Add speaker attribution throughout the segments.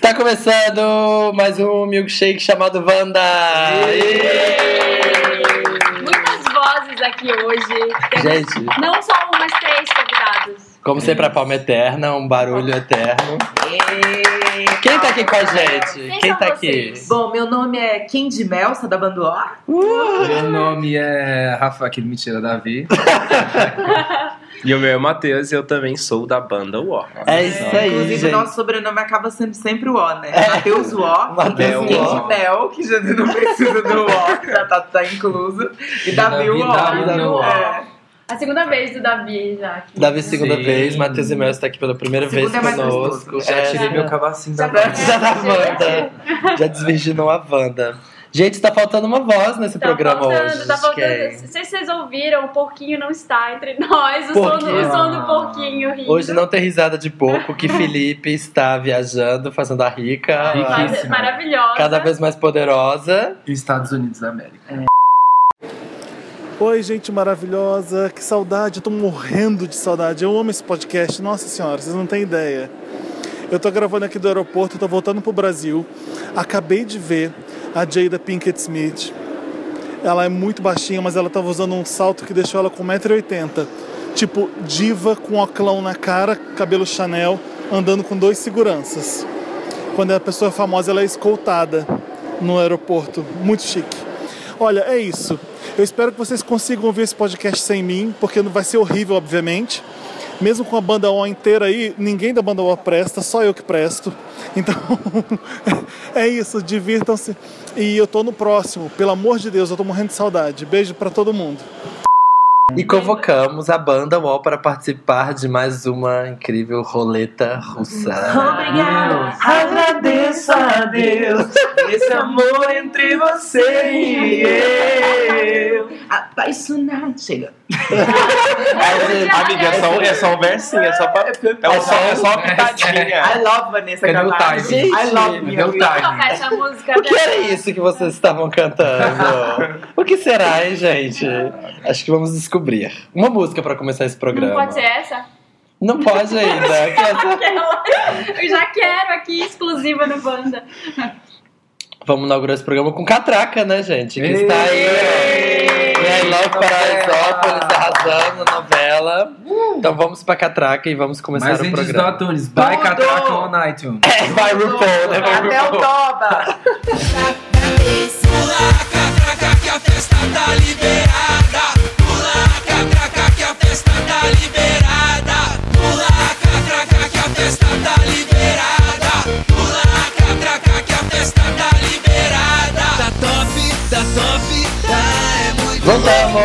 Speaker 1: Tá começando mais um milkshake chamado Wanda!
Speaker 2: Muitas vozes aqui hoje. Temos
Speaker 1: Gente,
Speaker 2: não só um, mas três convidados.
Speaker 1: como sempre, a palma eterna, um barulho eterno. Quem tá aqui com a gente?
Speaker 2: Quem
Speaker 1: Quem
Speaker 2: são
Speaker 1: tá aqui?
Speaker 2: vocês?
Speaker 3: Bom, meu nome é Candy Melsa, da Banduó.
Speaker 4: Meu nome é Rafa, que mentira, Davi. e o meu é Matheus e eu também sou da banda War.
Speaker 1: É isso aí,
Speaker 3: Inclusive,
Speaker 1: gente.
Speaker 3: nosso sobrenome acaba sendo sempre o O, né?
Speaker 4: É.
Speaker 3: Matheus Ó,
Speaker 1: Matheus
Speaker 4: Mel.
Speaker 3: Candy Mel, que já não precisa do O, que já tá, tá incluso. E Davi o
Speaker 4: Davi, Davi,
Speaker 3: O.
Speaker 4: Davi,
Speaker 3: É.
Speaker 2: A segunda vez do Davi já aqui.
Speaker 1: Davi, segunda
Speaker 4: Sim.
Speaker 1: vez, Matheus e Mel está aqui pela primeira
Speaker 3: Segunda é
Speaker 1: vez
Speaker 3: mais
Speaker 1: conosco.
Speaker 3: gostoso.
Speaker 4: Já
Speaker 1: É,
Speaker 4: tirei meu cavacinho da
Speaker 2: Já tá
Speaker 4: banda.
Speaker 1: Já tá da Wanda. Já desvirginou a Wanda. Gente, tá faltando uma voz nesse
Speaker 2: Tá
Speaker 1: programa
Speaker 2: faltando,
Speaker 1: hoje.
Speaker 2: tá faltando.
Speaker 1: Quem?
Speaker 2: Não sei se vocês ouviram, o porquinho não está entre nós. O, som do,
Speaker 1: Porquinho.
Speaker 2: o som do porquinho rindo.
Speaker 1: Hoje não tem risada de pouco que Felipe está viajando, fazendo a rica,
Speaker 4: Riquíssima.
Speaker 2: Mas é Maravilhosa.
Speaker 1: tá. cada vez mais poderosa.
Speaker 4: Estados Unidos da América.
Speaker 5: Oi, gente maravilhosa, que saudade, eu tô morrendo de saudade. Eu amo esse podcast, nossa senhora, vocês não têm ideia. Eu tô gravando aqui do aeroporto, tô voltando pro Brasil. Acabei de ver a Jada Pinkett Smith. Ela é muito baixinha, mas ela tava usando um salto que deixou ela com 1,80m. Tipo, diva com oclão na cara, cabelo Chanel, andando com dois seguranças. Quando é a pessoa famosa, ela é escoltada no aeroporto. Muito chique. Olha, é isso. Eu espero que vocês consigam ouvir esse podcast sem mim, porque não vai ser horrível, obviamente. Mesmo com a banda O inteira aí, ninguém da banda O presta, só eu que presto. Então, é isso, divirtam-se. E eu tô no próximo, pelo amor de Deus, eu tô morrendo de saudade. Beijo pra todo mundo.
Speaker 1: E convocamos a banda UOL para participar de mais uma incrível roleta russa.
Speaker 3: Obrigado.
Speaker 4: Agradeço a Deus esse amor entre você e eu.
Speaker 3: Apaixonado. Ah, Chega.
Speaker 4: Amiga, é só, é só um versinho, é só pra. É, um só, é só uma pitadinha.
Speaker 3: I love Vanessa
Speaker 4: Cadê o
Speaker 3: Camargo.
Speaker 4: timing?
Speaker 3: I love me.
Speaker 4: Cadê o
Speaker 2: Vamos tocar essa música
Speaker 1: O que
Speaker 2: dela.
Speaker 1: era isso que vocês estavam cantando? O que será, hein, gente? Acho que vamos descobrir. Uma música para começar esse programa.
Speaker 2: Não pode ser essa?
Speaker 1: Não pode ainda. Quer-
Speaker 2: Eu já quero aqui, exclusiva no Banda.
Speaker 1: Vamos inaugurar esse programa com Catraca, né, gente? Que
Speaker 4: Ei!
Speaker 1: está aí. ó.
Speaker 4: Ei!
Speaker 1: E aí, Love Paraisópolis arrasando na novela.
Speaker 3: Uh!
Speaker 1: Então vamos pra Catraca e vamos começar
Speaker 4: Mas
Speaker 1: o
Speaker 4: antes do
Speaker 1: programa.
Speaker 4: iTunes, vai
Speaker 3: Tudo!
Speaker 4: catraca on iTunes.
Speaker 1: É, vai RuPaul, né? Vai
Speaker 3: Até o
Speaker 1: RuPaul.
Speaker 3: Toba.
Speaker 1: Voltamos!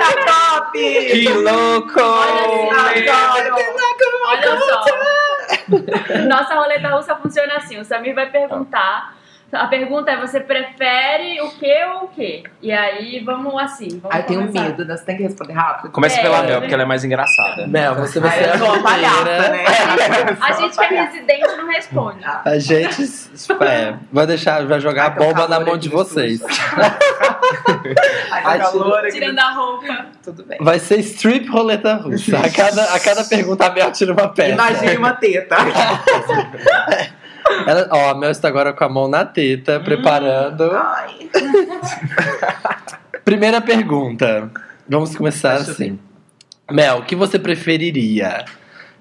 Speaker 3: Tá top.
Speaker 4: Que louco!
Speaker 3: Adoro.
Speaker 2: Olha só. Nossa roleta russa funciona assim: o Samir vai perguntar. A pergunta é: você prefere o que ou o que? E aí vamos assim. Vamos
Speaker 3: Ai, eu tenho
Speaker 2: começar.
Speaker 3: medo, né? Você tem que responder rápido.
Speaker 4: Começa pela
Speaker 2: É.
Speaker 4: Mel, porque ela é mais engraçada.
Speaker 1: Mel, você vai
Speaker 3: Ai,
Speaker 1: ser
Speaker 3: Ah, eu sou
Speaker 1: a
Speaker 3: uma palhaça,
Speaker 1: primeira.
Speaker 3: né?
Speaker 2: A gente que é residente não responde.
Speaker 1: A gente é, vai deixar, vai jogar a
Speaker 3: Ai, tô
Speaker 1: bomba na
Speaker 3: calor
Speaker 1: mão
Speaker 3: aqui
Speaker 1: de
Speaker 3: no
Speaker 1: vocês.
Speaker 3: Ai, tá calor aqui.
Speaker 2: Tirando a roupa.
Speaker 3: Tudo bem.
Speaker 1: Vai ser strip roleta russa. A cada, a cada pergunta a Mel tira uma peça.
Speaker 3: Imagine É. uma teta.
Speaker 1: Ela- ó, a Mel está agora com a mão na teta, preparando.
Speaker 3: Hum. Ai.
Speaker 1: Primeira pergunta. Vamos começar assim. Mel, o que você preferiria?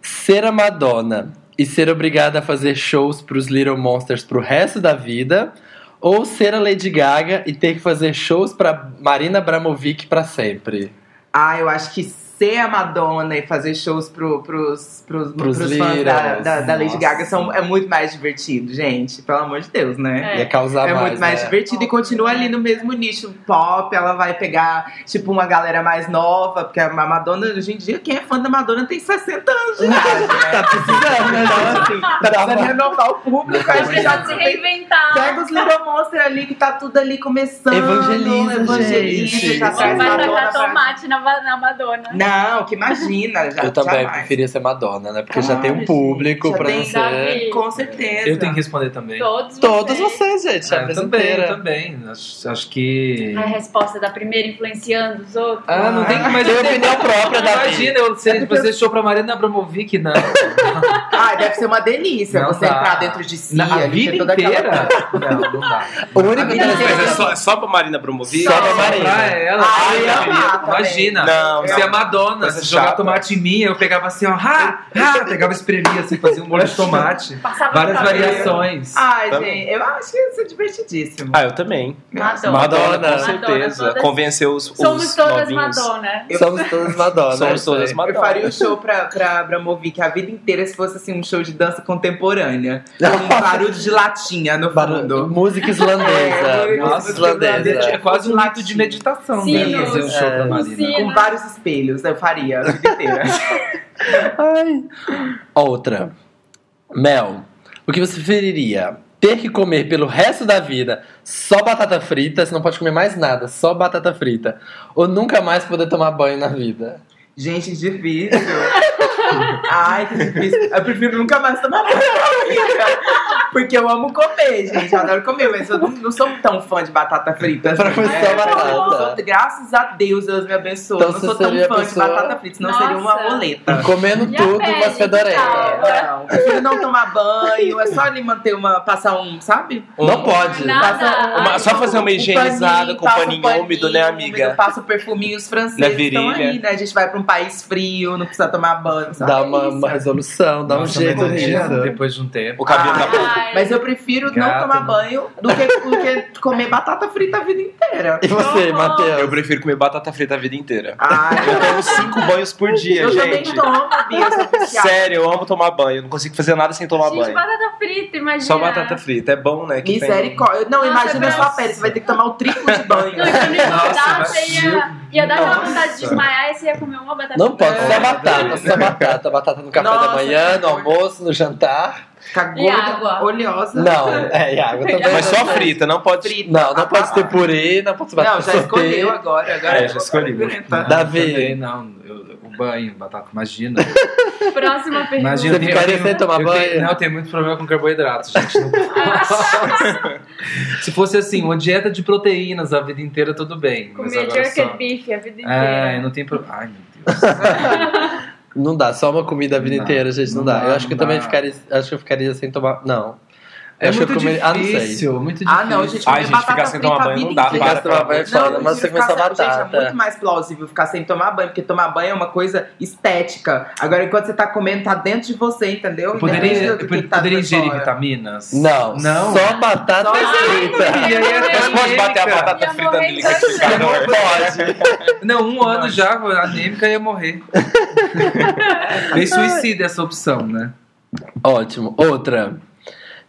Speaker 1: Ser a Madonna e ser obrigada a fazer shows pros Little Monsters pro resto da vida? Ou ser a Lady Gaga e ter que fazer shows pra Marina Abramovic pra sempre?
Speaker 3: Ah, eu acho que ser a Madonna e fazer shows pro, pros, pros,
Speaker 1: Pros
Speaker 3: pros, fãs da,
Speaker 1: liras.
Speaker 3: da, da Lady
Speaker 4: Nossa.
Speaker 3: Gaga são, é muito mais divertido, gente. Pelo amor de Deus, né?
Speaker 2: É.
Speaker 1: Ia causar
Speaker 3: É
Speaker 1: mais,
Speaker 3: muito mais
Speaker 1: né?
Speaker 3: divertido e continua ali no mesmo nicho pop. Ela vai pegar, tipo, uma galera mais nova, porque a Madonna, hoje em dia, quem é fã da Madonna tem 60 anos de idade, né?
Speaker 1: Tá precisando, né?
Speaker 3: Então, assim, tá precisando renovar o público, a gente
Speaker 2: Precisa
Speaker 3: já
Speaker 2: se
Speaker 3: tem
Speaker 2: reinventar.
Speaker 3: Pega os Little Monster ali, que tá tudo ali começando.
Speaker 1: Evangeliza,
Speaker 3: evangeliza,
Speaker 1: gente.
Speaker 3: tá
Speaker 1: Vamos
Speaker 2: Vamos
Speaker 3: atrás da
Speaker 2: vai tacar
Speaker 3: Madonna.
Speaker 2: tomate na, va- na Madonna.
Speaker 3: Não, Não, que imagina. Já,
Speaker 1: eu também
Speaker 3: jamais.
Speaker 1: preferia ser Madonna, né? Porque já tem
Speaker 3: Ai,
Speaker 1: um público
Speaker 3: gente, já
Speaker 1: pra
Speaker 3: tem-
Speaker 1: você.
Speaker 3: Com certeza.
Speaker 4: Eu tenho que responder também.
Speaker 2: Todos,
Speaker 1: Todas
Speaker 2: vocês.
Speaker 1: vocês, gente.
Speaker 4: Ah,
Speaker 1: a
Speaker 4: eu
Speaker 1: mesa
Speaker 4: também, eu
Speaker 1: inteira.
Speaker 4: também. Acho, acho que.
Speaker 2: A resposta da primeira influenciando os outros.
Speaker 4: Ah, não tem mais
Speaker 1: Tem opinião própria da
Speaker 4: Imagina, eu, se você show pra Marina Abramovic, não.
Speaker 3: Ai, deve ser uma delícia
Speaker 4: Não
Speaker 3: você
Speaker 4: dá.
Speaker 3: entrar dentro de si.
Speaker 4: Na a é
Speaker 3: ali, ter
Speaker 4: vida
Speaker 3: toda aquela-
Speaker 4: inteira? Não, não dá.
Speaker 1: O único
Speaker 3: Não,
Speaker 6: Mas é
Speaker 1: telespectador-
Speaker 6: só, é só pra Marina Bromovic?
Speaker 1: Só pra
Speaker 4: Pra
Speaker 1: Marina.
Speaker 4: ela, é
Speaker 3: Ah,
Speaker 4: ai,
Speaker 3: eu ia amar
Speaker 4: querido,
Speaker 3: também.
Speaker 4: imagina.
Speaker 6: Não,
Speaker 4: Se a
Speaker 6: não.
Speaker 4: Madonna
Speaker 6: Coisa
Speaker 4: se jogar
Speaker 6: chata.
Speaker 4: tomate em mim, eu pegava assim, ó, ha, ha, pegava, espremia assim, fazia um molho de tomate.
Speaker 2: Passava
Speaker 4: Várias
Speaker 1: Tá
Speaker 2: no cabelo.
Speaker 4: variações.
Speaker 3: Ai,
Speaker 6: Também.
Speaker 3: gente, eu acho que isso é divertidíssimo.
Speaker 6: Ah, eu também.
Speaker 2: Madonna.
Speaker 1: Então, Madonna.
Speaker 6: com certeza.
Speaker 2: todas-
Speaker 6: Convenceu os, os
Speaker 2: Somos todas
Speaker 6: novinhos.
Speaker 2: Madonna.
Speaker 3: Eu-
Speaker 1: Somos todas Madonna.
Speaker 6: Somos
Speaker 1: é
Speaker 6: todas
Speaker 1: isso aí.
Speaker 7: Ah,
Speaker 6: Madonna.
Speaker 3: Eu faria um show pra, pra Abramovic a vida inteira se fosse assim, um show de dança contemporânea. Com um barulho de latinha no
Speaker 1: Barulho-
Speaker 3: fundo.
Speaker 1: Música
Speaker 3: É,
Speaker 1: islandesa.
Speaker 3: música
Speaker 1: música
Speaker 3: islandesa.
Speaker 1: islandesa.
Speaker 4: É quase um ato de meditação, né?
Speaker 2: Sinos.
Speaker 4: Fazer um show pra
Speaker 1: É.
Speaker 4: Marina.
Speaker 2: Sinos.
Speaker 3: Com vários espelhos, eu faria a vida inteira.
Speaker 1: Outra. Mel, o que você preferiria? Ter que comer pelo resto da vida só batata frita, você não pode comer mais nada, só batata frita. Ou nunca mais poder tomar banho na vida.
Speaker 3: Gente, difícil. Ai, que difícil. Eu prefiro nunca mais tomar banho na vida. Porque eu amo comer, gente. Eu adoro comer, mas eu não, não sou tão fã de batata frita.
Speaker 1: Pra
Speaker 3: assim,
Speaker 1: você,
Speaker 3: né?
Speaker 1: é batata.
Speaker 3: Eu sou- graças a Deus, Deus me abençoe.
Speaker 1: Então,
Speaker 3: eu não
Speaker 1: você
Speaker 3: sou tão
Speaker 1: seria a
Speaker 3: fã
Speaker 1: pessoa-
Speaker 3: de batata frita, senão
Speaker 2: Nossa.
Speaker 3: seria uma roleta.
Speaker 4: Ah.
Speaker 3: É,
Speaker 1: Comendo
Speaker 2: E a
Speaker 1: tudo,
Speaker 2: pele,
Speaker 1: mas fedorenta.
Speaker 2: então?
Speaker 3: Não, prefiro não tomar banho, é só ele manter uma. passar um, sabe?
Speaker 1: Não pode.
Speaker 2: Nada.
Speaker 6: Uma- só fazer uma
Speaker 3: Um
Speaker 6: higienizada
Speaker 3: paninho,
Speaker 6: com
Speaker 3: passa um
Speaker 6: paninho, úmido, né, amiga?
Speaker 3: Passa o perfuminho, os
Speaker 6: Na
Speaker 3: franceses
Speaker 6: virilha.
Speaker 3: estão aí, né? A gente vai pra um país frio, não precisa tomar banho. não precisa-
Speaker 1: Dá
Speaker 3: Ai,
Speaker 1: uma,
Speaker 3: isso.
Speaker 1: uma resolução, dá um
Speaker 4: Nossa,
Speaker 1: jeito
Speaker 4: mas imagina,
Speaker 1: nisso.
Speaker 4: Depois de um tempo.
Speaker 6: O cabelo tá
Speaker 3: Ah.
Speaker 6: da boca.
Speaker 2: Ai,
Speaker 3: Mas eu prefiro
Speaker 4: Gata,
Speaker 3: não tomar
Speaker 4: né?
Speaker 3: banho do que, do que comer batata frita a vida inteira.
Speaker 1: E você,
Speaker 2: Não.
Speaker 6: Eu
Speaker 1: Matheus?
Speaker 6: prefiro comer batata frita a vida inteira.
Speaker 3: Ai,
Speaker 6: Eu tomo cinco banhos por dia,
Speaker 3: eu também
Speaker 6: gente.
Speaker 3: tomo, é Bia, eu sou viciada.
Speaker 6: Sério, eu amo tomar banho. Eu não consigo fazer nada sem tomar
Speaker 2: gente,
Speaker 6: banho.
Speaker 2: batata frita, imagina.
Speaker 6: Só batata frita. É bom, né? que tem-
Speaker 3: Misericórdia. Não,
Speaker 2: Nossa,
Speaker 3: imagina a sua
Speaker 2: Deus.
Speaker 3: pele, você vai ter que tomar o triplo de banho.
Speaker 2: Não, e pra me acordar,
Speaker 4: mas-
Speaker 2: você ia, ia dar aquela
Speaker 4: Nossa.
Speaker 2: vontade de desmaiar e você ia comer uma batata
Speaker 1: Não pode, só
Speaker 4: É,
Speaker 2: frita.
Speaker 1: batata, só batata. Batata no café da
Speaker 3: Nossa,
Speaker 1: manhã, no
Speaker 3: que horror.
Speaker 1: almoço, no jantar.
Speaker 3: Ficar
Speaker 2: E
Speaker 3: gorda,
Speaker 2: água.
Speaker 3: oleosa.
Speaker 1: Não, é, e água também.
Speaker 6: Mas só
Speaker 1: não.
Speaker 6: frita, não pode.
Speaker 3: Frita.
Speaker 1: Não, não
Speaker 3: Ah,
Speaker 1: pode
Speaker 3: tá.
Speaker 1: ter purê, não pode
Speaker 3: Não,
Speaker 1: bater
Speaker 3: já
Speaker 1: sorvete.
Speaker 3: escolheu agora. agora
Speaker 6: É, já escolhi.
Speaker 3: Tá.
Speaker 1: Davi.
Speaker 4: Não, também não. Eu- o banho, batata, imagina.
Speaker 2: Próxima pergunta.
Speaker 4: Imagina,
Speaker 1: Você
Speaker 4: eu
Speaker 1: ficaria sem tomar
Speaker 4: eu
Speaker 1: banho?
Speaker 4: Tenho, não, eu tenho muito problema com carboidrato, gente. Não posso. Se fosse assim, uma dieta de proteínas a vida inteira, tudo bem. Mas
Speaker 2: Comer
Speaker 4: agora
Speaker 2: jerky
Speaker 4: só...
Speaker 2: beef a vida
Speaker 4: É,
Speaker 2: inteira.
Speaker 4: não tem problema. Ai, meu Deus.
Speaker 1: Não dá, só uma comida a vida
Speaker 4: Não,
Speaker 1: inteira, gente, não,
Speaker 4: não
Speaker 1: dá.
Speaker 4: dá,
Speaker 1: Eu acho que eu
Speaker 4: não
Speaker 1: também
Speaker 4: dá.
Speaker 1: ficaria, acho que eu ficaria sem tomar, não.
Speaker 4: É
Speaker 1: acho
Speaker 4: muito
Speaker 1: que eu comeria- ah, não sei.
Speaker 4: difícil, muito difícil.
Speaker 3: Ah, não, gente,
Speaker 6: Ai,
Speaker 3: comer
Speaker 6: gente,
Speaker 3: batata
Speaker 6: ficar sem
Speaker 3: frita
Speaker 6: tomar
Speaker 3: a
Speaker 6: banho
Speaker 3: vida
Speaker 6: não dá,
Speaker 3: inteira.
Speaker 1: Ficar sem tomar banho é
Speaker 3: Não,
Speaker 1: foda, mas você
Speaker 3: prefiro
Speaker 1: comer só
Speaker 3: ficar sem- Gente, é
Speaker 1: batata.
Speaker 3: muito mais plausível ficar sem tomar banho, porque tomar banho é uma coisa estética. Agora, enquanto você tá comendo, tá dentro de você, entendeu?
Speaker 4: Eu poderia,
Speaker 3: Independente do
Speaker 4: eu
Speaker 3: que
Speaker 4: pod-
Speaker 3: tá
Speaker 4: poderia
Speaker 3: de
Speaker 4: ingerir
Speaker 3: fora.
Speaker 4: vitaminas?
Speaker 1: Não,
Speaker 4: Não?
Speaker 1: só batata
Speaker 3: Só- Ai,
Speaker 1: frita.
Speaker 2: não,
Speaker 4: E aí é
Speaker 2: Não
Speaker 6: Pode bater a
Speaker 4: anêmica.
Speaker 6: batata
Speaker 2: Ia
Speaker 6: frita
Speaker 2: morrer
Speaker 6: no
Speaker 2: de dois
Speaker 6: liquidificador.
Speaker 1: Pode.
Speaker 4: Não, um ano já, anêmica ia morrer. Bem suicida essa opção, né?
Speaker 1: Ótimo. Outra.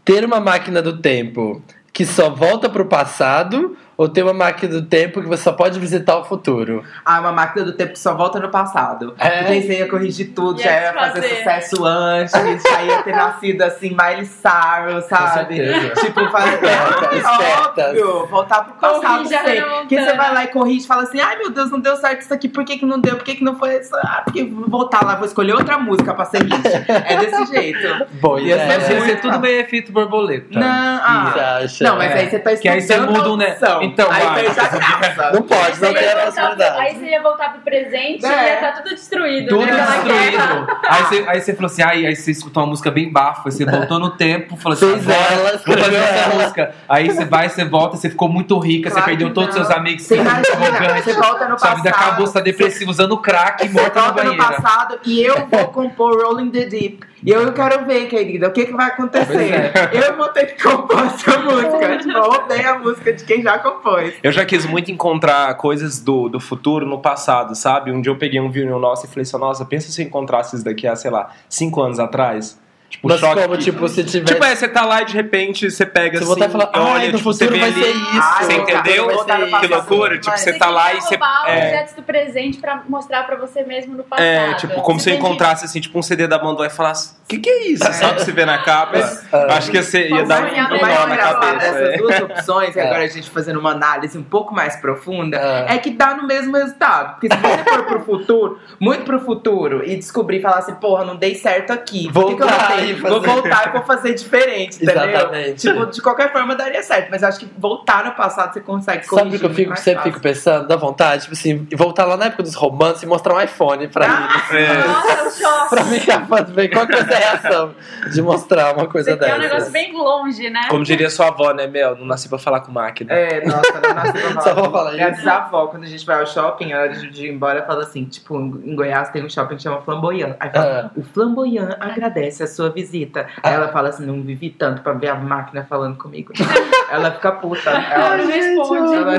Speaker 1: Ter uma máquina do tempo que só volta pro passado ou ter uma máquina do tempo que você só pode visitar o futuro?
Speaker 3: Ah, uma máquina do tempo que só volta no passado.
Speaker 1: É.
Speaker 3: Eu pensei ia corrigir tudo, já
Speaker 2: Ia
Speaker 3: ia fazer,
Speaker 2: fazer.
Speaker 3: sucesso antes, já ia ter nascido assim, Miley Cyrus, sabe?
Speaker 1: certeza.
Speaker 3: Tipo, fazer.
Speaker 1: Espertas.
Speaker 3: Óbvio, voltar pro passado
Speaker 2: Corrige a
Speaker 3: sei.
Speaker 2: Hannah
Speaker 3: Porque você
Speaker 2: Montana.
Speaker 3: vai lá e corrige e fala assim: ai meu Deus, não deu certo isso aqui, por que, que não deu? Por que, que não foi isso? Ah, porque vou voltar lá, vou escolher outra música pra ser hit. É desse jeito.
Speaker 1: Boa
Speaker 3: Ia
Speaker 1: ideia.
Speaker 4: Mas
Speaker 3: ser
Speaker 4: ia
Speaker 3: muito-
Speaker 4: ser tudo meio efeito borboleta.
Speaker 3: Não, ah.
Speaker 1: Você acha?
Speaker 3: Não, mas
Speaker 4: Tá. É.
Speaker 3: aí você tá
Speaker 4: Que aí você
Speaker 3: estudando
Speaker 4: muda
Speaker 3: a
Speaker 4: um ne-
Speaker 3: opção.
Speaker 4: Então,
Speaker 3: aí
Speaker 4: vai.
Speaker 3: perde a graça.
Speaker 1: Não pode,
Speaker 2: Você
Speaker 1: não
Speaker 2: ia
Speaker 1: tem a
Speaker 2: voltar pro-
Speaker 1: possibilidade.
Speaker 2: Aí você ia voltar pro presente
Speaker 3: É.
Speaker 2: e ia estar tudo destruído.
Speaker 4: Tudo
Speaker 2: né? Aquela guerra.
Speaker 4: destruído. Aí você, aí você falou assim, aí, aí você escutou uma música bem bafa, aí você voltou no tempo, falou assim,
Speaker 1: Fez
Speaker 4: agora
Speaker 1: ela,
Speaker 4: vou fazer
Speaker 1: escreveu
Speaker 4: essa
Speaker 1: ela.
Speaker 4: música. Aí você vai, você volta, você ficou muito rica,
Speaker 3: Claro
Speaker 4: você perdeu
Speaker 3: que
Speaker 4: todos os
Speaker 3: não.
Speaker 4: seus amigos,
Speaker 3: Você
Speaker 4: você ficou muito
Speaker 3: imagina,
Speaker 4: arrogante.
Speaker 3: você volta no
Speaker 4: Sua
Speaker 3: passado.
Speaker 4: vida acabou, você tá depressivo, usando crack e
Speaker 3: Você
Speaker 4: morta na
Speaker 3: volta no
Speaker 4: banheira.
Speaker 3: passado e eu vou compor Rolling the Deep. E eu quero ver, querida, o que, que vai acontecer. Eu vou ter que compor essa música. Tipo, eu odeio a música de quem já compôs.
Speaker 6: Eu já quis muito encontrar coisas do, do futuro no passado, sabe? Um dia eu peguei um vinil nosso e falei assim, nossa, pensa se eu encontrasse isso daqui há, sei lá, cinco anos atrás.
Speaker 7: Tipo,
Speaker 1: Mas
Speaker 7: choque.
Speaker 1: como, tipo, se tiver.
Speaker 7: Tipo, é, você tá lá e de repente você pega
Speaker 1: Você
Speaker 7: assim,
Speaker 1: voltar e falar,
Speaker 7: olha,
Speaker 1: ai, no
Speaker 7: tipo,
Speaker 1: futuro
Speaker 7: você vê
Speaker 1: vai
Speaker 7: ali,
Speaker 1: ser isso.
Speaker 7: Você
Speaker 1: no futuro
Speaker 7: entendeu?
Speaker 1: vai ser
Speaker 3: Que
Speaker 1: isso.
Speaker 7: Que loucura, tipo,
Speaker 3: Mas
Speaker 7: você tá lá
Speaker 2: queria
Speaker 7: e você... é.
Speaker 2: roubar os objetos do presente pra mostrar pra você mesmo no passado.
Speaker 7: É, tipo, como se eu
Speaker 2: tem que-
Speaker 7: encontrasse, assim, tipo, um CD da Mandói e falasse, o que que é isso?
Speaker 3: É.
Speaker 7: Sabe o que você vê na capa?
Speaker 1: Mas, né? ah,
Speaker 7: Acho que você ia
Speaker 2: Mas
Speaker 7: dar
Speaker 2: olha,
Speaker 7: um
Speaker 2: mas
Speaker 7: nó
Speaker 2: olha
Speaker 7: na
Speaker 2: só,
Speaker 7: cabeça.
Speaker 3: Essas
Speaker 7: é.
Speaker 3: duas opções, e
Speaker 1: É.
Speaker 3: agora a gente fazendo uma análise um pouco mais profunda,
Speaker 1: É.
Speaker 3: é que dá no mesmo resultado. Porque se você for pro futuro, muito pro futuro, e descobrir e falar assim, porra, não dei certo aqui. por que que eu
Speaker 1: Voltar
Speaker 3: voltei?
Speaker 1: e
Speaker 3: Vou
Speaker 1: fazer."
Speaker 3: voltar e vou fazer diferente, entendeu?
Speaker 1: Exatamente.
Speaker 3: Tipo, de qualquer forma daria certo, mas eu acho que voltar no passado você consegue
Speaker 1: Sabe
Speaker 3: corrigir.
Speaker 1: o que eu fico,
Speaker 3: muito mais
Speaker 1: sempre
Speaker 3: é fácil.
Speaker 1: fico pensando? Dá vontade, tipo assim, voltar lá na época dos romances e mostrar um iPhone pra mim.
Speaker 7: É.
Speaker 2: Nossa, o choque.
Speaker 1: Pra mim, capaz de ver qual que vai ser a reação de mostrar uma coisa
Speaker 2: Você quer
Speaker 1: dessa.
Speaker 2: um negócio bem longe, né?
Speaker 7: Como diria sua avó, né, Mel? Não nasci pra falar com máquina.
Speaker 3: É, nossa, não nasceu pra
Speaker 1: Só
Speaker 3: falar.
Speaker 1: vou falar
Speaker 3: Minha
Speaker 1: isso.
Speaker 3: bisavó, quando a gente vai ao shopping, a hora de de ir embora, fala assim, tipo, em Goiás tem um shopping que chama Flamboyant.
Speaker 1: É,
Speaker 3: Aí fala,
Speaker 1: Ah.
Speaker 3: o Flamboyant agradece a sua visita. Aí ela fala assim, não vivi tanto pra ver a máquina falando comigo. ela fica puta.
Speaker 2: Ela não
Speaker 3: Ela,
Speaker 2: responde.
Speaker 3: ela-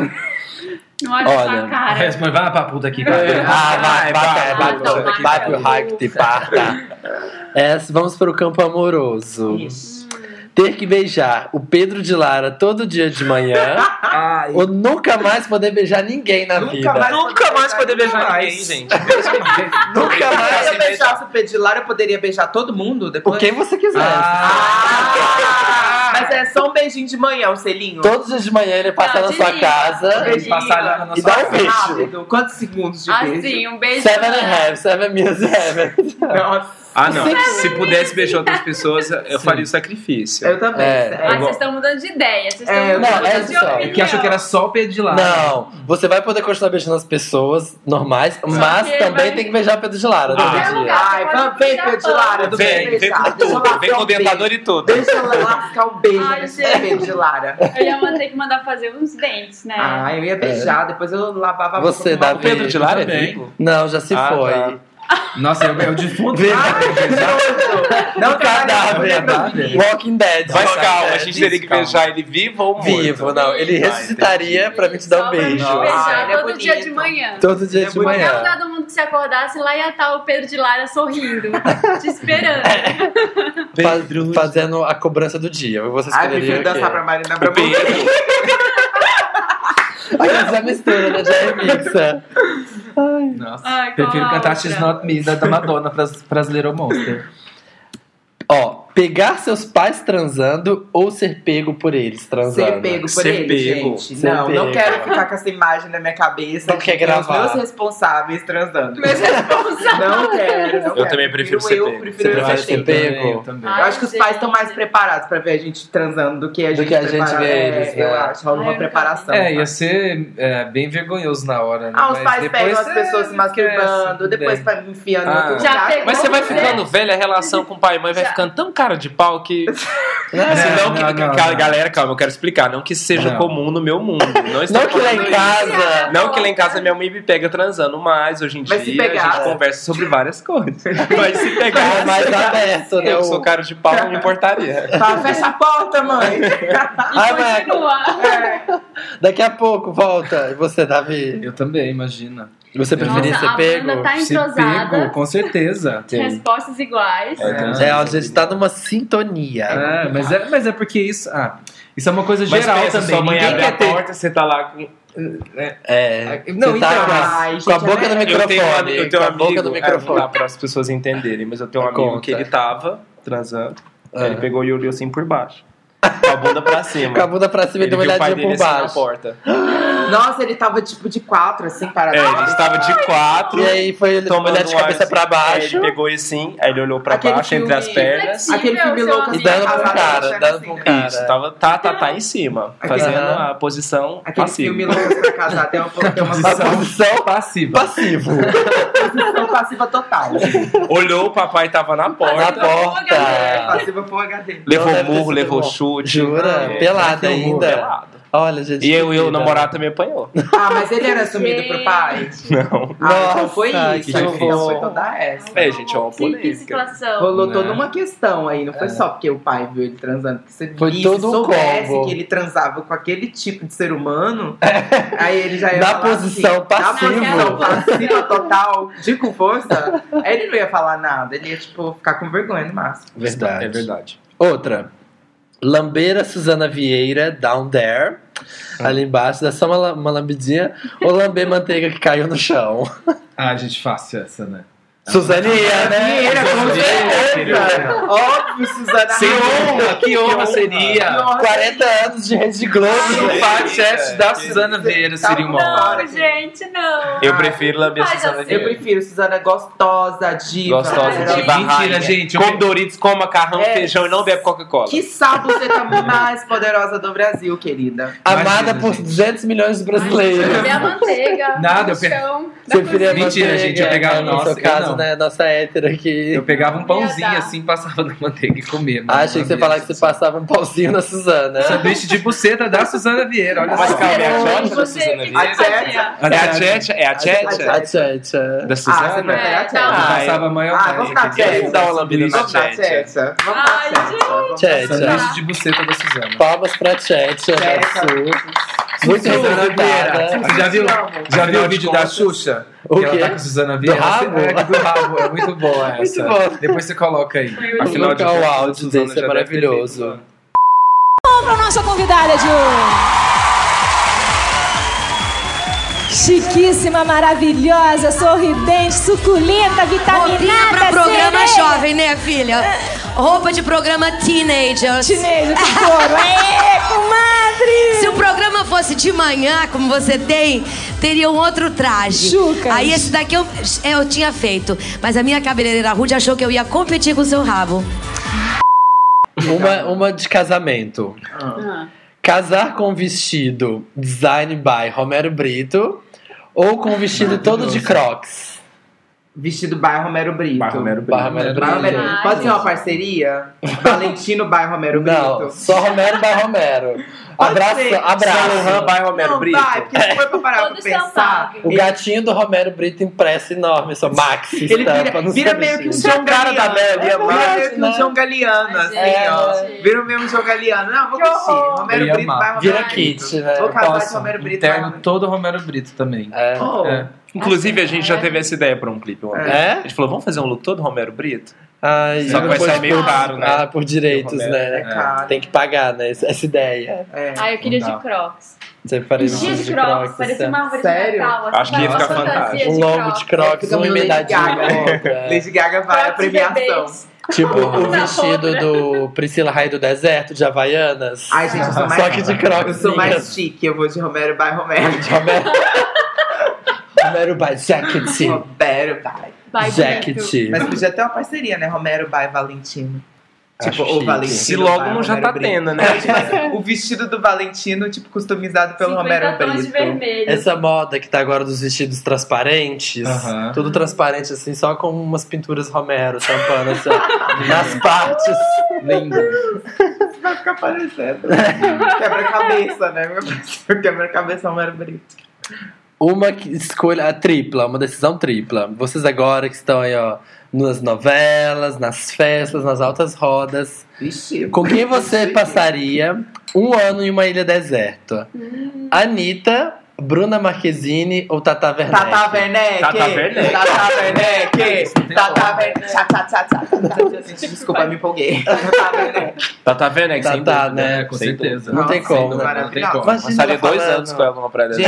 Speaker 2: Não olha pra
Speaker 1: Olha,
Speaker 2: sua cara.
Speaker 4: Responde, vai pra puta aqui. vai.
Speaker 3: É.
Speaker 1: Ah, vai, bate,
Speaker 2: vai, vai,
Speaker 1: bate,
Speaker 2: vai,
Speaker 1: bate o
Speaker 2: vai.
Speaker 1: raio que te parta. É, vamos para o campo amoroso.
Speaker 3: Ixi.
Speaker 1: Ter que beijar o Pedro de Lara todo dia de manhã
Speaker 3: Ai.
Speaker 1: ou nunca mais poder beijar ninguém na
Speaker 3: Nunca
Speaker 1: vida.
Speaker 3: mais.
Speaker 7: Nunca mais poder beijar
Speaker 3: Nunca
Speaker 7: ninguém,
Speaker 3: mais.
Speaker 7: gente.
Speaker 1: Nunca mais.
Speaker 3: Se eu beijasse o pedilar, eu poderia beijar todo mundo
Speaker 1: O
Speaker 3: depois?
Speaker 1: quem você quiser.
Speaker 3: Ah! Mas é só um beijinho de manhã, o selinho.
Speaker 1: Todos os dias de manhã ele passa
Speaker 2: Não,
Speaker 1: na sua
Speaker 2: de
Speaker 1: casa.
Speaker 2: dia.
Speaker 4: Eles passaram lá na
Speaker 1: E
Speaker 4: nossa
Speaker 1: dá um
Speaker 4: casa.
Speaker 1: beijo.
Speaker 3: Rápido. Quantos segundos de beijo?
Speaker 2: Assim, um beijo.
Speaker 1: Seven and half, seven minutes and half.
Speaker 3: Nossa.
Speaker 7: Ah, não. Se pudesse beijar outras pessoas, eu faria o sacrifício.
Speaker 3: Eu também.
Speaker 1: É.
Speaker 3: sério.
Speaker 2: Ai, Ah, vocês estão mudando de ideia. Vocês estão
Speaker 3: É,
Speaker 2: mudando
Speaker 1: não, é
Speaker 2: de
Speaker 1: só.
Speaker 2: opinião.
Speaker 4: Que achou que era só o Pedro de lá.
Speaker 1: Não, você vai poder continuar beijando as pessoas normais, mas
Speaker 2: que
Speaker 1: também
Speaker 2: vai-
Speaker 1: tem que beijar o Pedro de Lara todo
Speaker 7: Ah.
Speaker 1: dia.
Speaker 3: Ai, vamos, vem, Pedilara, do
Speaker 7: Vem, vem com tudo. Vem com o dentador e tudo.
Speaker 3: Deixa ela lascar o beijo
Speaker 2: Ai,
Speaker 3: nesse
Speaker 2: gente.
Speaker 3: beijo de Lara.
Speaker 2: Eu ia man- ter que mandar fazer uns dentes, né?
Speaker 3: Ah, eu ia beijar, depois eu lavava a boca
Speaker 1: Você,
Speaker 3: com uma
Speaker 1: Davi.
Speaker 7: O Pedro de Lara é vivo?
Speaker 1: Não, já se
Speaker 7: Ah,
Speaker 1: foi.
Speaker 7: tá.
Speaker 4: Nossa, é eu, eu defunto. né?
Speaker 1: Vê-
Speaker 3: boca. Não,
Speaker 1: Não, cadáver. Walking Dead.
Speaker 7: Mas
Speaker 1: Walking
Speaker 7: calma, a
Speaker 1: Dead.
Speaker 7: gente teria que
Speaker 4: Calma.
Speaker 7: beijar ele vivo ou morto?
Speaker 1: Vivo, não. Ele
Speaker 7: Vai,
Speaker 1: ressuscitaria pra mim te dar um
Speaker 2: Só pra
Speaker 1: beijo.
Speaker 2: me
Speaker 3: Ah,
Speaker 2: beijar
Speaker 3: ele é
Speaker 2: todo dia
Speaker 3: bonito.
Speaker 2: de manhã.
Speaker 1: Todo dia de
Speaker 3: Ele é
Speaker 2: Qualquer lugar
Speaker 1: manhã.
Speaker 2: do mundo que você acordasse, lá ia estar o Pedro de Lara sorrindo, te esperando.
Speaker 3: É.
Speaker 1: Faz- fazendo a cobrança do dia. Você
Speaker 3: Ai,
Speaker 1: escolheria
Speaker 3: prefiro
Speaker 1: o quê?
Speaker 3: dançar pra Marina
Speaker 7: O
Speaker 3: Abramovic.
Speaker 7: Pedro,
Speaker 1: Aí essa mistura, né? Já é mixa.
Speaker 4: Nossa.
Speaker 2: Ai, qual
Speaker 4: Prefiro
Speaker 2: a
Speaker 4: cantar
Speaker 2: outra?
Speaker 4: She's Not Me da da Madonna pras, pras Little Monster.
Speaker 1: Ó, pegar seus pais transando ou ser pego por eles transando.
Speaker 3: Ser pego por
Speaker 7: Ser
Speaker 3: ele,
Speaker 7: pego.
Speaker 3: gente.
Speaker 1: Ser
Speaker 3: não,
Speaker 1: pego.
Speaker 3: não quero ficar com essa imagem na minha cabeça.
Speaker 1: Não
Speaker 3: de
Speaker 1: quer
Speaker 3: ter
Speaker 1: gravar.
Speaker 3: Os meus responsáveis transando. Meus
Speaker 2: é
Speaker 3: responsáveis. Não quero. Não
Speaker 7: Eu
Speaker 3: quero.
Speaker 7: também prefiro ser
Speaker 3: eu,
Speaker 7: pego.
Speaker 1: Você
Speaker 3: Prefiro
Speaker 1: prefere
Speaker 3: eu
Speaker 1: ser
Speaker 3: ser pego.
Speaker 1: pego?
Speaker 4: Também, eu também.
Speaker 2: Ai,
Speaker 3: Eu acho que os pais estão mais
Speaker 2: gente.
Speaker 3: preparados pra ver a gente transando do que a
Speaker 1: Do
Speaker 3: gente,
Speaker 1: que a gente
Speaker 3: prepara-
Speaker 1: vê
Speaker 3: É,
Speaker 1: eles,
Speaker 3: Eu
Speaker 1: né?
Speaker 3: acho, rola
Speaker 2: Ai, eu
Speaker 3: uma
Speaker 2: nunca-
Speaker 3: preparação.
Speaker 7: tá
Speaker 4: É,
Speaker 3: sabe?
Speaker 4: ia ser é, bem vergonhoso na hora, né?
Speaker 3: Ah, os
Speaker 4: Mas
Speaker 3: pais
Speaker 4: depois
Speaker 3: pegam as
Speaker 4: é,
Speaker 3: pessoas se masturbando,
Speaker 4: esquece, né?
Speaker 3: depois
Speaker 4: tudo
Speaker 3: pra me enfiando
Speaker 7: Ah.
Speaker 3: em outro
Speaker 2: Já
Speaker 3: lugar.
Speaker 2: pegou?
Speaker 7: mas você vai
Speaker 2: Você-
Speaker 7: ficando velha, a relação com pai e mãe vai
Speaker 2: Já.
Speaker 7: ficando tão cara de pau que. Né?
Speaker 4: Não,
Speaker 7: Senão, que,
Speaker 4: não, não,
Speaker 7: ca-
Speaker 4: não.
Speaker 7: galera, calma, eu quero explicar. Não que isso seja
Speaker 4: Não.
Speaker 7: comum no meu mundo. Não, estou
Speaker 1: Não que
Speaker 3: é
Speaker 1: lá em
Speaker 7: falando
Speaker 2: é
Speaker 1: casa.
Speaker 7: isso. Não
Speaker 1: é
Speaker 7: que lá em casa minha mãe me pega transando, mas hoje em
Speaker 3: Mas se
Speaker 7: dia
Speaker 3: pegar-
Speaker 7: a gente conversa sobre várias coisas. Mas se pegar,
Speaker 1: É mais aberto, né?
Speaker 7: eu
Speaker 1: o-
Speaker 7: que sou um cara de pau, não me importaria.
Speaker 3: Fala, fecha a porta, mãe.
Speaker 2: E
Speaker 1: Ai, mas- é
Speaker 2: continua.
Speaker 1: Daqui a pouco, volta. E você, Davi?
Speaker 4: Eu também, imagina.
Speaker 1: Você preferia
Speaker 2: Nossa,
Speaker 1: ser
Speaker 2: a
Speaker 1: pego?
Speaker 2: Amanda tá
Speaker 4: Se
Speaker 2: entrosada,
Speaker 4: pego, com certeza.
Speaker 1: Sim.
Speaker 2: respostas iguais.
Speaker 1: É, a gente tá numa sintonia.
Speaker 4: É, mas, é, mas é porque isso. Ah, isso é uma coisa
Speaker 7: Mas
Speaker 4: geral
Speaker 7: pensa,
Speaker 4: também.
Speaker 7: sua mãe
Speaker 4: Ninguém
Speaker 7: abre
Speaker 4: quer
Speaker 7: a
Speaker 4: ter-
Speaker 7: porta, você tá lá com...
Speaker 1: É.
Speaker 4: Não,
Speaker 1: Você tá
Speaker 4: então,
Speaker 1: com a-
Speaker 3: ai,
Speaker 1: com a boca
Speaker 3: gente, é-
Speaker 1: do
Speaker 7: Eu tenho, um-
Speaker 1: microfone.
Speaker 7: eu tenho um
Speaker 1: com a
Speaker 7: amigo,
Speaker 1: boca do microfone.
Speaker 7: para as pessoas entenderem, mas eu tenho um amigo
Speaker 1: Conta.
Speaker 7: que ele tava transando,
Speaker 1: Ah.
Speaker 7: ele pegou o Yuri assim por baixo, com a bunda pra cima.
Speaker 1: Com a bunda pra cima e
Speaker 7: um ele
Speaker 1: deu
Speaker 7: viu
Speaker 1: uma
Speaker 7: o pai
Speaker 1: olhadinha
Speaker 7: dele
Speaker 1: por
Speaker 7: assim na
Speaker 1: baixo.
Speaker 7: porta.
Speaker 3: Nossa, ele tava tipo de quatro, assim,
Speaker 7: É,
Speaker 3: parado.
Speaker 7: ele estava de quatro,
Speaker 1: E aí foi ele deu uma
Speaker 7: tomando
Speaker 1: olhada de
Speaker 7: um ar
Speaker 1: cabeça
Speaker 7: assim.
Speaker 1: pra
Speaker 7: É,
Speaker 1: baixo.
Speaker 7: ele pegou e assim, aí ele olhou pra
Speaker 3: Aquele
Speaker 7: baixo, entre
Speaker 3: filme-
Speaker 7: as pernas.
Speaker 3: Aquele filme
Speaker 2: Flexível,
Speaker 3: louco
Speaker 2: seu
Speaker 1: E dando
Speaker 3: assim,
Speaker 1: pro
Speaker 3: arrasado,
Speaker 1: cara,
Speaker 3: assim,
Speaker 1: dando pro
Speaker 3: né?
Speaker 1: cara.
Speaker 7: Isso, tava, tá, tá, tá em cima,
Speaker 3: Aquele-
Speaker 7: fazendo
Speaker 1: Aham.
Speaker 7: a posição
Speaker 3: Aquele
Speaker 7: passiva.
Speaker 3: filme louco pra casar tem uma, tem uma
Speaker 1: A posição
Speaker 4: Passiva.
Speaker 1: passivo.
Speaker 3: posição passiva total. assim,
Speaker 7: Olhou, o papai tava na
Speaker 1: Na
Speaker 2: Então,
Speaker 7: porta,
Speaker 1: porta.
Speaker 3: Passiva full HD.
Speaker 7: levou
Speaker 1: deve ter
Speaker 7: murro,
Speaker 1: sido
Speaker 7: levou
Speaker 1: bom.
Speaker 7: chute.
Speaker 1: Jura?
Speaker 7: É,
Speaker 1: Pelada
Speaker 7: levou murro,
Speaker 1: ainda.
Speaker 7: pelado.
Speaker 1: Olha, gente.
Speaker 6: É E eu
Speaker 1: que
Speaker 6: e o
Speaker 1: vida.
Speaker 6: namorado também apanhou.
Speaker 3: Ah, mas ele era assumido pro pai?
Speaker 6: Não.
Speaker 3: Ah, então
Speaker 1: Nossa,
Speaker 3: foi
Speaker 1: que
Speaker 3: isso.
Speaker 1: difícil.
Speaker 3: Então foi toda essa.
Speaker 6: É, gente, é uma
Speaker 2: Sim, que
Speaker 6: polêmica.
Speaker 2: situação.
Speaker 3: Rolou
Speaker 4: Né.
Speaker 3: toda uma questão aí, não foi só porque o pai viu ele transando. Porque se
Speaker 1: É. Foi
Speaker 3: visse,
Speaker 1: todo um
Speaker 3: soubesse
Speaker 1: combo.
Speaker 3: que ele transava com aquele tipo de ser humano, aí ele já ia
Speaker 1: É. Na
Speaker 3: falar
Speaker 1: posição
Speaker 3: assim, na
Speaker 1: passiva.
Speaker 3: posição passiva total, de com força, aí ele não ia falar nada, ele ia, tipo, ficar com vergonha no máximo.
Speaker 1: Verdade.
Speaker 6: É verdade.
Speaker 1: Outra. Lambeira Suzana Vieira, down there.
Speaker 6: Ah.
Speaker 1: Ali embaixo, dá só uma, la- uma lambidinha. Ou lamber manteiga que caiu no chão.
Speaker 4: Ah, gente, fácil essa, né?
Speaker 6: Ah,
Speaker 1: Suzaninha, né?
Speaker 3: Vieira, com certeza!
Speaker 1: Vieira.
Speaker 3: Óbvio, Suzana
Speaker 6: Sem honra, que honra
Speaker 3: Que
Speaker 6: seria.
Speaker 3: honra.
Speaker 1: 40 anos de Rede Globo.
Speaker 6: é
Speaker 4: O podcast da Suzana Vieira
Speaker 3: Tá
Speaker 4: seria
Speaker 3: bom.
Speaker 4: uma honra.
Speaker 2: Não, gente, não.
Speaker 6: Eu prefiro lamber
Speaker 2: Ai,
Speaker 6: Suzana
Speaker 2: eu
Speaker 3: Eu
Speaker 7: É.
Speaker 6: Vieira.
Speaker 3: prefiro Suzana gostosa, diva.
Speaker 6: Gostosa,
Speaker 2: Ai,
Speaker 6: diva
Speaker 4: Mentira,
Speaker 6: rainha.
Speaker 4: gente, eu
Speaker 6: Com
Speaker 4: me-
Speaker 6: Doritos, com macarrão,
Speaker 3: É.
Speaker 6: feijão e não bebe Coca-Cola.
Speaker 3: Que sabe você tá mais poderosa do Brasil, querida.
Speaker 6: Ah,
Speaker 1: Amada
Speaker 4: Imagina,
Speaker 1: por
Speaker 4: gente.
Speaker 1: 200 milhões de brasileiros.
Speaker 2: Minha manteiga.
Speaker 4: Nada,
Speaker 2: no
Speaker 4: eu per-
Speaker 2: chão,
Speaker 1: Você
Speaker 2: na
Speaker 1: preferia
Speaker 2: cozinha.
Speaker 4: Mentira, gente, eu
Speaker 1: manteiga,
Speaker 4: pegava-
Speaker 1: né?
Speaker 4: nossa,
Speaker 1: No
Speaker 4: eu
Speaker 1: seu caso,
Speaker 4: não.
Speaker 1: né? Nossa hétera aqui.
Speaker 4: Eu pegava um
Speaker 2: Ia
Speaker 4: pãozinho
Speaker 2: dar.
Speaker 4: assim, passava na manteiga e comia. mano,
Speaker 1: Ah, Achei que você
Speaker 4: maravilha.
Speaker 1: falar que você passava um pauzinho na Suzana.
Speaker 4: Sanduíche de buceta da Suzana Vieira, olha
Speaker 6: Mas
Speaker 4: só.
Speaker 6: calma, é a
Speaker 1: Você-
Speaker 6: Tchetcha da Suzana
Speaker 2: Você, o que
Speaker 6: Vieira?
Speaker 2: você fazia?
Speaker 6: É a Tchetcha? É a Tchetcha?
Speaker 1: A Ah, Tchatcha.
Speaker 6: Da
Speaker 3: Ah, você
Speaker 6: Suzana?
Speaker 3: prefere a
Speaker 2: É,
Speaker 3: Tchetcha.
Speaker 2: tá.
Speaker 4: Eu
Speaker 6: Ah,
Speaker 4: passava a maior
Speaker 3: Ah, vamos dar
Speaker 4: parte.
Speaker 3: Tchetcha.
Speaker 6: dar então, uma lambida na
Speaker 3: Vamos dar
Speaker 6: Tchetcha.
Speaker 3: Tchetcha. Vamos dar
Speaker 2: Ai,
Speaker 3: Tchetcha. Vamos dar
Speaker 1: Tchetcha.
Speaker 4: Sanduíche de buceta da Suzana.
Speaker 1: Palmas pra Tchatcha.
Speaker 3: Tchetcha.
Speaker 1: Muito
Speaker 4: Suzana Vieira.
Speaker 1: obrigada.
Speaker 4: Você já viu, já viu
Speaker 6: Afinal
Speaker 4: o
Speaker 6: de
Speaker 4: vídeo da
Speaker 6: contas-
Speaker 4: Xuxa?
Speaker 1: O
Speaker 4: Que ela
Speaker 1: quê?
Speaker 4: tá com a Suzana Vieira.
Speaker 1: rabo?
Speaker 4: É, do rabo. É muito boa essa.
Speaker 1: Muito bom.
Speaker 4: Depois você coloca aí.
Speaker 2: Foi o
Speaker 1: Vou
Speaker 6: Afinal de
Speaker 1: colocar o
Speaker 6: contas,
Speaker 1: áudio
Speaker 6: Suzana
Speaker 1: desse, é
Speaker 6: já deve ter feito,
Speaker 1: maravilhoso.
Speaker 6: né?
Speaker 8: para nossa convidada de hoje. Chiquíssima, maravilhosa, sorridente, suculenta,
Speaker 9: Roupinha
Speaker 8: vitaminada,
Speaker 9: pra programa
Speaker 8: sereia.
Speaker 9: jovem, né, filha? Roupa de programa teenagers.
Speaker 8: Chinesa com couro. É, Aê, comadre!
Speaker 9: Se o programa fosse de manhã, como você tem, teria um outro traje.
Speaker 8: Jucas.
Speaker 9: Aí esse daqui eu, é, eu tinha feito. Mas a minha cabeleireira Rude achou que eu ia competir com o seu rabo.
Speaker 1: Uma, uma de casamento.
Speaker 2: Ah.
Speaker 1: Casar com um vestido design by Romero Brito ou com um vestido todo de crocs.
Speaker 3: Vestido bairro Romero Brito.
Speaker 6: Barro Mero
Speaker 1: Barra
Speaker 6: Brito.
Speaker 1: Romero
Speaker 3: Bairro Romero
Speaker 1: Brito.
Speaker 3: Brito.
Speaker 2: Ai,
Speaker 3: Pode ser uma
Speaker 2: gente.
Speaker 3: parceria? Valentino bairro Romero
Speaker 1: Não,
Speaker 3: Brito.
Speaker 1: só Romero by Romero.
Speaker 3: Pode
Speaker 1: Abraço,
Speaker 3: ser.
Speaker 1: abraço.
Speaker 6: Saint-Laurent by Romero
Speaker 3: Não
Speaker 6: Brito.
Speaker 3: vai, porque se for pra parar pra
Speaker 2: Todo
Speaker 3: pensar...
Speaker 2: estampado.
Speaker 1: O gatinho do Romero Brito impressa enorme, só Max
Speaker 3: Ele
Speaker 1: estampa
Speaker 3: vira,
Speaker 1: no seu
Speaker 3: vira meio que um
Speaker 1: vestido.
Speaker 3: John
Speaker 6: cara da
Speaker 3: Galeano.
Speaker 6: Bela, ia
Speaker 3: Vira
Speaker 1: amar,
Speaker 3: meio que um
Speaker 1: né?
Speaker 3: John Galeano,
Speaker 2: Ai,
Speaker 3: assim,
Speaker 2: gente.
Speaker 3: ó. Vira meio um John Galeano. Não, vou
Speaker 2: Que
Speaker 3: vestir.
Speaker 2: horror.
Speaker 4: Eu
Speaker 3: Romero
Speaker 4: ia
Speaker 3: Brito
Speaker 4: amar.
Speaker 3: vai Romero
Speaker 1: Vira
Speaker 3: Brito.
Speaker 1: kit, né?
Speaker 3: Vou casar com
Speaker 4: Posso,
Speaker 3: Romero Brito. vai,
Speaker 4: interno
Speaker 3: Romero
Speaker 4: todo Romero Brito também.
Speaker 1: É.
Speaker 3: Oh.
Speaker 4: É.
Speaker 6: Inclusive, a
Speaker 3: é.
Speaker 6: gente já teve essa ideia pra um clipe. uma vez.
Speaker 1: É?
Speaker 6: A gente falou, vamos fazer um look todo Romero Brito?
Speaker 1: Ai,
Speaker 6: Só que vai
Speaker 1: depois
Speaker 6: sair meio
Speaker 1: por-
Speaker 6: caro, né?
Speaker 1: Ah, por direitos,
Speaker 6: Romero,
Speaker 1: né?
Speaker 3: É caro.
Speaker 1: Tem que pagar, né? Essa essa ideia.
Speaker 3: É.
Speaker 2: Ah, eu queria
Speaker 4: Não dá.
Speaker 2: de crocs.
Speaker 1: Você parece
Speaker 2: Vestido de um crocs, assim. parecia uma árvore de
Speaker 3: Sério?
Speaker 2: Natal. assim,
Speaker 6: Acho que ia
Speaker 2: uma
Speaker 6: ficar
Speaker 2: fantasia
Speaker 6: fantástico.
Speaker 1: Um é. longo de crocs,
Speaker 3: Fica
Speaker 1: uma
Speaker 3: meio Lady
Speaker 1: emendadinha
Speaker 3: Gaga.
Speaker 1: na outra.
Speaker 3: Lady Gaga vai à
Speaker 2: Crocs
Speaker 3: premiação.
Speaker 2: bebês.
Speaker 1: é. Tipo o
Speaker 2: Na
Speaker 1: vestido
Speaker 2: outra.
Speaker 1: do Priscila Raio do Deserto, de Havaianas.
Speaker 3: Ai, gente, eu sou mais
Speaker 1: Só que de
Speaker 3: Eu sou mais
Speaker 1: crocs.
Speaker 3: chique, eu vou de Romero by Romero.
Speaker 1: De Romero... Romero by Jacket.
Speaker 3: Romero by.
Speaker 2: Vai, Brito.
Speaker 1: Jacket.
Speaker 3: Mas podia ter uma parceria, né? Romero by Valentino.
Speaker 1: Acho
Speaker 3: Tipo, ou
Speaker 1: chique.
Speaker 3: Valentino.
Speaker 6: Se logo
Speaker 3: by
Speaker 6: não já
Speaker 3: Romero
Speaker 6: tá
Speaker 3: Brito.
Speaker 6: tendo, né?
Speaker 3: O vestido do Valentino, tipo, customizado pelo
Speaker 2: 50
Speaker 3: Romero
Speaker 2: tons de
Speaker 3: Brito.
Speaker 2: vermelho.
Speaker 1: Essa moda que tá agora dos vestidos transparentes,
Speaker 4: Aham.
Speaker 1: tudo transparente assim, só com umas pinturas Romero tampando assim, ó, nas partes.
Speaker 4: Lindo.
Speaker 3: Vai ficar parecendo. Quebra-cabeça, né? Meu Quebra-cabeça Romero Brito.
Speaker 1: Uma que- escolha a tripla, uma decisão tripla. Vocês agora que estão aí, ó, nas novelas, nas festas, nas altas rodas,
Speaker 3: Vestido.
Speaker 1: com quem você passaria um ano em uma ilha deserta? Anitta, Bruna Marquezine ou Tata Werneck?
Speaker 3: Tata Werneck.
Speaker 6: Tata Werneck.
Speaker 3: Tata Werneck. Tata Werneck. Tchá, tchá, tchá, tá, tá, tá. Gente, Desculpa, eu me empolguei. Tata Werneck.
Speaker 6: Tá, tá vendo? É que
Speaker 1: Tá,
Speaker 6: sem
Speaker 1: tá,
Speaker 6: dúvida,
Speaker 1: né?
Speaker 4: com
Speaker 6: Sem
Speaker 4: certeza.
Speaker 1: Não tem
Speaker 4: Sem
Speaker 1: como,
Speaker 4: dúvida,
Speaker 1: né?
Speaker 4: Não tem como.
Speaker 1: Mas-
Speaker 6: Passaria dois
Speaker 1: Falando.
Speaker 6: anos com ela né? numa praia dessa.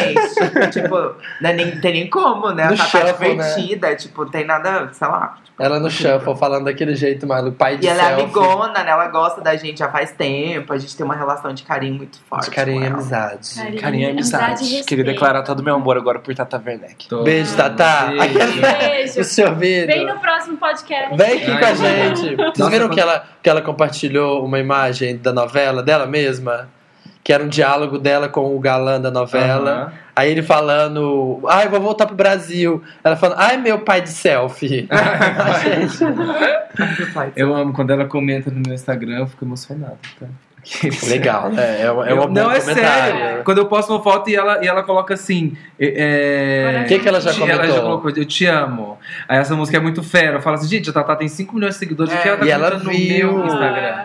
Speaker 3: Gente, tipo, não, é nem, tem nem como, né?
Speaker 1: No
Speaker 3: Ela tá
Speaker 1: shuffle, né?
Speaker 3: divertida, tipo, não tem nada, sei lá.
Speaker 1: Ela no shuffle falando daquele jeito, mano, pai de
Speaker 3: E ela é
Speaker 1: selfie.
Speaker 3: amigona, né? Ela gosta da gente já faz tempo, a gente tem uma relação de carinho muito forte.
Speaker 1: De carinho
Speaker 3: com
Speaker 1: e
Speaker 3: ela.
Speaker 1: amizade.
Speaker 2: é
Speaker 6: Carinha, amizade.
Speaker 2: e
Speaker 6: Queria
Speaker 2: respeito.
Speaker 6: declarar todo o meu amor agora por Tata Werneck.
Speaker 4: Tô-
Speaker 1: Beijo, Tatá.
Speaker 4: Beijo.
Speaker 1: O
Speaker 2: Beijo.
Speaker 1: seu ouvido.
Speaker 2: Vem no próximo podcast.
Speaker 1: Vem aqui
Speaker 4: Ai,
Speaker 1: com a
Speaker 4: não.
Speaker 1: gente. Vocês
Speaker 4: Nossa,
Speaker 1: viram
Speaker 4: quando-
Speaker 1: que ela, que ela compartilhou uma imagem da novela dela mesma? Que era um diálogo dela com o galã da novela.
Speaker 4: Aham.
Speaker 1: Aí ele falando, ai, eu vou voltar pro Brasil. Ela falando, ai, meu pai de selfie.
Speaker 3: Meu pai,
Speaker 4: Eu amo quando ela comenta no meu Instagram, eu fico emocionado. Tá?
Speaker 1: Legal, né? É,
Speaker 6: um
Speaker 1: uma- é uma
Speaker 4: Eu- não,
Speaker 1: bom
Speaker 4: é
Speaker 1: comentário.
Speaker 4: sério. Quando eu posto uma foto e ela, e ela coloca assim. É, é,
Speaker 1: O que que ela já
Speaker 4: te- Ela já
Speaker 1: comentou?
Speaker 4: colocou, eu te amo. Aí essa música é muito fera. Eu falo assim, gente, a Tatá tem 5 milhões de seguidores.
Speaker 3: É.
Speaker 4: o que ela tá
Speaker 1: e ela
Speaker 4: comentando
Speaker 1: viu.
Speaker 2: Ah,
Speaker 4: no meu Instagram?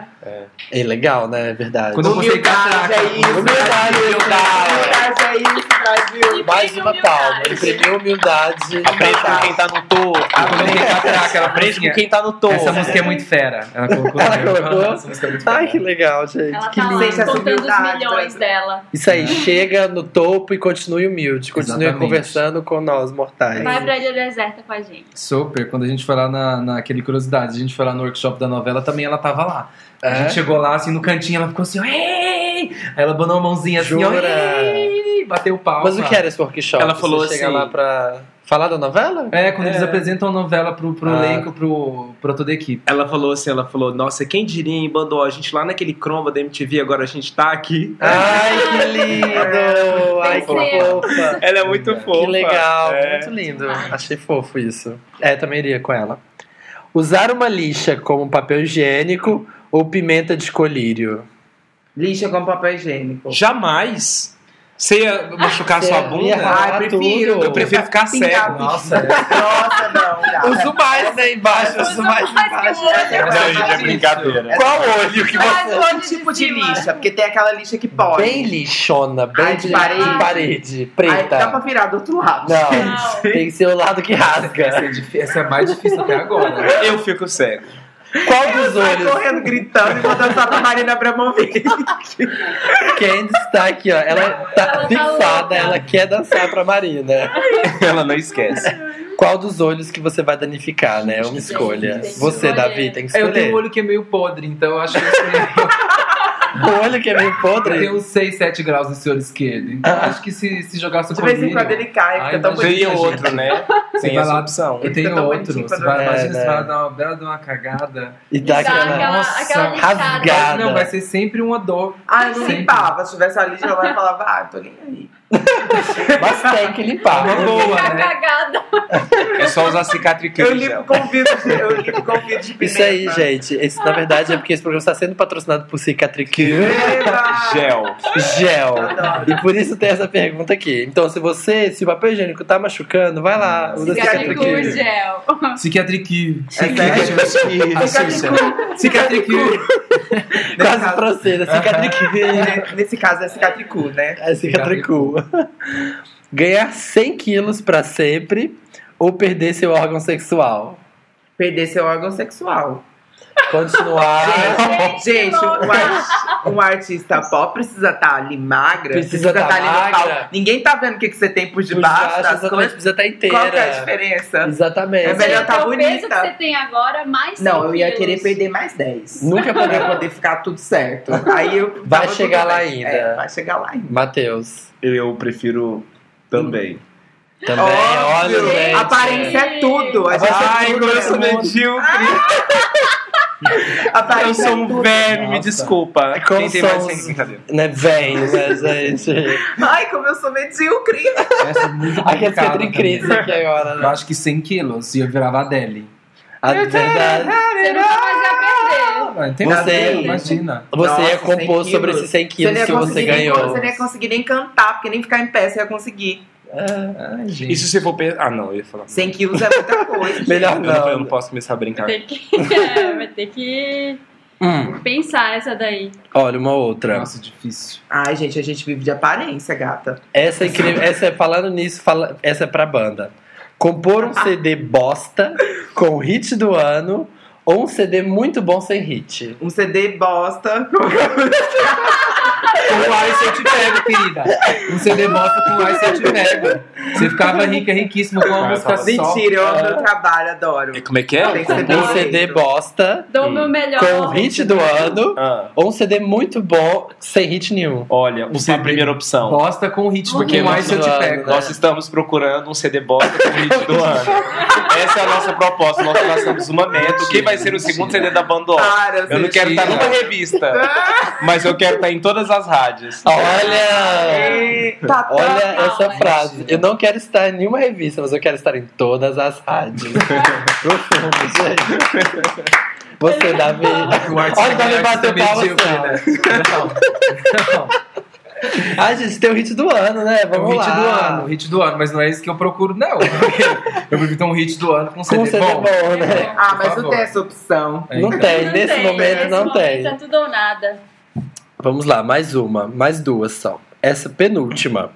Speaker 1: É legal, né? É verdade.
Speaker 4: Quando eu postei
Speaker 3: Humildade
Speaker 4: catraca.
Speaker 3: é isso.
Speaker 1: Humildade, humildade.
Speaker 3: Humildade é isso, Brasil.
Speaker 1: Mais uma palma. Imprimir humildade.
Speaker 6: Aprende com quem tá no topo.
Speaker 3: Ah,
Speaker 4: Eu coloquei catraca. Ela assim, "É,
Speaker 6: Aprende com
Speaker 4: fez
Speaker 6: quem tá no topo.
Speaker 4: Essa música é muito fera. Ela colocou.
Speaker 1: Ela
Speaker 4: né?
Speaker 1: colocou?
Speaker 4: Essa música é muito fera.
Speaker 1: Ai, que legal, gente.
Speaker 2: Ela
Speaker 1: que
Speaker 2: tá lá
Speaker 1: lindo.
Speaker 3: lindo.
Speaker 2: contando os
Speaker 3: Essa
Speaker 2: milhões
Speaker 3: humildade.
Speaker 2: dela.
Speaker 1: Isso aí, chega no topo e continue humilde. Continue
Speaker 4: Exatamente.
Speaker 1: conversando com nós, mortais.
Speaker 2: Vai pra Ilha Deserta com a gente.
Speaker 4: Super, quando a gente foi lá na, naquele Curiosidades, a gente foi lá no workshop da novela, também ela tava lá. A
Speaker 1: É?
Speaker 4: gente chegou lá, assim, no cantinho, ela ficou assim, ó, "Ei!" Aí ela abanou a mãozinha assim, ó,
Speaker 1: Jura?
Speaker 4: "Ei!" bateu o pau.
Speaker 1: Mas o que era esse workshop?
Speaker 6: Ela falou
Speaker 1: Você chega
Speaker 6: assim-
Speaker 1: lá pra falar da novela?
Speaker 4: É, quando eles apresentam a novela pro, pro
Speaker 1: Ah.
Speaker 4: elenco, pro, pra toda a equipe.
Speaker 6: Ela falou assim, ela falou, nossa, quem diria, hein, Bandol, a gente lá naquele croma da MTV, agora a gente tá aqui.
Speaker 4: Ah,
Speaker 1: Ai, que lindo! Ai, que
Speaker 2: Tem
Speaker 1: fofa!
Speaker 6: Ela é muito fofa.
Speaker 1: Que legal,
Speaker 6: É.
Speaker 1: muito lindo. Achei fofo isso. É, também iria com ela. Usar uma lixa como um papel higiênico ou pimenta de colírio?
Speaker 3: Lixa com papel higiênico.
Speaker 6: Jamais. Você ia machucar
Speaker 1: Você
Speaker 6: sua
Speaker 1: ia
Speaker 7: ah,
Speaker 1: errar
Speaker 6: bunda?
Speaker 3: Ai, prefiro.
Speaker 1: tudo.
Speaker 6: Eu prefiro ficar cego.
Speaker 1: Nossa, é.
Speaker 3: Nossa, não, gata.
Speaker 1: uso mais, né? Embaixo, uso mais embaixo.
Speaker 6: Não, gente, é brincadeira.
Speaker 1: Qual olho que você...
Speaker 3: Mas qual tipo de lixa? Porque tem aquela lixa que pode.
Speaker 1: Bem lixona, bem
Speaker 3: Ai, de parede?
Speaker 1: parede,
Speaker 3: Aí
Speaker 1: preta.
Speaker 3: dá pra virar do outro lado.
Speaker 1: Não, tem que ser o lado que rasga.
Speaker 4: é, difí- essa é a mais difícil até agora.
Speaker 6: Eu fico cego.
Speaker 1: Qual dos
Speaker 3: Sai
Speaker 1: olhos?
Speaker 3: correndo, gritando e vou dançar com a Marina Abramovic.
Speaker 1: Quem está aqui, ó? Ela tá
Speaker 2: Ela tá
Speaker 1: fixada,
Speaker 2: louca.
Speaker 1: ela quer dançar pra Marina.
Speaker 6: Ela não esquece.
Speaker 1: Qual dos olhos que você vai danificar, né? É uma escolha.
Speaker 2: tem que
Speaker 1: Você,
Speaker 2: escolher.
Speaker 1: Davi, tem que
Speaker 4: É, Eu
Speaker 1: escolher.
Speaker 4: tenho um olho que é meio podre, então eu acho que eu escolhi-
Speaker 1: O olho que é meio
Speaker 4: eu
Speaker 1: podre.
Speaker 4: tenho uns 6, 7 graus no senhor esquerdo. Então eu
Speaker 1: Ah.
Speaker 4: acho que se, se jogasse o
Speaker 3: De vez em quando ele cai,
Speaker 4: Ai,
Speaker 3: fica tão
Speaker 4: imagina,
Speaker 6: Tem
Speaker 3: bonito.
Speaker 6: outro, né?
Speaker 4: Você
Speaker 6: Tem
Speaker 4: vai
Speaker 6: essa
Speaker 4: lá-
Speaker 6: opção.
Speaker 4: Eu tenho
Speaker 3: Fica tão
Speaker 4: outro.
Speaker 3: bonitinho
Speaker 4: Você
Speaker 3: pra
Speaker 4: vai,
Speaker 1: dormir.
Speaker 4: imagina,
Speaker 1: É,
Speaker 4: você
Speaker 1: né?
Speaker 4: vai dar uma bela de uma cagada.
Speaker 1: E
Speaker 2: Dá
Speaker 1: dá aquela.
Speaker 2: aquela, aquela
Speaker 4: Nossa,
Speaker 2: lixada.
Speaker 1: rasgada. Cagada.
Speaker 4: Não, vai ser sempre uma dor.
Speaker 3: Ah, eu não
Speaker 4: Sempre.
Speaker 3: limpava. Se tivesse a lixa, eu lá e falava, ah, tô nem aí.
Speaker 1: Mas tem que limpar.
Speaker 4: Uma boa,
Speaker 2: Fica
Speaker 4: né?
Speaker 2: cagada.
Speaker 6: É só usar cicatriz.
Speaker 3: Eu limpo com vidro, de- eu limpo com vidro de pimenta.
Speaker 1: é. Isso aí, gente. Esse, na verdade, é porque esse programa está sendo patrocinado por Cicatricure.
Speaker 3: Eba!
Speaker 6: Gel.
Speaker 1: gel.
Speaker 3: Adoro.
Speaker 1: E por isso tem essa pergunta aqui. Então, se você, se o papel higiênico tá machucando, vai lá, usa
Speaker 2: Cicatricure
Speaker 1: cicatricure.
Speaker 2: gel.
Speaker 1: Ah. É
Speaker 4: Cicatrique.
Speaker 3: Cicatricure.
Speaker 4: Cicatrique.
Speaker 1: Quase né? francesa, cicatricure.
Speaker 3: Ne- Nesse caso é cicatricu, né?
Speaker 1: É cicatricure. Ganhar 100 quilos pra sempre ou perder seu órgão sexual.
Speaker 3: Perder seu órgão sexual.
Speaker 1: Continuar.
Speaker 3: Gente, um, ar- um artista pop precisa estar ali magra.
Speaker 1: Precisa tá
Speaker 3: tá
Speaker 1: magra.
Speaker 3: Ninguém tá vendo o que, que você tem
Speaker 1: Por
Speaker 3: por debaixo
Speaker 1: baixo,
Speaker 3: das
Speaker 1: exatamente,
Speaker 3: coisas.
Speaker 1: precisa estar
Speaker 3: Qual que é a
Speaker 1: inteira.
Speaker 3: diferença?
Speaker 1: Exatamente.
Speaker 3: É melhor tá
Speaker 2: Então, O peso que
Speaker 3: bonita.
Speaker 2: você tem agora, mais
Speaker 3: Não,
Speaker 2: 100
Speaker 3: eu ia
Speaker 2: quilos.
Speaker 3: querer perder mais 10.
Speaker 1: Nunca
Speaker 3: Pra
Speaker 1: poder.
Speaker 3: poder ficar tudo certo. Aí eu
Speaker 1: Vai
Speaker 3: tava
Speaker 1: chegar
Speaker 3: tudo
Speaker 1: lá
Speaker 3: bem.
Speaker 1: ainda.
Speaker 3: É, vai chegar lá ainda.
Speaker 1: Matheus.
Speaker 6: Eu prefiro também.
Speaker 1: Também, olha,
Speaker 3: Óbvio.
Speaker 1: gente.
Speaker 3: Aparência é tudo. A gente
Speaker 6: Ai,
Speaker 3: é
Speaker 6: como
Speaker 3: tudo,
Speaker 6: eu sou
Speaker 3: né?
Speaker 6: medíocre.
Speaker 3: Aparência
Speaker 6: Eu sou
Speaker 3: é
Speaker 6: um
Speaker 3: tudo.
Speaker 6: verme, me
Speaker 1: Nossa.
Speaker 6: desculpa.
Speaker 1: Como
Speaker 6: Quem tem
Speaker 1: são
Speaker 6: mais
Speaker 1: os-
Speaker 6: sem brincadeira?
Speaker 1: Né, vem, né, gente?
Speaker 3: Ai, como eu sou medíocre.
Speaker 4: Essa é muito
Speaker 1: Aqui é
Speaker 4: complicada
Speaker 1: sempre em crise
Speaker 4: também.
Speaker 1: aqui agora,
Speaker 4: Eu
Speaker 1: né?
Speaker 4: acho que 100 quilos ia virar Adele.
Speaker 1: A Ah, verdade.
Speaker 2: Você nunca mais ia perder.
Speaker 4: Ah, Não tem
Speaker 1: Você-
Speaker 4: nada a ver, imagina.
Speaker 1: Você
Speaker 3: Nossa,
Speaker 1: ia compor
Speaker 3: 100
Speaker 1: sobre
Speaker 3: quilos.
Speaker 1: esses 100
Speaker 3: não
Speaker 1: quilos
Speaker 3: ia
Speaker 1: que você
Speaker 3: conseguir
Speaker 1: ganhou.
Speaker 3: Nem, você não ia conseguir nem cantar, porque nem ficar em pé você ia conseguir.
Speaker 1: É.
Speaker 4: Ai, gente.
Speaker 6: E se você for pensar. Ah, não, eu ia falar.
Speaker 3: 100 quilos é muita coisa.
Speaker 1: Melhor
Speaker 6: Eu não, eu
Speaker 1: não.
Speaker 6: não posso começar a brincar.
Speaker 2: Tem que- é, vai ter que
Speaker 1: Hum,
Speaker 2: pensar essa daí.
Speaker 1: olha, uma outra.
Speaker 4: Nossa, difícil.
Speaker 3: Ai, gente, a gente vive de aparência, gata.
Speaker 1: Essa é incrível. Essa é, falando nisso, fala- essa é pra banda. Compor um CD bosta com o hit do ano ou um CD muito bom sem hit.
Speaker 3: Um CD bosta.
Speaker 4: Com o Ice Então, eu te pego, querida. Um CD bosta com o Ice eu te pego. Você ficava rica, riquíssima com uma
Speaker 6: Ah,
Speaker 4: música só.
Speaker 3: Mentira, eu amo meu trabalho, adoro.
Speaker 6: E Como é que é?
Speaker 3: Tem que ser
Speaker 6: Compor-
Speaker 1: Um
Speaker 3: bem-
Speaker 1: CD bosta
Speaker 2: Dou o
Speaker 6: Hum.
Speaker 2: meu melhor.
Speaker 1: com o hit do ano
Speaker 6: Ah,
Speaker 1: ou um CD muito bom sem hit nenhum.
Speaker 6: olha, o
Speaker 4: Você-
Speaker 6: a primeira opção.
Speaker 4: Bosta com o ritmo
Speaker 6: Porque
Speaker 1: é
Speaker 4: com o
Speaker 6: nós-
Speaker 4: Ice eu te
Speaker 1: né?
Speaker 4: pego.
Speaker 6: Nós estamos procurando um CD bosta com o hit do ano. Essa é a nossa proposta. Nós traçamos uma meta. Quem vai ser o segundo CD da banda?
Speaker 3: Para,
Speaker 6: Eu não
Speaker 3: você-
Speaker 6: quero
Speaker 7: tá
Speaker 6: estar numa revista, mas eu quero estar em todas as rádios.
Speaker 1: Olha!
Speaker 3: Eita, tá.
Speaker 1: Olha
Speaker 2: Não,
Speaker 1: essa
Speaker 2: mas-
Speaker 1: frase. Eu não quero estar em nenhuma revista, mas eu quero estar em todas as rádios. Profundo, gente. Você, Davi.
Speaker 2: tá um
Speaker 4: O Arthur
Speaker 1: Olha, o Davi
Speaker 4: Aguiar
Speaker 1: bateu
Speaker 4: também
Speaker 1: palma.
Speaker 4: tinha
Speaker 1: assim,
Speaker 4: o quê, né? Não, não.
Speaker 1: ó. Ai, Ah, gente, tem o hit do ano, né?
Speaker 4: É o
Speaker 1: Vamos
Speaker 4: hit
Speaker 1: lá.
Speaker 4: do ano, o hit do ano, mas não é isso que eu procuro, não. Eu prefiro ter um hit do ano com
Speaker 1: Com
Speaker 4: um CD,
Speaker 1: CD
Speaker 4: bom. É, então.
Speaker 1: bom, né?
Speaker 3: Ah, mas
Speaker 4: Por
Speaker 3: não
Speaker 4: favor.
Speaker 3: tem essa opção.
Speaker 1: Não
Speaker 4: Ainda.
Speaker 1: tem, é, nesse momento não
Speaker 2: nesse
Speaker 1: tem.
Speaker 2: momento É tudo ou nada.
Speaker 1: Vamos lá, mais uma, mais duas só. Essa penúltima.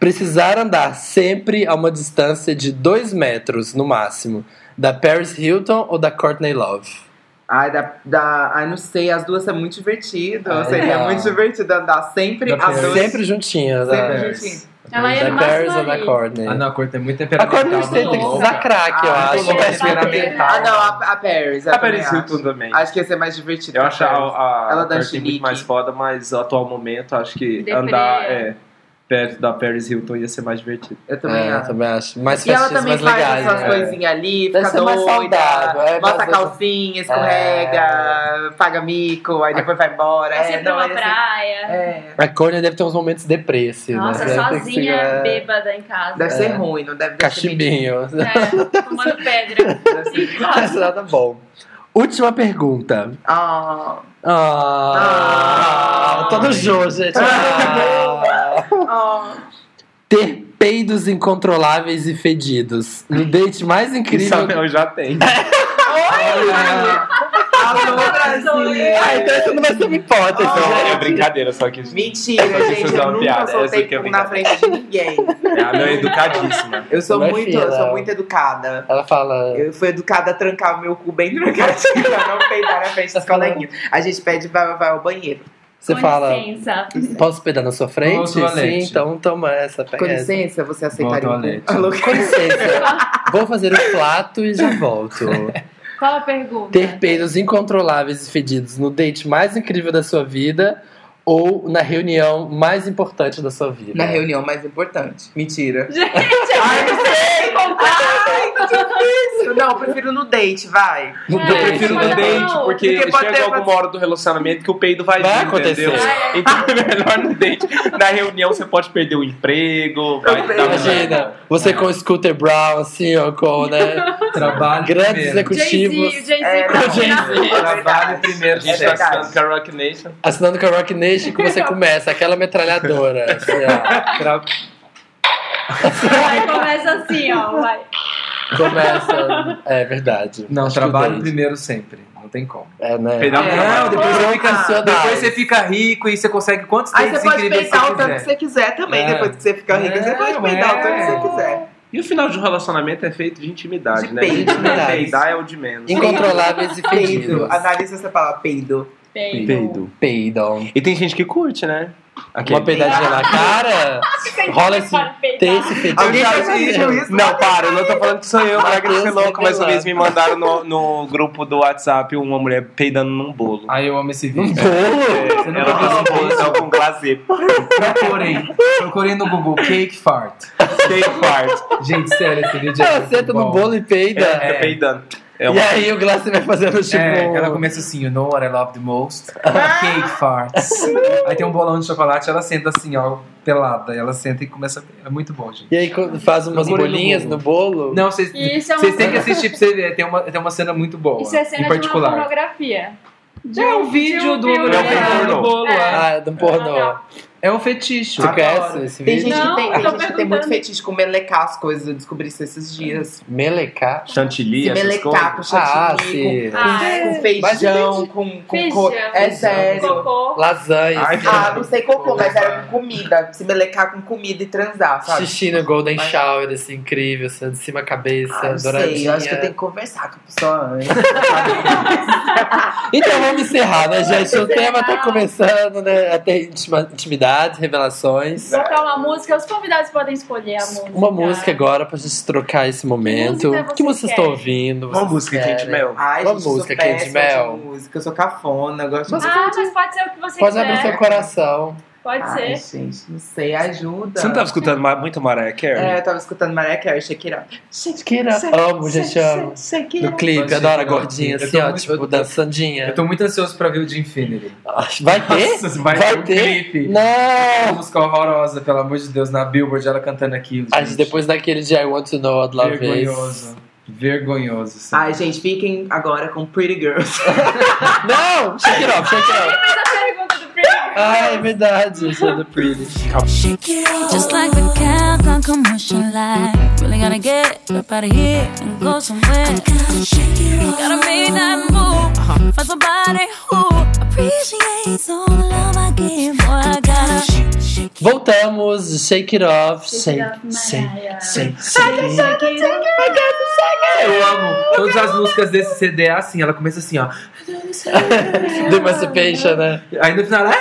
Speaker 1: Precisar andar sempre a uma distância de dois metros, no máximo, da Paris Hilton ou da Courtney Love?
Speaker 3: Ai, da, da, ai, não sei, as duas são muito divertidas.
Speaker 1: Ai,
Speaker 3: Seria
Speaker 1: não.
Speaker 3: muito divertido andar sempre
Speaker 4: Da
Speaker 3: as
Speaker 4: Paris.
Speaker 3: duas.
Speaker 1: Sempre juntinhas,
Speaker 3: sempre
Speaker 1: né?
Speaker 3: juntinho.
Speaker 2: Ela ia
Speaker 1: Da
Speaker 2: no
Speaker 1: Paris
Speaker 2: máximo
Speaker 1: ou da
Speaker 2: ali.
Speaker 1: Courtney?
Speaker 4: Ah, não, a cor tem muito
Speaker 1: A
Speaker 4: temperamental.
Speaker 1: Courtney tem que
Speaker 4: muito
Speaker 2: louca.
Speaker 1: usar
Speaker 4: louca.
Speaker 1: craque, eu
Speaker 3: Ah,
Speaker 1: acho.
Speaker 4: louca,
Speaker 2: Bater.
Speaker 4: experimental.
Speaker 3: Ah, não, a, a Paris. eu
Speaker 6: A Paris
Speaker 3: também
Speaker 6: Hilton
Speaker 3: acho.
Speaker 6: também.
Speaker 3: Acho que ia ser mais divertido.
Speaker 6: Eu
Speaker 3: que a
Speaker 6: acho a, a,
Speaker 3: Paris. Ela
Speaker 6: a
Speaker 3: dá
Speaker 6: Courtney
Speaker 3: chilique.
Speaker 6: muito mais foda, mas no atual momento acho que
Speaker 2: Deprê.
Speaker 6: andar é, perto da Paris Hilton ia ser mais divertido.
Speaker 3: Eu também
Speaker 1: É, eu
Speaker 3: acho.
Speaker 1: também acho. Mais
Speaker 3: E ela
Speaker 1: festivas,
Speaker 3: também
Speaker 1: mais
Speaker 3: faz
Speaker 1: legais.
Speaker 3: essas
Speaker 1: né?
Speaker 3: coisinhas ali,
Speaker 1: Deve
Speaker 3: fica
Speaker 1: ser mais
Speaker 3: doida,
Speaker 1: saudável, é,
Speaker 3: bota
Speaker 1: mas
Speaker 3: a calcinha, escorrega, paga mico, aí depois vai embora.
Speaker 2: É,
Speaker 3: É,
Speaker 2: sempre
Speaker 3: não,
Speaker 2: uma
Speaker 3: é assim.
Speaker 2: praia.
Speaker 3: É,
Speaker 1: A Courtney deve ter uns momentos depressivos.
Speaker 2: Nossa,
Speaker 1: né? Tem que
Speaker 2: sozinha,
Speaker 1: segurar-
Speaker 2: bêbada em casa.
Speaker 3: deve
Speaker 1: É.
Speaker 3: ser ruim, não deve deve ser mentira.
Speaker 1: Cachimbinho.
Speaker 2: É, tomando pedra. Sim, claro.
Speaker 1: Nada bom. Última pergunta.
Speaker 3: Ah,
Speaker 1: Ah,
Speaker 3: Ah.
Speaker 1: todo show, gente. Ah.
Speaker 3: ah.
Speaker 1: Ter peidos incontroláveis e fedidos. No date mais incrível.
Speaker 6: Isabel já tem.
Speaker 3: Alô, Brasil!
Speaker 1: Ah, então essa não vai ser uma hipótese.
Speaker 6: Não, é
Speaker 1: né?
Speaker 6: brincadeira, só que
Speaker 3: Mentira,
Speaker 6: Essa
Speaker 3: gente,
Speaker 6: foi uma
Speaker 3: eu nunca
Speaker 6: piada,
Speaker 3: soltei
Speaker 6: essa que é
Speaker 3: cu na frente de ninguém.
Speaker 6: a meu educadíssima.
Speaker 3: Eu sou
Speaker 1: Não é
Speaker 3: muito,
Speaker 1: fila.
Speaker 3: eu sou muito educada.
Speaker 1: Ela fala.
Speaker 3: Eu fui educada a trancar o meu cu bem trancadinho pra não peidar na frente dos coleguinhas. A gente pede vai, vai ao banheiro.
Speaker 1: Você
Speaker 2: Com
Speaker 1: fala.
Speaker 2: licença.
Speaker 1: Posso peidar na sua frente?
Speaker 4: Vou ao
Speaker 1: Sim,
Speaker 4: toalete.
Speaker 1: então toma essa. pega
Speaker 3: Com
Speaker 1: essa.
Speaker 3: licença, você aceitaria
Speaker 4: Volta
Speaker 3: um
Speaker 4: ao leite.
Speaker 3: cu? Alô,
Speaker 1: Com licença. Vou fazer o plato e já volto.
Speaker 2: Qual a pergunta?
Speaker 1: Ter peidos incontroláveis e fedidos no date mais incrível da sua vida ou na reunião mais importante da sua vida?
Speaker 3: Na reunião mais importante. Mentira.
Speaker 2: Ai, não sei
Speaker 3: Não, eu prefiro no date, vai.
Speaker 1: No
Speaker 2: É,
Speaker 6: Eu
Speaker 1: date,
Speaker 6: prefiro
Speaker 1: né?
Speaker 6: no date, porque,
Speaker 3: Porque pode
Speaker 6: chega
Speaker 3: ter-
Speaker 6: alguma hora do relacionamento que o peido vai,
Speaker 1: Vai
Speaker 6: vir, entendeu?
Speaker 1: acontecer.
Speaker 6: Então é melhor no date. Na reunião você pode perder o emprego, vai
Speaker 3: Eu
Speaker 6: dar uma-
Speaker 1: Imagina, você com o Scooter Brown, assim, ó, com, né?
Speaker 4: Trabalho
Speaker 1: Grandes
Speaker 4: primeiro.
Speaker 1: executivos
Speaker 2: Jay-Z,
Speaker 3: É,
Speaker 2: pra
Speaker 3: não,
Speaker 2: combinar.
Speaker 4: Trabalho primeiro.
Speaker 6: A gente
Speaker 3: É
Speaker 6: tá
Speaker 3: verdade.
Speaker 6: assinando com a Rock Nation.
Speaker 1: assinando com a Rock Nation que você começa, aquela metralhadora. Assim, ó.
Speaker 4: Tra-
Speaker 2: Aí começa assim, ó. Vai.
Speaker 1: Começa. É verdade.
Speaker 4: Não,
Speaker 1: Acho que o
Speaker 4: trabalho
Speaker 1: date.
Speaker 4: primeiro sempre. Não tem como.
Speaker 1: É, né?
Speaker 6: Peidar no
Speaker 3: É,
Speaker 6: trabalho.
Speaker 3: depois
Speaker 4: você um
Speaker 3: Ah,
Speaker 4: fica,
Speaker 1: ansiedade.
Speaker 4: depois você fica rico e você consegue quantos
Speaker 3: Aí
Speaker 4: dates
Speaker 3: você pode
Speaker 4: incríveis
Speaker 3: peidar o
Speaker 4: você
Speaker 3: tanto que
Speaker 4: quiser.
Speaker 3: você quiser também.
Speaker 4: É.
Speaker 3: Depois que você ficar rico, você
Speaker 4: É,
Speaker 3: pode peidar o tanto
Speaker 4: é.
Speaker 3: que você quiser.
Speaker 6: E o final de um relacionamento é feito de intimidade,
Speaker 3: De
Speaker 6: né?
Speaker 3: peido,
Speaker 1: né?
Speaker 6: Peidar é o de menos.
Speaker 1: Incontroláveis e
Speaker 3: Peido.
Speaker 1: fedidos.
Speaker 3: Analisa essa palavra, peido.
Speaker 2: Peido.
Speaker 6: Peido.
Speaker 1: Peidam.
Speaker 6: E tem gente que curte, né? Aquele-
Speaker 1: Uma peidadinha na cara, rola esse.
Speaker 2: Para peidar.
Speaker 1: Tem esse fedido.
Speaker 6: Alguém
Speaker 3: já
Speaker 1: Esse-
Speaker 3: assistiu isso?
Speaker 6: Não, para, eu não tô falando que sou eu, pra
Speaker 1: Mateus,
Speaker 6: ser louco. Mais uma
Speaker 1: revelado.
Speaker 6: vez me mandaram no, no grupo do WhatsApp uma mulher peidando num bolo.
Speaker 1: Ah,
Speaker 4: Ai, eu amo esse vídeo.
Speaker 1: Um
Speaker 4: É,
Speaker 1: Bolo?
Speaker 4: Você nunca
Speaker 6: Ela fez um
Speaker 4: viu
Speaker 6: bolo
Speaker 4: esse
Speaker 6: só
Speaker 4: vídeo?
Speaker 6: com glacê.
Speaker 4: Procurem. Procurem no Google Cake Fart.
Speaker 6: Cake part.
Speaker 4: Gente, sério, esse vídeo é
Speaker 1: Ela
Speaker 4: muito
Speaker 1: senta no
Speaker 4: bom.
Speaker 1: bolo e peida.
Speaker 7: é.
Speaker 6: Ela fica peidando. É
Speaker 1: É. E
Speaker 6: uma...
Speaker 1: aí o Glass vai fazendo tipo.
Speaker 4: É, ela começa assim, you know what I love the most?
Speaker 3: Ah.
Speaker 4: Cake farts. Aí tem um bolão de chocolate, ela senta assim, ó, pelada. Ela senta e começa. a- É muito bom, gente.
Speaker 1: E aí quando faz umas
Speaker 4: Procura no
Speaker 1: bolinhas
Speaker 4: Google.
Speaker 1: no bolo.
Speaker 4: Não, vocês
Speaker 2: Isso é uma
Speaker 4: vocês têm que assistir pra você ver. Tem uma, tem uma cena muito boa.
Speaker 2: Isso é cena
Speaker 4: em
Speaker 2: de uma
Speaker 4: particular.
Speaker 2: pornografia. De
Speaker 4: é um vídeo do
Speaker 2: filme.
Speaker 4: mulher
Speaker 6: É um
Speaker 4: pegando
Speaker 6: pornô.
Speaker 4: no bolo. É,
Speaker 1: Ah, de um pornô.
Speaker 4: é um fetiche.
Speaker 1: Você conhece esse
Speaker 3: Tem
Speaker 1: vídeo?
Speaker 3: gente,
Speaker 2: Não,
Speaker 3: que, tem,
Speaker 2: eu
Speaker 3: tem,
Speaker 2: tô
Speaker 3: gente que tem muito
Speaker 2: perguntando.
Speaker 3: fetiche com melecar as coisas. Eu descobri isso esses dias.
Speaker 1: Melecar?
Speaker 6: Chantilly,
Speaker 3: Se
Speaker 6: essas
Speaker 3: melecar
Speaker 6: coisas.
Speaker 3: com
Speaker 1: Ah,
Speaker 3: chantilly,
Speaker 1: sim.
Speaker 3: com,
Speaker 2: Ah,
Speaker 3: com
Speaker 2: é.
Speaker 3: feijão, com, com
Speaker 2: Feijão.
Speaker 3: co... É sério.
Speaker 2: Cocô.
Speaker 1: Lasanha.
Speaker 6: Ai,
Speaker 1: assim,
Speaker 3: Ah, não sei cocô, mas era com comida. Se melecar com comida e transar, sabe?
Speaker 1: Xixi no Golden
Speaker 3: Ai.
Speaker 1: Shower, assim, incrível, assim, de cima a cabeça,
Speaker 3: Ah, não
Speaker 1: douradinha.
Speaker 3: sei, eu acho que eu tenho que conversar com a pessoa antes.
Speaker 1: Então vamos encerrar, né, gente? O
Speaker 2: Encerrar.
Speaker 1: tema tá começando, né? Até intima- intimidades, revelações.
Speaker 2: Tocar uma música. Os convidados podem escolher a música.
Speaker 1: Uma música agora pra gente trocar esse momento.
Speaker 2: música
Speaker 1: O que
Speaker 2: vocês
Speaker 1: vocês estão
Speaker 2: querem?
Speaker 1: ouvindo?
Speaker 6: Uma
Speaker 1: vocês
Speaker 6: música,
Speaker 1: querem?
Speaker 3: É,
Speaker 6: gente, mel.
Speaker 3: Ai,
Speaker 1: Uma
Speaker 3: gente, eu sou
Speaker 1: música, Kate
Speaker 3: péssima
Speaker 1: Mel.
Speaker 3: de música. Eu sou cafona, eu gosto de...
Speaker 2: Ah, mas pode ser o que você
Speaker 1: Pode
Speaker 2: quiser.
Speaker 1: abrir seu coração.
Speaker 2: Pode
Speaker 3: Ai,
Speaker 2: ser.
Speaker 3: gente, não sei, ajuda.
Speaker 1: tá
Speaker 6: Você não tava escutando ma- muito Mariah Carey?
Speaker 3: É, eu tava escutando Mariah Carey, Shake It Up.
Speaker 1: Shakira. Amo, gente, amo.
Speaker 3: Shake It
Speaker 1: No
Speaker 3: Up.
Speaker 1: clipe,
Speaker 4: Nossa,
Speaker 1: adoro a
Speaker 4: eu tô
Speaker 1: gordinha,
Speaker 4: muito-
Speaker 1: assim, ó,
Speaker 4: eu tô
Speaker 1: tipo,
Speaker 4: muito-
Speaker 1: dançandinha. Ah,
Speaker 4: Eu tô muito ansioso pra ver o de Infinity.
Speaker 1: Vai ter?
Speaker 4: Nossa, vai ter um clipe. Uma
Speaker 1: Não!
Speaker 4: música horrorosa, pelo amor de Deus, na Billboard, ela cantando aquilo.
Speaker 1: A gente, depois daquele de I Want to Know What Love Is.
Speaker 4: Vergonhoso. Vergonhoso. Assim.
Speaker 3: Ai, gente, fiquem agora com Pretty Girls.
Speaker 1: Não! Shake it off, shake it off.
Speaker 2: Fez a pergunta do Pretty Girls.
Speaker 1: Ah, é verdade, isso é do Pretty.
Speaker 10: Just like the countdown commercial light. Really gonna get up out of here and go somewhere. Gotta make that move. Find somebody who appreciates all the love I give. Boy, I gotta
Speaker 1: Voltamos, shake it off, shake,
Speaker 2: Shake it off,
Speaker 1: shake,
Speaker 2: Mariah. tá
Speaker 1: shake, shake. Ah,
Speaker 4: Eu amo. Todas as músicas desse CD é assim. Ela começa assim, ó.
Speaker 1: Do Emancipation, né?
Speaker 4: Aí no final, ela-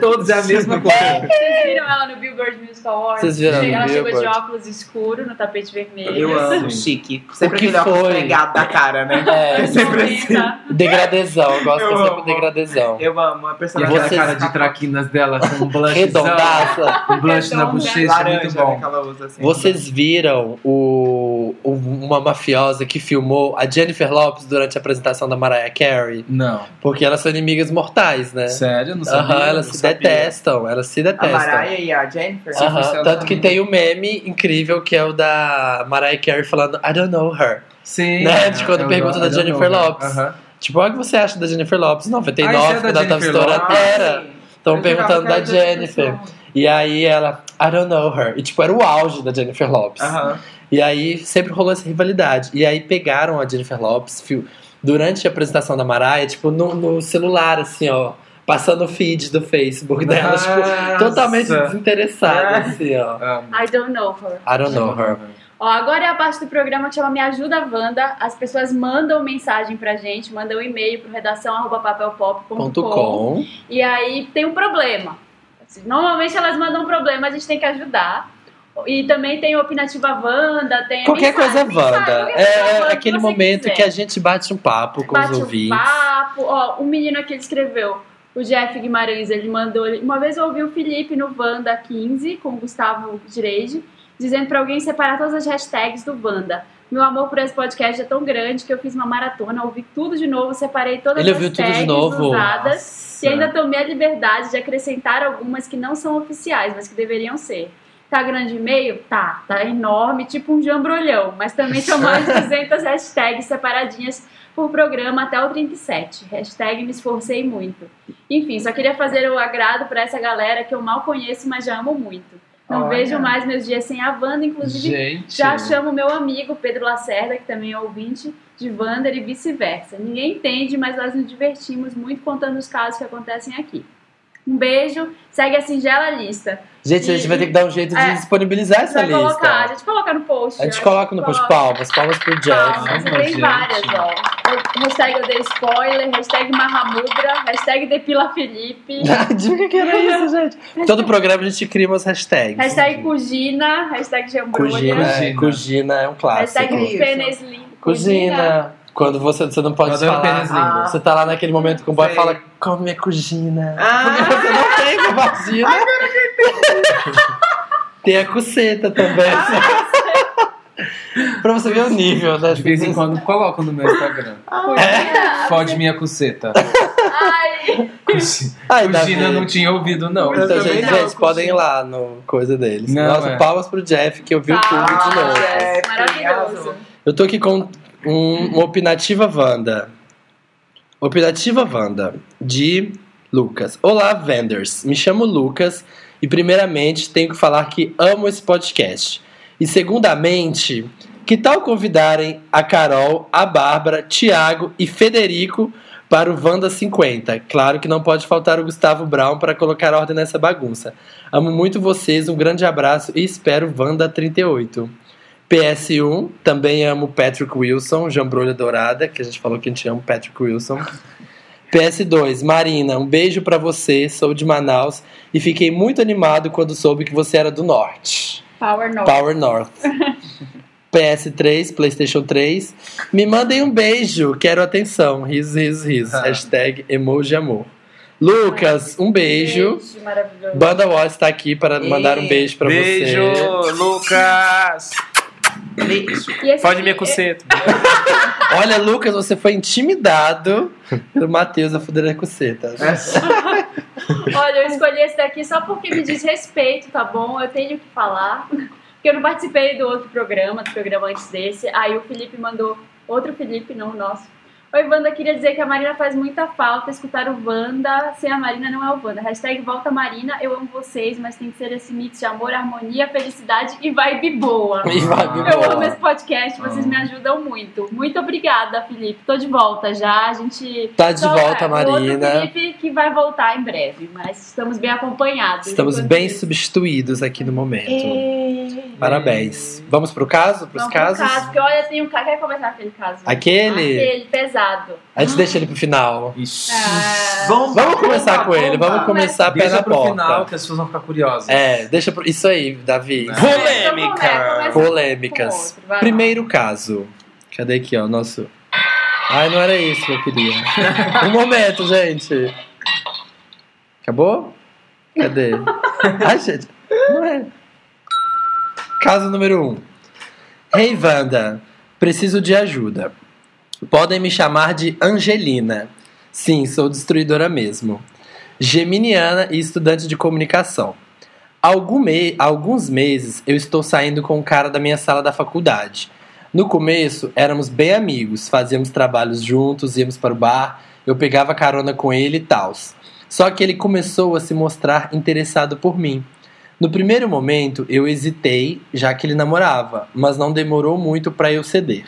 Speaker 4: todos é a mesma coisa.
Speaker 2: Vocês viram ela no Billboard Music Awards?
Speaker 1: Vocês viram no
Speaker 2: Ela chegou de
Speaker 1: Billboard.
Speaker 2: óculos escuro no tapete vermelho.
Speaker 3: Eu amo, chique. Sempre
Speaker 1: O que
Speaker 3: aquele óculos
Speaker 1: foi?
Speaker 3: pregado da cara, né?
Speaker 1: É.
Speaker 3: sempre assim.
Speaker 1: Degradezão, eu gosto
Speaker 3: Eu
Speaker 1: sempre
Speaker 3: amo.
Speaker 1: de degradezão.
Speaker 3: Eu amo a
Speaker 4: E
Speaker 3: personagem.
Speaker 1: E
Speaker 4: aquela
Speaker 1: vocês-
Speaker 4: cara de traquinas dela com um blushzão.
Speaker 1: Redondaça.
Speaker 4: Um blush na
Speaker 2: Redonda.
Speaker 4: bochecha,
Speaker 3: laranja,
Speaker 4: muito
Speaker 3: né,
Speaker 4: bom.
Speaker 3: que ela usa assim.
Speaker 1: Vocês viram o, o- uma mafiosa que filmou a Jennifer Lopes durante a apresentação da Mariah Carey?
Speaker 4: Não.
Speaker 1: Porque elas são inimigas mortais, né?
Speaker 4: Sério? Não sabia.
Speaker 1: Aham, elas
Speaker 4: não
Speaker 1: se
Speaker 4: sabia.
Speaker 1: detestam, elas se
Speaker 3: A
Speaker 1: detestam.
Speaker 3: Mariah e a Jennifer. Tipo,
Speaker 4: Se
Speaker 1: Aham,
Speaker 4: fosse ela
Speaker 1: Tanto que
Speaker 4: também.
Speaker 1: tem o meme incrível que é o da Mariah Carey falando I don't know her.
Speaker 4: Sim.
Speaker 1: Né, de quando
Speaker 4: Eu
Speaker 1: pergunta
Speaker 4: adoro,
Speaker 1: da
Speaker 4: eu adoro.
Speaker 1: Jennifer Lopes.
Speaker 4: Aham.
Speaker 1: Tipo, olha o que você acha da Jennifer Lopes? 99,
Speaker 4: Ah, isso é da
Speaker 1: quando ela tava
Speaker 4: Jennifer
Speaker 1: estouradeira.
Speaker 3: Ai,
Speaker 1: Estão
Speaker 3: eu jurava
Speaker 1: perguntando
Speaker 3: que
Speaker 1: da
Speaker 3: era
Speaker 1: Jennifer.
Speaker 3: pessoa.
Speaker 1: E aí ela, I don't know her. E tipo, era o auge da Jennifer Lopes.
Speaker 3: Aham.
Speaker 1: E aí sempre rolou essa rivalidade. E aí pegaram a Jennifer Lopes fio, durante a apresentação da Mariah, tipo, no, no celular, assim, ó. Passando o feed do Facebook dela, tipo,
Speaker 4: Nossa.
Speaker 1: totalmente desinteressada,
Speaker 4: Ah.
Speaker 1: assim, ó.
Speaker 4: Amo.
Speaker 2: I don't know her.
Speaker 1: I don't know her.
Speaker 2: Ó, agora é a parte do programa que chama Me Ajuda Wanda. As pessoas mandam mensagem pra gente, mandam e-mail pro redação arroba
Speaker 1: Ponto
Speaker 2: papelpop.com.
Speaker 1: com.
Speaker 2: E aí tem um problema. Assim, Normalmente elas mandam um problema, a gente tem que ajudar. E também tem o Opinativa Wanda, tem a
Speaker 1: Qualquer coisa
Speaker 2: mensagem,
Speaker 1: é Wanda.
Speaker 2: mensagem,
Speaker 1: É,
Speaker 2: qualquer coisa Wanda
Speaker 1: aquele
Speaker 2: você
Speaker 1: momento
Speaker 2: quiser.
Speaker 1: que a gente bate um papo com
Speaker 2: Bate
Speaker 1: os
Speaker 2: um
Speaker 1: ouvintes.
Speaker 2: papo. Ó, um menino aqui escreveu, o Jeff Guimarães, ele mandou. ele- Uma vez eu ouvi o Felipe no Wanda 15, com o Gustavo Direide, dizendo pra alguém separar todas as hashtags do Wanda. Meu amor por esse podcast é tão grande que eu fiz uma maratona, ouvi tudo de novo, separei todas
Speaker 1: Ele
Speaker 2: as
Speaker 1: ouviu tudo de
Speaker 2: hashtags
Speaker 1: novo?
Speaker 2: usadas. E ainda tomei a liberdade de acrescentar algumas que não são oficiais, mas que deveriam ser. Tá grande e meio? Tá. Tá enorme, tipo um jambrolhão. Mas também são mais de 200 hashtags separadinhas por programa até o 37. Hashtag me esforcei muito. Enfim, só queria fazer o agrado pra essa galera que eu mal conheço, mas já amo muito. Não
Speaker 4: Olha.
Speaker 2: vejo mais meus dias sem a Wanda, inclusive
Speaker 4: Gente.
Speaker 2: já chamo meu amigo Pedro Lacerda, que também é ouvinte de Wander e vice-versa. Ninguém entende, mas nós nos divertimos muito contando os casos que acontecem aqui. Um beijo, segue a singela lista.
Speaker 1: Gente, a gente vai ter que dar um jeito de
Speaker 2: É.
Speaker 1: disponibilizar
Speaker 2: A gente
Speaker 1: essa
Speaker 2: vai
Speaker 1: lista.
Speaker 2: colocar, a gente coloca no post.
Speaker 1: A gente
Speaker 2: né?
Speaker 1: coloca no post né? palmas, palmas pro Jeff.
Speaker 2: Palmas, e
Speaker 4: Palmas,
Speaker 2: tem
Speaker 4: gente.
Speaker 2: várias, ó. Hashtag eu dei spoiler, hashtag marramudra, hashtag depila Felipe,
Speaker 1: Diga que era isso, gente. Todo programa a gente cria umas hashtags.
Speaker 2: hashtag cugina, hashtag
Speaker 1: Cugina,
Speaker 2: jambrulha,
Speaker 1: é, Cugina é um clássico.
Speaker 2: hashtag
Speaker 3: Isso.
Speaker 2: pênis limpo.
Speaker 1: Cugina. Quando você, você não pode
Speaker 4: Eu adoro pênis
Speaker 1: falar.
Speaker 4: lindo.
Speaker 1: Você tá lá naquele momento com o boy e
Speaker 3: Sei.
Speaker 1: fala, come minha cugina. Porque
Speaker 3: Ah,
Speaker 1: você não tem uma vagina. tem a cuceta também.
Speaker 3: Ah,
Speaker 1: pra você ver o nível né? das
Speaker 4: De vez em quando coloco no meu Instagram.
Speaker 3: Ah,
Speaker 1: É.
Speaker 2: Cugina.
Speaker 4: Fode minha cuceta.
Speaker 2: Ai,
Speaker 1: Ai, Davi.
Speaker 4: Cugina não tinha ouvido, não.
Speaker 3: Eu
Speaker 1: Então,
Speaker 3: também
Speaker 1: gente,
Speaker 3: não,
Speaker 1: gente,
Speaker 3: curti.
Speaker 1: podem ir lá no coisa deles.
Speaker 4: Não,
Speaker 1: Nossa,
Speaker 4: é.
Speaker 1: palmas pro Jeff, que eu vi o tudo de
Speaker 3: Palmas,
Speaker 1: novo.
Speaker 3: Jeff.
Speaker 2: Jeff, maravilhoso.
Speaker 1: Eu tô aqui com um, uma opinativa Wanda. Opinativa Wanda, de Lucas. Olá, Vendors. Me chamo Lucas e, primeiramente, tenho que falar que amo esse podcast. E, segundamente, que tal convidarem a Carol, a Bárbara, Tiago e Federico para o Wanda 50? Claro que não pode faltar o Gustavo Brown para colocar ordem nessa bagunça. Amo muito vocês, um grande abraço e espero o Wanda 38. PS1, também amo Patrick Wilson, Jambrolha Dourada, que a gente falou que a gente ama o Patrick Wilson. PS2, Marina, um beijo pra você, sou de Manaus e fiquei muito animado quando soube que você era do norte.
Speaker 2: Power North.
Speaker 1: Power North. PS3, PlayStation 3. Me mandem um beijo, quero atenção. Riso, riso, riso.
Speaker 4: Ah.
Speaker 1: Hashtag emoji amor. Lucas, um beijo.
Speaker 2: Gente, maravilhoso.
Speaker 1: Banda Watch tá aqui para mandar um beijo pra
Speaker 6: Beijo,
Speaker 1: você.
Speaker 6: Lucas!
Speaker 2: E esse
Speaker 6: Fode
Speaker 2: aqui,
Speaker 6: minha
Speaker 2: é-
Speaker 6: cuceta.
Speaker 1: Olha, Lucas, você foi intimidado pelo Matheus a fuder a cuceta.
Speaker 4: É.
Speaker 2: Olha, eu escolhi esse daqui só porque me diz respeito, tá bom? Eu tenho que falar. Porque eu não participei do outro programa, do programa antes desse. Aí o Felipe mandou, outro Felipe, não o nosso. Oi, Wanda, queria dizer que a Marina faz muita falta escutar o Wanda. Sem a Marina não é o Wanda. Hashtag volta Marina, eu amo vocês, mas tem que ser esse mix de amor, harmonia, felicidade e vibe boa.
Speaker 1: E vai me
Speaker 2: Eu amo
Speaker 1: embora.
Speaker 2: esse podcast, vocês me ajudam muito. Muito obrigada, Felipe. Tô de volta já. A gente.
Speaker 1: Tá de
Speaker 2: só
Speaker 1: volta,
Speaker 2: o outro
Speaker 1: Marina.
Speaker 2: Felipe que vai voltar em breve, mas estamos bem acompanhados.
Speaker 1: Estamos
Speaker 2: Enquanto
Speaker 1: bem
Speaker 2: isso,
Speaker 1: substituídos aqui no momento. Parabéns. Vamos pro caso? Pros
Speaker 2: É. vamos pro
Speaker 1: casos?
Speaker 2: caso, porque olha, tem um cara. Quer começar aquele caso?
Speaker 1: Aquele?
Speaker 2: Aquele pesado.
Speaker 1: A gente deixa ele pro final.
Speaker 4: Ixi.
Speaker 3: Bomba,
Speaker 1: Vamos começar
Speaker 3: bomba,
Speaker 1: com ele,
Speaker 3: bomba.
Speaker 1: vamos começar pé
Speaker 4: Deixa
Speaker 1: na
Speaker 4: pro
Speaker 1: porta.
Speaker 4: final que as pessoas vão ficar curiosas.
Speaker 1: É, deixa pro... Isso aí, Davi.
Speaker 3: é
Speaker 2: Então
Speaker 3: né?
Speaker 2: Polêmica.
Speaker 1: Polêmicas.
Speaker 2: Com outro, vai lá.
Speaker 1: Primeiro caso. Cadê aqui, ó? Nosso. Ai, não era isso que eu queria. um momento, gente. Acabou? Cadê? Ai, gente. Não é. Caso número Um. Hey, Wanda. Preciso de ajuda. Podem me chamar de Angelina. Sim, sou destruidora mesmo. Geminiana e estudante de comunicação. Algum me- alguns meses eu estou saindo com o cara da minha sala da faculdade. No começo éramos bem amigos, fazíamos trabalhos juntos, íamos para o bar, eu pegava carona com ele e tals. Só que ele começou a se mostrar interessado por mim. No primeiro momento eu hesitei, já que ele namorava, mas não demorou muito para eu ceder.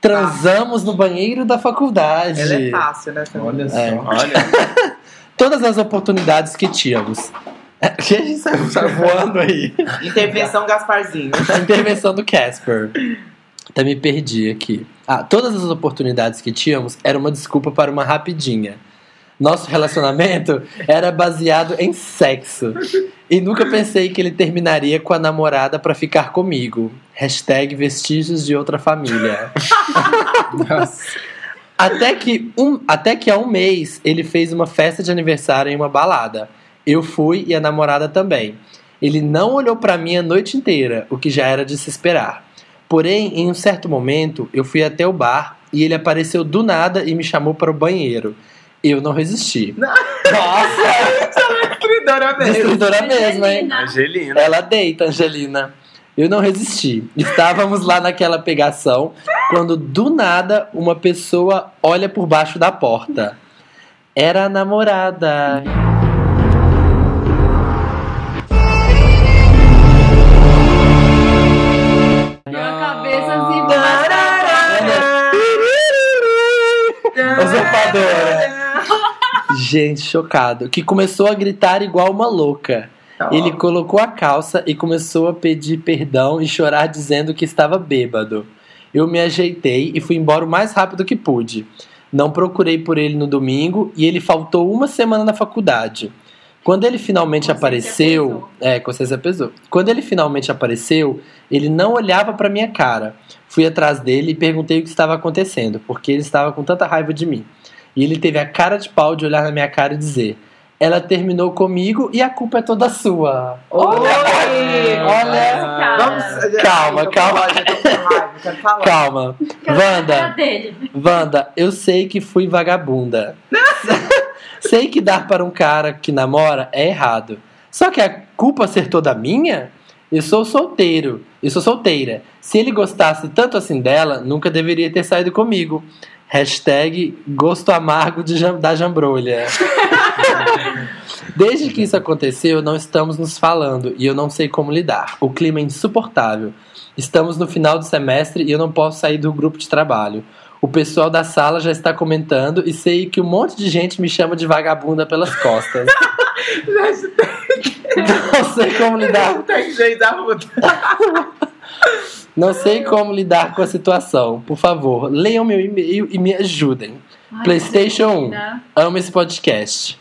Speaker 1: Transamos no banheiro da faculdade.
Speaker 3: Ela é fácil, né? Fernanda?
Speaker 4: Olha só.
Speaker 1: É.
Speaker 6: Olha,
Speaker 1: Todas as oportunidades que tínhamos. A gente sai sai voando aí.
Speaker 3: Intervenção Gasparzinho.
Speaker 1: A intervenção do Casper. Até me perdi aqui. Ah, todas as oportunidades que tínhamos era uma desculpa para uma rapidinha. Nosso relacionamento era baseado em sexo. E nunca pensei que ele terminaria com a namorada para ficar comigo. Hashtag vestígios de outra família. Até que, um, até que há um mês ele fez uma festa de aniversário em uma balada. Eu fui e a namorada também. Ele não olhou pra mim a noite inteira, o que já era de se esperar. Porém, em um certo momento, eu fui até o bar e ele apareceu do nada e me chamou para o banheiro. Eu não resisti. Nossa,
Speaker 3: Tridora mesmo.
Speaker 1: destruidora mesmo, hein?
Speaker 2: Angelina.
Speaker 6: Angelina.
Speaker 1: Ela deita, Angelina. Eu não resisti. Estávamos lá naquela pegação quando do nada uma pessoa olha por baixo da porta. Era a namorada.
Speaker 2: Deu a cabeça assim. mas-
Speaker 1: Usurpadora. Gente, chocado. Que começou a gritar igual uma louca. Ele colocou a calça e começou a pedir perdão e chorar dizendo que estava bêbado. Eu me ajeitei e fui embora o mais rápido que pude. Não procurei por ele no domingo e ele faltou uma semana na faculdade. Quando ele finalmente
Speaker 2: Consciência
Speaker 1: apareceu, é, consciência pesou. Quando ele finalmente apareceu, ele não olhava para minha cara. Fui atrás dele e perguntei o que estava acontecendo, porque ele estava com tanta raiva de mim. E ele teve a cara de pau de olhar na minha cara e dizer: "Ela terminou comigo e a culpa é toda sua".
Speaker 3: Oi!
Speaker 4: É,
Speaker 1: Olha,
Speaker 2: Cara,
Speaker 3: Vamos...
Speaker 1: Calma,
Speaker 3: Ai, tô com
Speaker 1: calma.
Speaker 3: raiva, tô com raiva, quero falar.
Speaker 1: calma.
Speaker 2: cara
Speaker 1: Wanda,
Speaker 2: dele.
Speaker 1: Wanda, eu sei que fui vagabunda. sei que dar para um cara que namora é errado. Só que a culpa ser toda minha? Eu sou solteiro. Eu sou solteira. Se ele gostasse tanto assim dela, nunca deveria ter saído comigo. Hashtag gosto amargo de jam- da jambrolha. Desde que isso aconteceu, não estamos nos falando e eu não sei como lidar. O clima é insuportável. Estamos no final do semestre e eu não posso sair do grupo de trabalho. O pessoal da sala já está comentando e sei que um monte de gente me chama de vagabunda pelas costas. Então, não sei como lidar.
Speaker 3: Não tem jeito da ruta.
Speaker 1: Não sei como lidar com a situação. Por favor, leiam meu e-mail e me ajudem.
Speaker 2: Ai,
Speaker 1: PlayStation 1.
Speaker 2: Angelina.
Speaker 1: Amo esse podcast.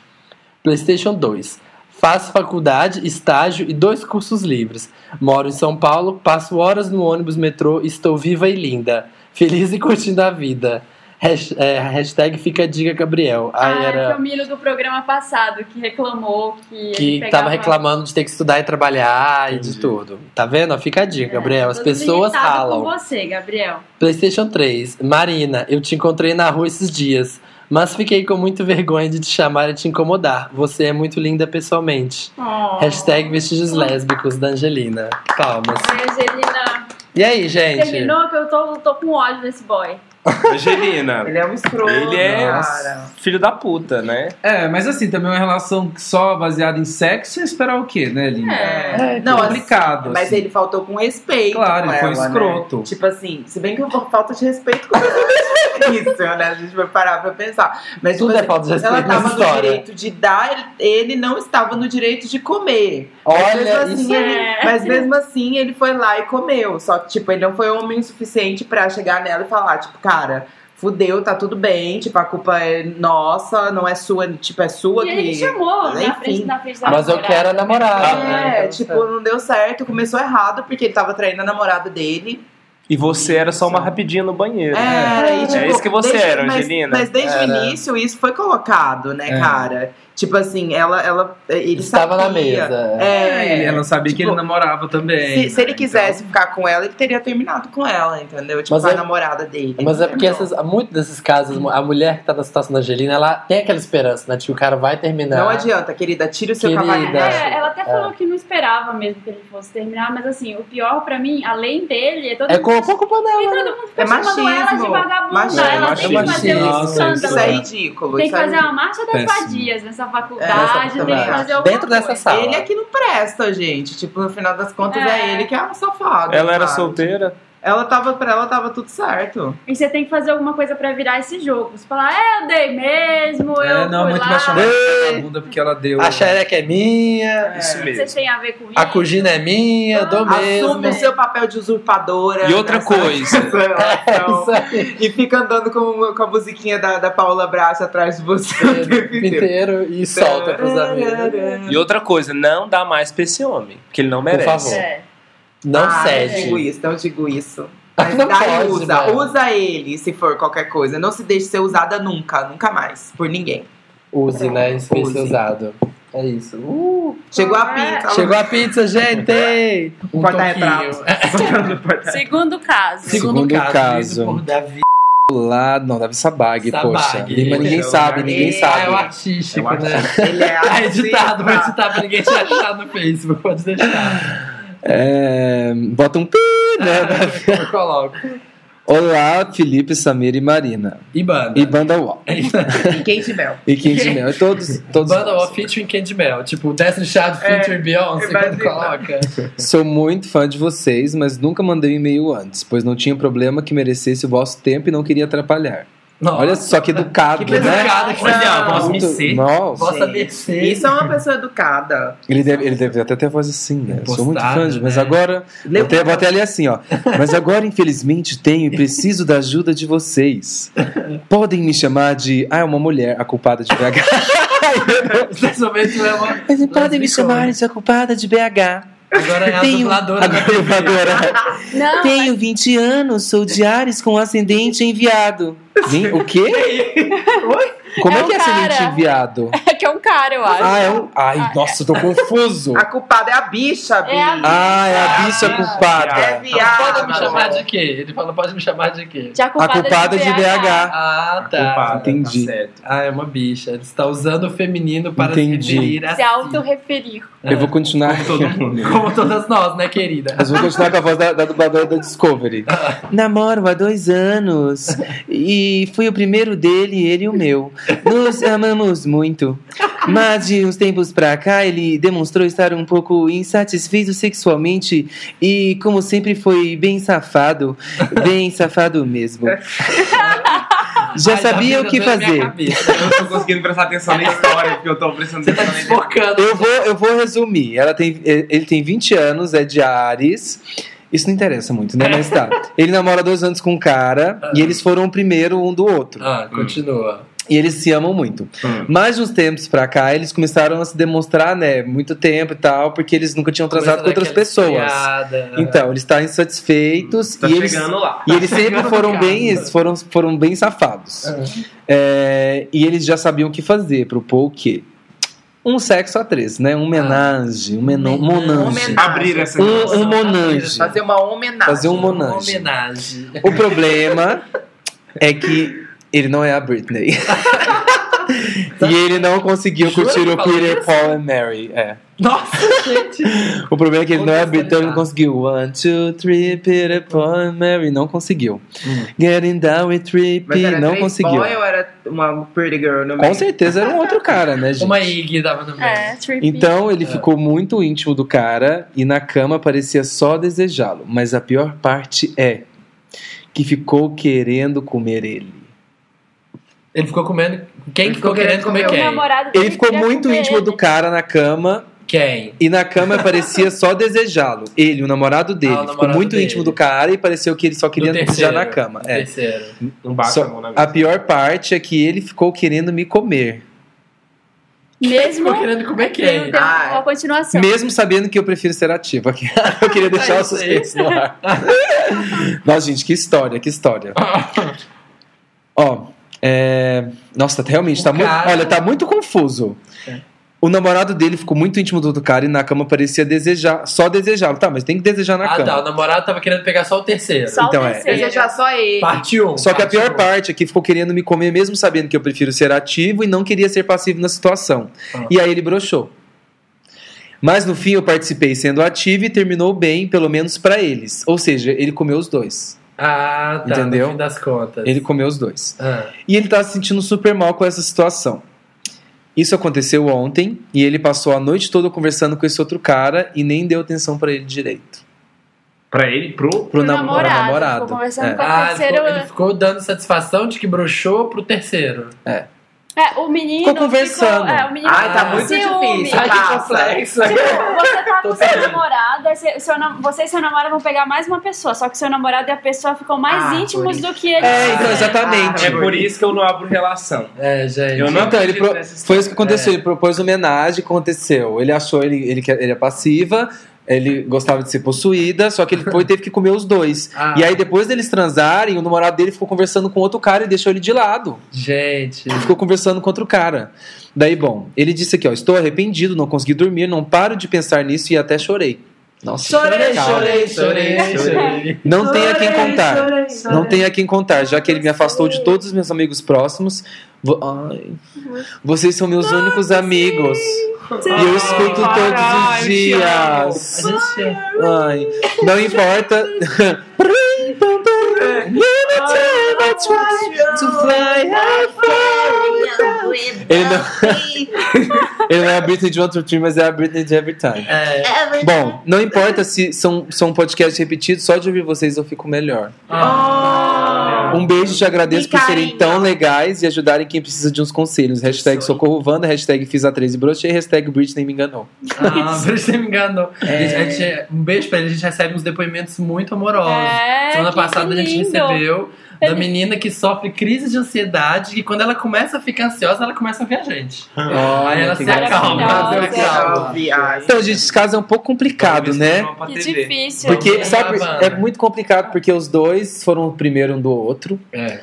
Speaker 1: PlayStation 2. Faço faculdade, estágio e dois cursos livres. Moro em São Paulo, passo horas no ônibus metrô e estou viva e linda. Feliz e curtindo a vida. Hash- é, hashtag fica a dica, Gabriel. Aí
Speaker 2: Ah,
Speaker 1: era
Speaker 2: que é o Milo do programa passado, que reclamou que.
Speaker 1: que
Speaker 2: ele pegava-
Speaker 1: tava reclamando de ter que estudar e trabalhar e de tudo. Tá vendo? ó? Fica a
Speaker 3: É,
Speaker 1: dica, Gabriel. As
Speaker 2: Tô irritada
Speaker 1: pessoas ralam.
Speaker 2: com você, Gabriel.
Speaker 1: PlayStation 3. Marina, eu te encontrei na rua esses dias. Mas fiquei com muito vergonha de te chamar e te incomodar. Você é muito linda pessoalmente.
Speaker 2: Oh.
Speaker 1: Hashtag vestígios lésbicos da Angelina. Palmas.
Speaker 2: Ai, Angelina,
Speaker 1: E aí, gente?
Speaker 2: terminou que eu tô, tô com ódio desse boy.
Speaker 4: Angelina.
Speaker 3: Ele é um escroto.
Speaker 4: Ele é
Speaker 3: cara.
Speaker 4: filho da puta, né?
Speaker 7: É, mas assim, também uma relação só baseada em sexo, esperar o quê, né, Linda?
Speaker 3: É.
Speaker 1: É,
Speaker 3: Não, assim,
Speaker 7: complicado.
Speaker 3: Mas
Speaker 7: assim.
Speaker 3: ele faltou com respeito.
Speaker 7: Claro,
Speaker 3: com
Speaker 7: ele foi
Speaker 3: ela, né?
Speaker 7: escroto.
Speaker 3: Tipo assim, se bem que eu vou falta de respeito com a pessoa que isso, né? A gente vai parar pra pensar. Mas, tipo
Speaker 1: Tudo é
Speaker 3: assim,
Speaker 1: falta de
Speaker 3: ela
Speaker 1: respeito
Speaker 3: tava
Speaker 1: nessa
Speaker 3: no
Speaker 1: história.
Speaker 3: direito de dar, ele- ele não estava no direito de comer. mas mesmo
Speaker 1: Olha
Speaker 3: assim,
Speaker 1: isso.
Speaker 3: ele-
Speaker 2: É.
Speaker 3: mas mesmo assim, ele foi lá e comeu. Só que, tipo, ele não foi homem o suficiente pra chegar nela e falar, tipo, cara, fudeu, tá tudo bem, tipo, a culpa é nossa, não é sua, tipo, é sua
Speaker 2: E
Speaker 3: que.
Speaker 2: ele chamou na
Speaker 3: Enfim.
Speaker 2: frente, na frente da
Speaker 1: Mas eu
Speaker 2: namorada.
Speaker 1: quero a namorada. né?
Speaker 3: "Ah, É, tipo, não deu certo, começou errado, porque ele tava traindo a namorada dele.
Speaker 4: E você era só uma rapidinha no banheiro.
Speaker 3: É, e, tipo,
Speaker 4: É isso que você
Speaker 3: desde-
Speaker 4: era,
Speaker 3: mas-
Speaker 4: Angelina.
Speaker 3: Mas, desde
Speaker 1: Era.
Speaker 3: o início isso foi colocado, né,
Speaker 7: É.
Speaker 3: cara? Tipo assim, ela, ela ele
Speaker 1: Estava na
Speaker 3: sabia.
Speaker 1: mesa.
Speaker 3: É,
Speaker 7: Ele- ela sabia que
Speaker 3: tipo,
Speaker 7: ele namorava também.
Speaker 3: Se, se ele
Speaker 4: Então,
Speaker 7: né,
Speaker 3: quisesse ficar com ela, ele teria terminado com ela, entendeu? Tipo,
Speaker 1: Mas
Speaker 3: a
Speaker 1: é-
Speaker 3: namorada dele.
Speaker 1: Mas é porque
Speaker 2: Então.
Speaker 3: entendeu?
Speaker 1: essas, muitos desses casos, a mulher que tá na situação da Angelina, ela tem aquela esperança, né? De que o cara vai terminar.
Speaker 3: Não adianta, querida, tira o seu
Speaker 1: Querida.
Speaker 3: cavalinho. da chuva.
Speaker 2: É, ela até falou que não esperava mesmo que ele fosse terminar, mas assim, o pior pra mim, além dele, é todo
Speaker 1: É
Speaker 2: mundo.
Speaker 1: culpa, culpa dela.
Speaker 2: E todo mundo fica
Speaker 3: É
Speaker 2: chamando ela de
Speaker 3: machismo.
Speaker 2: vagabunda.
Speaker 3: Machismo.
Speaker 2: ela tem
Speaker 1: É
Speaker 2: que fazer um
Speaker 1: machismo.
Speaker 7: Nossa,
Speaker 2: escândalo.
Speaker 3: Isso é ridículo.
Speaker 2: Tem
Speaker 3: isso
Speaker 2: que
Speaker 3: é
Speaker 2: fazer a marcha das
Speaker 7: Péssimo.
Speaker 2: vadias nessa
Speaker 3: Nessa
Speaker 2: faculdade, tem que
Speaker 3: faculdade.
Speaker 2: fazer alguma
Speaker 1: É, Dentro dessa
Speaker 2: coisa.
Speaker 1: sala.
Speaker 3: Ele é que não presta, gente. Tipo, no final das contas, é,
Speaker 2: É.
Speaker 3: ele que é um safado.
Speaker 4: Ela era
Speaker 3: sabe?
Speaker 4: solteira?
Speaker 3: Ela tava, pra ela tava tudo certo.
Speaker 2: E você tem que fazer alguma coisa pra virar esse jogo. Você fala, é, eu dei mesmo,
Speaker 7: Então. É,
Speaker 2: eu
Speaker 7: não,
Speaker 2: fui
Speaker 7: muito
Speaker 2: lá.
Speaker 7: mais chamada
Speaker 1: Ei!
Speaker 7: de vagabunda porque ela deu.
Speaker 1: A xereca é minha,
Speaker 4: Isso mesmo.
Speaker 2: Vocês têm a ver com isso?
Speaker 1: a cugina é minha, dou mesmo.
Speaker 3: Assume o seu papel de usurpadora.
Speaker 4: E outra
Speaker 3: nessa-
Speaker 4: coisa.
Speaker 3: nessa relação.
Speaker 1: É Isso aí,
Speaker 3: E fica andando com, com a musiquinha da, da Paula Bracha atrás de você o tempo
Speaker 1: o
Speaker 3: inteiro.
Speaker 1: inteiro e solta pros amigos.
Speaker 4: E outra coisa, não dá mais pra esse homem, porque ele não merece.
Speaker 1: favor.
Speaker 2: É.
Speaker 1: Não
Speaker 3: Ah, Não digo
Speaker 1: cede.
Speaker 3: isso, não digo isso. Mas
Speaker 1: Não
Speaker 3: daí
Speaker 1: pode, né?
Speaker 3: usa,
Speaker 1: velho.
Speaker 3: usa ele se for qualquer coisa. Não se deixe ser usada nunca, nunca mais, por ninguém.
Speaker 1: Use, né? Isso vai ser
Speaker 3: Use.
Speaker 1: usado. É isso. Uh,
Speaker 3: Chegou a tá
Speaker 2: Ah,
Speaker 3: pinta.
Speaker 1: chegou a pizza, gente! Um
Speaker 3: Porta-retratos.
Speaker 1: toquinho.
Speaker 2: Segundo caso.
Speaker 1: Segundo,
Speaker 4: Segundo
Speaker 1: caso,
Speaker 4: caso.
Speaker 1: lido por Davi.
Speaker 4: Lá, Ah, não, Davi Sabag,
Speaker 1: Sabag.
Speaker 4: poxa. Lima, ninguém
Speaker 7: É,
Speaker 4: sabe, ninguém
Speaker 3: é,
Speaker 1: Ah, é o
Speaker 4: sabe.
Speaker 1: artístico,
Speaker 7: É o artístico.
Speaker 1: né?
Speaker 3: Ele é
Speaker 1: Ah, editado, vou
Speaker 3: artista.
Speaker 1: editar pra ninguém te achar no Facebook, pode deixar.
Speaker 4: É, bota um pi, né?
Speaker 1: Eu coloco.
Speaker 4: Olá, Felipe, Samir e Marina.
Speaker 1: E banda.
Speaker 4: E Banda Wall.
Speaker 3: Kate Mel.
Speaker 4: E Quente Mel. E todos, todos
Speaker 1: Banda
Speaker 4: nós.
Speaker 1: Wall featuring Candy Mel. Tipo, Destiny Child
Speaker 4: É,
Speaker 1: featuring Beyoncé,
Speaker 3: vai
Speaker 1: quando
Speaker 3: dizer.
Speaker 1: coloca.
Speaker 4: Sou muito fã de vocês, mas nunca mandei um e-mail antes, pois não tinha problema que merecesse o vosso tempo e não queria atrapalhar.
Speaker 1: Nossa.
Speaker 4: Olha só que educado,
Speaker 1: Que
Speaker 4: né?
Speaker 1: pescada que
Speaker 3: Olha,
Speaker 1: você é.
Speaker 7: posso me
Speaker 4: Muito-
Speaker 7: ser?
Speaker 4: Nossa.
Speaker 1: Possa
Speaker 3: Gente,
Speaker 1: descer.
Speaker 3: Isso é uma pessoa educada.
Speaker 4: Ele deve, ele deve até ter a voz assim, né? Sou muito
Speaker 1: Impostada,
Speaker 4: fã de, mas
Speaker 1: né?
Speaker 4: agora. Vou até, vou até ali assim, ó. Mas agora, infelizmente, tenho e preciso da ajuda de vocês. Podem me chamar de. Ah, é uma mulher, a culpada de BH.
Speaker 1: Nesse momento é uma.
Speaker 4: Mas podem me
Speaker 1: Lesbicona.
Speaker 4: chamar de a culpada de BH.
Speaker 1: Agora é a
Speaker 4: Tenho-
Speaker 1: dubladora.
Speaker 4: Agora eu vou adorar.
Speaker 2: Não,
Speaker 4: Tenho 20 anos, sou de Ares com ascendente em viado. Vem, o quê? Como é,
Speaker 11: É um
Speaker 4: que é ascendente
Speaker 11: cara.
Speaker 4: em viado?
Speaker 11: É que é um cara, eu acho.
Speaker 4: Ah, é um. Ai, nossa, eu tô confuso.
Speaker 3: A culpada é a bicha, Bi.
Speaker 2: É a bicha.
Speaker 4: Ah, é a bicha
Speaker 3: É
Speaker 4: culpada.
Speaker 3: viado.
Speaker 1: então Pode me chamar de quê? Ele falou, pode me chamar de quê?
Speaker 11: Já
Speaker 4: A culpada de BH.
Speaker 1: Ah, tá.
Speaker 4: entendi.
Speaker 1: Ah, é uma bicha. Ele está usando o feminino para
Speaker 4: Entendi.
Speaker 1: se referir a
Speaker 11: Se
Speaker 1: si.
Speaker 11: autorreferir.
Speaker 4: Eu vou continuar.
Speaker 1: Como todas nós, né, querida?
Speaker 4: Mas vou continuar com a voz da, da dubladora da Discovery. Namoro há dois anos e fui o primeiro dele e ele o meu. Nos amamos muito. Mas de uns tempos pra cá ele demonstrou estar um pouco insatisfeito sexualmente e, como sempre, foi bem safado. Bem safado mesmo. Já
Speaker 1: Ai,
Speaker 4: sabia
Speaker 1: tá
Speaker 4: o que
Speaker 1: virando minha
Speaker 4: fazer.
Speaker 1: cabeça.
Speaker 7: Eu não tô conseguindo prestar atenção na história, porque eu tô prestando
Speaker 1: Você tá
Speaker 7: atenção na história.
Speaker 1: desfocando.
Speaker 4: Eu vou, eu vou resumir. Ela tem, ele tem 20 anos, é de Ares. Isso não interessa muito, né? Mas tá. Ele namora dois anos com um cara e eles foram o primeiro um do outro. Hum.
Speaker 1: Ah, continua.
Speaker 4: E eles se amam muito.
Speaker 7: Hum.
Speaker 4: Mas de uns tempos pra cá, eles começaram a se demonstrar, né? Muito tempo e tal, porque eles nunca tinham transado com
Speaker 1: Começa
Speaker 4: outras
Speaker 1: daquelas
Speaker 4: pessoas.
Speaker 1: piadas.
Speaker 3: né?
Speaker 4: Então, eles estão insatisfeitos
Speaker 7: Tá
Speaker 4: e eles.
Speaker 7: chegando lá.
Speaker 4: E eles sempre
Speaker 1: chegando
Speaker 4: foram
Speaker 1: no
Speaker 4: bem,
Speaker 1: caso.
Speaker 4: eles foram, foram bem safados.
Speaker 1: Ah.
Speaker 4: É, e eles já sabiam o que fazer, propor o quê? Um sexo a três, né? Um menage, um menon, monange.
Speaker 3: Homenagem.
Speaker 7: Abrir essa
Speaker 4: Um, um
Speaker 7: informação.
Speaker 4: monange.
Speaker 3: Fazer uma homenagem.
Speaker 4: Fazer um monange.
Speaker 1: Homenagem.
Speaker 4: O problema é que ele não é a Britney. e ele não conseguiu
Speaker 1: Jura
Speaker 4: curtir
Speaker 1: que
Speaker 4: o
Speaker 1: falou
Speaker 4: Peter,
Speaker 1: isso?
Speaker 4: Paul and Mary. É.
Speaker 1: Nossa, gente!
Speaker 4: O problema é que ele não é
Speaker 1: Contextualizar.
Speaker 4: britânico, não conseguiu. One, two, three, Peter, Paul and Mary. Não conseguiu.
Speaker 1: Hum.
Speaker 4: Getting down with three,
Speaker 3: Mas
Speaker 4: P,
Speaker 3: era
Speaker 4: não
Speaker 3: três
Speaker 4: conseguiu.
Speaker 3: boy ou era uma pretty girl no meio?
Speaker 4: Com certeza era um outro cara, né, gente?
Speaker 1: Uma Iggy tava no meio.
Speaker 2: É, trippy.
Speaker 4: Então ele ficou muito íntimo do cara e na cama parecia só desejá-lo. Mas a pior parte é que ficou querendo comer ele.
Speaker 1: Ele ficou comendo. Quem
Speaker 3: Ele
Speaker 1: ficou
Speaker 3: ficou
Speaker 1: querendo
Speaker 3: querendo
Speaker 1: comer
Speaker 11: é
Speaker 3: comer
Speaker 2: o
Speaker 1: quem?
Speaker 2: namorado dele
Speaker 4: Ele ficou
Speaker 2: queria
Speaker 4: muito
Speaker 2: comer
Speaker 4: íntimo
Speaker 2: ele.
Speaker 4: do cara na cama
Speaker 1: Quem?
Speaker 4: e na cama parecia só desejá-lo. Ele, o namorado dele,
Speaker 1: Ah, o
Speaker 4: ficou
Speaker 1: namorado
Speaker 4: muito
Speaker 1: dele.
Speaker 4: íntimo do cara e pareceu que ele só queria
Speaker 1: Do
Speaker 4: desejar
Speaker 1: terceiro.
Speaker 4: na cama.
Speaker 1: Do
Speaker 4: É.
Speaker 1: Terceiro.
Speaker 7: Não bate
Speaker 4: Só-
Speaker 7: a mão na
Speaker 4: a
Speaker 7: mesa.
Speaker 4: pior parte é que ele ficou querendo me comer,
Speaker 2: Mesmo
Speaker 1: Ficou
Speaker 11: é
Speaker 1: querendo comer
Speaker 2: tem
Speaker 1: quem?
Speaker 2: um- tem
Speaker 4: é.
Speaker 3: Ah,
Speaker 2: uma continuação.
Speaker 4: mesmo sabendo que eu prefiro ser ativa. Eu queria deixar
Speaker 1: Ah,
Speaker 4: o
Speaker 1: isso aí.
Speaker 4: suspense no ar. Nossa, gente, que história, que história. Ó, é... Nossa, tá- realmente,
Speaker 1: O
Speaker 4: tá muito...
Speaker 1: cara- É.
Speaker 4: Olha, tá muito confuso. O namorado dele ficou muito íntimo do do cara e na cama parecia desejar, só desejá-lo. Tá, mas tem que desejar na
Speaker 1: Ah,
Speaker 4: cama.
Speaker 1: tá. O namorado tava querendo pegar só o terceiro.
Speaker 2: Só
Speaker 4: Então
Speaker 2: o
Speaker 4: é.
Speaker 2: terceiro.
Speaker 3: Desejar só ele.
Speaker 1: Parte 1. Um,
Speaker 4: Só que a
Speaker 1: parte
Speaker 4: pior
Speaker 1: um.
Speaker 4: parte é que ficou querendo me comer mesmo sabendo que eu prefiro ser ativo e não queria ser passivo na situação.
Speaker 1: Ah.
Speaker 4: E aí ele broxou. Mas no fim eu participei sendo ativo e terminou bem, pelo menos pra eles. Ou seja, ele comeu os dois.
Speaker 1: Ah, tá.
Speaker 4: Entendeu?
Speaker 1: No fim das contas.
Speaker 4: Ele comeu os dois.
Speaker 1: Ah,
Speaker 4: E ele tá se sentindo super mal com essa situação. Isso aconteceu ontem e ele passou a noite toda conversando com esse outro cara e nem deu atenção pra ele direito.
Speaker 7: Pra ele, pro.
Speaker 4: Pro,
Speaker 2: Pro
Speaker 4: nam- pro
Speaker 2: namorado,
Speaker 4: namorado.
Speaker 2: ficou conversando
Speaker 4: É.
Speaker 2: com-
Speaker 1: Ah, ele,
Speaker 2: terceiro-
Speaker 1: ficou, ele ficou dando satisfação de que broxou pro terceiro.
Speaker 2: É, o menino.
Speaker 4: Ficou conversando. Ah,
Speaker 2: ficou- é, o menino
Speaker 3: Ai, tá
Speaker 2: ficou com
Speaker 3: muito
Speaker 2: ciúme.
Speaker 3: difícil.
Speaker 1: Ai,
Speaker 3: passa.
Speaker 1: que complexo.
Speaker 2: Tipo, você tá com
Speaker 1: Tô
Speaker 2: seu
Speaker 1: sabendo.
Speaker 2: namorado, aí seu, seu, nam- você e seu namorado vão pegar mais uma pessoa, só que seu namorado e a pessoa ficam mais
Speaker 3: Ah, por
Speaker 2: íntimos
Speaker 3: isso.
Speaker 2: do que eles.
Speaker 4: É,
Speaker 3: Ah,
Speaker 4: então,
Speaker 2: são.
Speaker 4: exatamente.
Speaker 7: É por isso que eu não abro relação.
Speaker 1: É, gente.
Speaker 7: Eu não
Speaker 4: Então, ele
Speaker 7: acredito
Speaker 4: pro-
Speaker 7: nessa
Speaker 4: foi
Speaker 7: história. é.
Speaker 4: isso que aconteceu. Ele propôs homenagem, aconteceu. Ele achou ele, ele, que- ele é passiva, ele gostava de ser possuída, só que ele foi e teve que comer os dois.
Speaker 1: Ah.
Speaker 4: E aí, depois deles transarem, o namorado dele ficou conversando com outro cara e deixou ele de lado.
Speaker 1: Gente.
Speaker 4: Ficou conversando com outro cara. Daí, bom, ele disse aqui, ó, estou arrependido, não consegui dormir, não paro de pensar nisso e até chorei. Nossa,
Speaker 1: Chorei,
Speaker 4: cara.
Speaker 1: chorei, chorei, chorei.
Speaker 4: Não tem a quem contar. Não tem a quem contar, já que ele me afastou de todos os meus amigos próximos. Vo- Ai. Vocês são meus únicos amigos. E eu escuto todos os dias.
Speaker 1: Gente,
Speaker 4: Ai. Não importa. Ele não... ele não é a Britney de One Two Three, mas é a Britney de Every Time.
Speaker 1: é.
Speaker 4: Bom, não importa se são, são podcasts repetidos, só de ouvir vocês eu fico melhor.
Speaker 1: Ah.
Speaker 3: Ah.
Speaker 4: Um beijo, te agradeço
Speaker 2: E
Speaker 4: por serem
Speaker 2: carinho.
Speaker 4: tão legais e ajudarem quem precisa de uns conselhos. Hashtag socorro Wanda, hashtag fiz a 13 brochei, hashtag Britney me enganou.
Speaker 1: Ah, por isso você me enganou.
Speaker 3: É.
Speaker 1: A gente- um beijo pra ele, a gente recebe uns depoimentos muito amorosos.
Speaker 2: É,
Speaker 1: Semana
Speaker 2: que
Speaker 1: passada a gente
Speaker 2: lindo.
Speaker 1: recebeu da
Speaker 2: Ele-
Speaker 1: menina que sofre crise de ansiedade e quando ela começa a ficar ansiosa, ela começa a ver a gente. Aí Ah, ela
Speaker 4: que
Speaker 1: se acalma, ela se
Speaker 2: maravilhosa.
Speaker 1: acalma.
Speaker 4: Então, gente, esse caso é um pouco complicado, né?
Speaker 2: Que difícil.
Speaker 4: Porque,
Speaker 1: Vamos
Speaker 4: sabe,
Speaker 1: lá,
Speaker 4: é
Speaker 1: Wanda.
Speaker 4: muito complicado porque os dois foram o primeiro um do outro.
Speaker 1: É.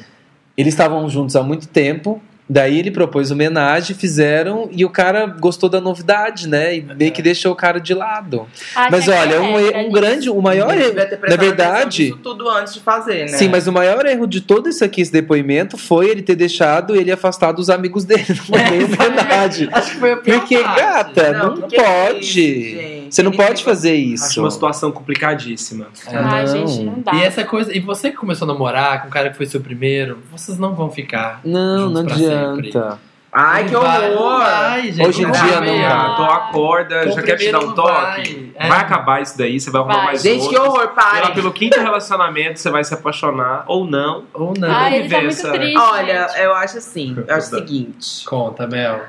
Speaker 4: Eles estavam juntos há muito tempo. Daí ele propôs homenagem, fizeram e o cara gostou da novidade, né? E meio que deixou o cara de lado.
Speaker 2: Ah,
Speaker 4: Mas
Speaker 2: tinha que
Speaker 4: olha,
Speaker 2: ter
Speaker 4: um,
Speaker 2: regra
Speaker 4: e- um
Speaker 2: nisso.
Speaker 4: grande, o maior erro. Na verdade,
Speaker 3: Isso tudo antes de fazer, né?
Speaker 4: Sim, mas o maior erro de todo isso aqui, esse depoimento, foi ele ter deixado ele afastado dos amigos dele. Não foi nem verdade.
Speaker 1: Acho que foi a pior
Speaker 4: Porque,
Speaker 1: parte.
Speaker 4: gata,
Speaker 3: Não,
Speaker 4: não,
Speaker 3: porque é isso,
Speaker 4: pode.
Speaker 3: gente.
Speaker 4: Você não
Speaker 3: Ele
Speaker 4: pode
Speaker 3: pegou-
Speaker 4: fazer
Speaker 7: Acho
Speaker 4: isso.
Speaker 7: uma situação complicadíssima.
Speaker 2: Ai,
Speaker 4: Não.
Speaker 2: gente, não dá.
Speaker 1: E é essa coisa, e você que começou a namorar com o cara que foi seu primeiro, vocês não vão ficar.
Speaker 4: Não, não
Speaker 1: Juntos pra
Speaker 4: adianta.
Speaker 3: Ai, que
Speaker 1: Não vai, não
Speaker 3: horror!
Speaker 1: vai, gente.
Speaker 4: Hoje em
Speaker 1: Não
Speaker 4: dia
Speaker 1: vai.
Speaker 4: não dá.
Speaker 7: Tô acorda,
Speaker 1: Com
Speaker 7: já
Speaker 1: o
Speaker 7: quer te dar
Speaker 1: primeiro
Speaker 7: um
Speaker 1: não
Speaker 7: toque?
Speaker 1: vai. É.
Speaker 7: Vai acabar isso daí, você vai arrumar
Speaker 2: Vai.
Speaker 7: mais
Speaker 3: Gente, que
Speaker 7: outros.
Speaker 3: horror,
Speaker 7: Pela-
Speaker 3: parem!
Speaker 7: pelo quinto relacionamento, você vai se apaixonar ou não.
Speaker 1: Ou não.
Speaker 2: Ai, ele tá muito
Speaker 7: Conversa.
Speaker 2: triste.
Speaker 3: Olha,
Speaker 2: gente.
Speaker 3: eu acho assim, eu acho o seguinte.
Speaker 1: Conta, Mel.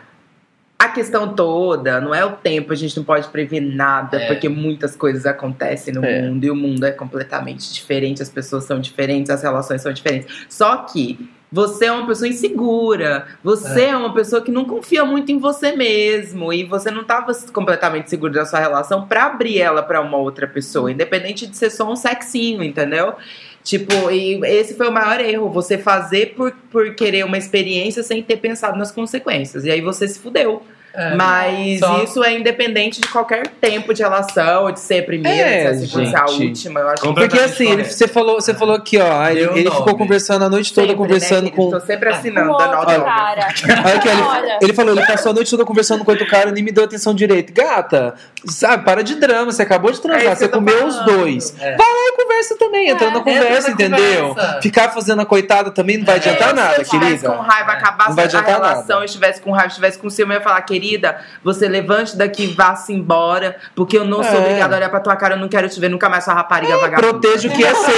Speaker 3: A questão toda não é o tempo, a gente não pode prever nada,
Speaker 1: É.
Speaker 3: porque muitas coisas acontecem no
Speaker 4: É.
Speaker 3: mundo e o mundo é completamente diferente, as pessoas são diferentes, as relações são diferentes. Só que você é uma pessoa insegura, você é, uma pessoa que não confia muito em você mesmo e você não estava completamente seguro da sua relação pra abrir ela pra uma outra pessoa, independente de ser só um sexinho, entendeu? Tipo, e esse foi o maior erro. Você fazer por, por querer uma experiência sem ter pensado nas consequências. E aí você se fudeu. Mas
Speaker 4: só-
Speaker 3: isso é independente de qualquer tempo de relação, ou de ser a primeira,
Speaker 6: É,
Speaker 3: de ser a segunda, ser a
Speaker 6: gente.
Speaker 3: última. Eu acho que
Speaker 6: Porque assim, ele- você falou, você falou aqui, ó. aí
Speaker 1: Deu
Speaker 6: Ele,
Speaker 1: nome.
Speaker 6: ficou conversando a noite toda,
Speaker 3: sempre,
Speaker 6: conversando
Speaker 3: né,
Speaker 6: com.
Speaker 3: Tô sempre
Speaker 2: O
Speaker 3: assinando, dando
Speaker 2: Tipo, outro
Speaker 3: autógrafo.
Speaker 2: cara.
Speaker 6: Olha aqui, ele,
Speaker 2: Olha.
Speaker 6: ele falou, ele passou a noite toda conversando com outro cara e nem me deu atenção direito. Gata, sabe, para de drama, você acabou de transar,
Speaker 3: É isso
Speaker 6: você
Speaker 3: que eu tô
Speaker 6: comeu os
Speaker 3: falando.
Speaker 6: dois.
Speaker 4: É.
Speaker 6: Vai lá e conversa também, entra na conversa,
Speaker 4: entra na
Speaker 6: entendeu?
Speaker 4: conversa.
Speaker 6: Ficar fazendo a coitada também não vai adiantar
Speaker 3: É, Eu,
Speaker 6: nada,
Speaker 3: se eu estivesse com
Speaker 6: querida.
Speaker 3: raiva, acabasse
Speaker 6: Não vai
Speaker 3: a
Speaker 6: adiantar
Speaker 3: relação,
Speaker 6: nada.
Speaker 3: eu estivesse com raiva, estivesse com ciúme, eu ia falar, querida, você levante daqui e vá-se embora, porque eu não
Speaker 6: É.
Speaker 3: sou obrigada a olhar pra tua cara, eu não quero te ver nunca mais sua rapariga vagabunda.
Speaker 6: Proteja o que é seu.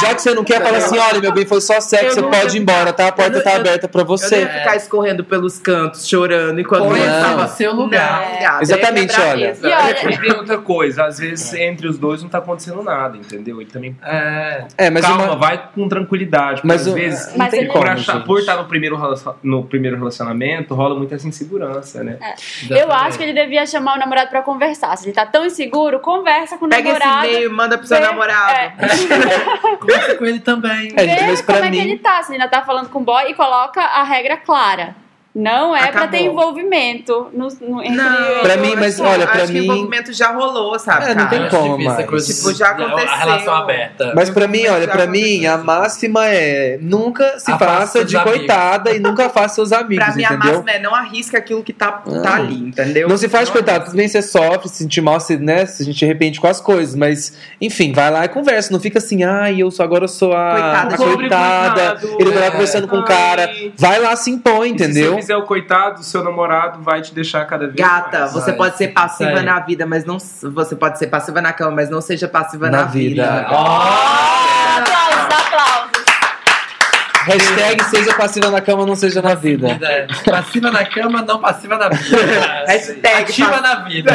Speaker 6: Já que você não quer, fala assim: olha, meu bem, foi só sexo,
Speaker 3: Eu
Speaker 6: você
Speaker 3: não
Speaker 6: pode
Speaker 3: ia-
Speaker 6: ir embora, tá? A porta
Speaker 3: Eu
Speaker 6: tá
Speaker 3: não- eu-
Speaker 6: aberta pra
Speaker 3: Eu não
Speaker 6: você.
Speaker 3: ia ficar escorrendo pelos cantos, chorando, enquanto
Speaker 6: Põe
Speaker 3: eu
Speaker 6: ela
Speaker 2: é
Speaker 3: tava
Speaker 1: no seu lugar.
Speaker 3: Não, gata, eu ia
Speaker 6: Exatamente,
Speaker 3: quebrar a
Speaker 6: olha.
Speaker 3: mesa.
Speaker 2: E olha,
Speaker 7: E tem outra coisa, às vezes entre os dois não tá acontecendo nada, entendeu? Ele também.
Speaker 4: É.
Speaker 6: É, mas
Speaker 7: calma,
Speaker 6: uma.
Speaker 7: vai com tranquilidade. porque
Speaker 6: Mas
Speaker 7: às
Speaker 6: o- É.
Speaker 7: vezes,
Speaker 2: Mas tem ele-
Speaker 7: por,
Speaker 6: como,
Speaker 7: achar-
Speaker 6: gente.
Speaker 7: por estar no primeiro, relacion- no primeiro relacionamento, rola muita essa insegurança, né?
Speaker 3: É.
Speaker 2: eu acho que ele devia chamar o namorado pra conversar. Se ele tá tão inseguro, conversa com o
Speaker 3: Pega esse
Speaker 2: namorado.
Speaker 3: e-mail e manda pro seu
Speaker 2: vê-
Speaker 3: namorado.
Speaker 2: é,
Speaker 4: Conversa com ele também.
Speaker 6: É, gente,
Speaker 2: Vê
Speaker 6: mas
Speaker 2: como
Speaker 6: pra
Speaker 2: é que
Speaker 6: mim.
Speaker 2: ele tá, se ele ainda tá falando com o boy e coloca a regra clara. Não é pra ter
Speaker 3: Acabou.
Speaker 2: envolvimento no, no, entre
Speaker 3: Não,
Speaker 6: Pra
Speaker 3: eu
Speaker 6: mim, mas
Speaker 3: acho-
Speaker 6: olha, pra
Speaker 3: acho que
Speaker 6: mim-
Speaker 3: o envolvimento já rolou, sabe?
Speaker 1: Ah,
Speaker 6: É, não tem
Speaker 3: cara?
Speaker 6: como
Speaker 4: Difícil essa
Speaker 6: mais.
Speaker 4: coisa de-
Speaker 3: Tipo, já
Speaker 4: a- A
Speaker 3: aconteceu.
Speaker 4: relação aberta.
Speaker 6: Mas pra mim, olha,
Speaker 3: Já
Speaker 6: pra
Speaker 3: aconteceu
Speaker 6: mim, a
Speaker 3: isso.
Speaker 6: máxima é nunca se
Speaker 4: Afasta
Speaker 6: faça
Speaker 4: seus
Speaker 6: de
Speaker 4: amigos.
Speaker 6: coitada e nunca faça seus amigos,
Speaker 3: Pra mim, a
Speaker 6: entendeu? Ah.
Speaker 3: máxima é não arrisca aquilo que tá,
Speaker 6: Não.
Speaker 3: tá ali, entendeu?
Speaker 6: Não se faz
Speaker 3: Não
Speaker 6: coitado, tudo bem você sofre, se sentir mal, se, né, se a gente arrepende com as coisas, mas enfim, vai lá e conversa, não fica assim, ai, eu sou agora eu sou a
Speaker 3: Coitada
Speaker 6: a
Speaker 3: de
Speaker 6: coitada,
Speaker 3: coitado,
Speaker 6: ele vai lá
Speaker 4: é.
Speaker 6: conversando com o
Speaker 7: Ai.
Speaker 6: cara, vai lá se impõe,
Speaker 7: E se
Speaker 6: entendeu?
Speaker 7: você fizer o coitado, seu namorado vai te deixar cada vez
Speaker 3: Gata,
Speaker 7: mais.
Speaker 3: você
Speaker 4: Vai,
Speaker 3: pode ser
Speaker 4: isso
Speaker 3: passiva
Speaker 4: aí.
Speaker 3: na vida, mas não. Você pode ser passiva na cama, mas não seja passiva na,
Speaker 6: Na vida.
Speaker 7: né?
Speaker 2: Aplausos, aplausos.
Speaker 6: Hashtag seja passiva na cama, não seja na vida.
Speaker 4: É. Passiva na cama, não passiva na vida.
Speaker 3: Hashtag
Speaker 4: Ativa
Speaker 3: pass-
Speaker 4: na vida.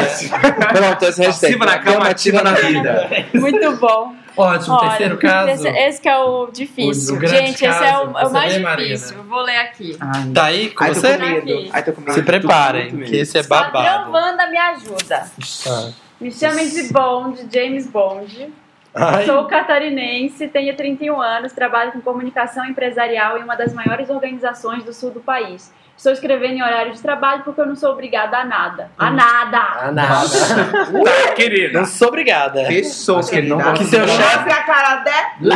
Speaker 6: Pronto, essa hashtag.
Speaker 7: Passiva na cama, ativa na vida.
Speaker 2: Muito bom.
Speaker 4: Ótimo,
Speaker 2: Olha,
Speaker 4: um terceiro caso.
Speaker 2: Esse, esse que é o difícil.
Speaker 4: O- o grande
Speaker 2: Gente, esse é o,
Speaker 4: caso.
Speaker 2: é o
Speaker 4: Você
Speaker 2: mais
Speaker 4: vê, Marina?
Speaker 2: difícil. Vou ler aqui.
Speaker 3: Ai,
Speaker 1: Tá aí com
Speaker 3: Ai, tô
Speaker 1: você?
Speaker 3: com medo. Ai, Ah, tô com medo.
Speaker 1: Se preparem, que esse é
Speaker 2: Padrão
Speaker 1: babado.
Speaker 2: Wanda me ajuda.
Speaker 4: Ah.
Speaker 2: Me chamem de Bond, James Bond.
Speaker 1: Ai,
Speaker 2: Sou catarinense, tenho 31 anos, trabalho com comunicação empresarial em uma das maiores organizações do sul do país. Estou escrevendo em horário de trabalho porque eu não sou obrigada a nada. A nada!
Speaker 1: ah, nada.
Speaker 7: Tá, querida.
Speaker 1: Não sou obrigada.
Speaker 3: Fechou,
Speaker 4: que ele não
Speaker 3: querida.
Speaker 1: Que seu chefe-
Speaker 3: Mostra a cara dela.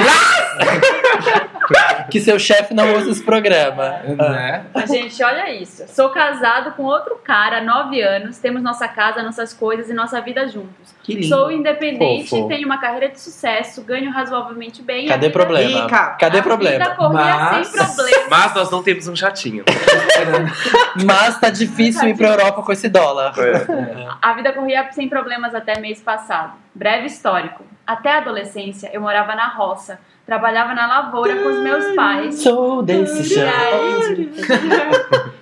Speaker 1: Que seu chefe não ouça esse programa.
Speaker 4: Né?
Speaker 2: Mas, Gente, olha isso. Sou casado com outro cara há 9 anos, temos nossa casa, nossas coisas e nossa vida juntos.
Speaker 3: Que lindo.
Speaker 2: Sou independente,
Speaker 1: Fofo.
Speaker 2: tenho uma carreira de sucesso, ganho razoavelmente bem.
Speaker 1: Cadê
Speaker 2: a vida- é
Speaker 1: problema?
Speaker 3: Rica.
Speaker 1: Cadê
Speaker 2: a Vida
Speaker 1: problema?
Speaker 2: corria
Speaker 4: Mas-
Speaker 2: sem problema.
Speaker 7: Mas nós não temos um
Speaker 3: É
Speaker 7: chatinho.
Speaker 1: Mas tá difícil ir pra Europa com esse dólar.
Speaker 2: A vida corria sem problemas até mês passado. Breve histórico. Até a adolescência, eu morava na roça, trabalhava na lavoura com os meus pais.
Speaker 1: Sou desse
Speaker 2: E aí,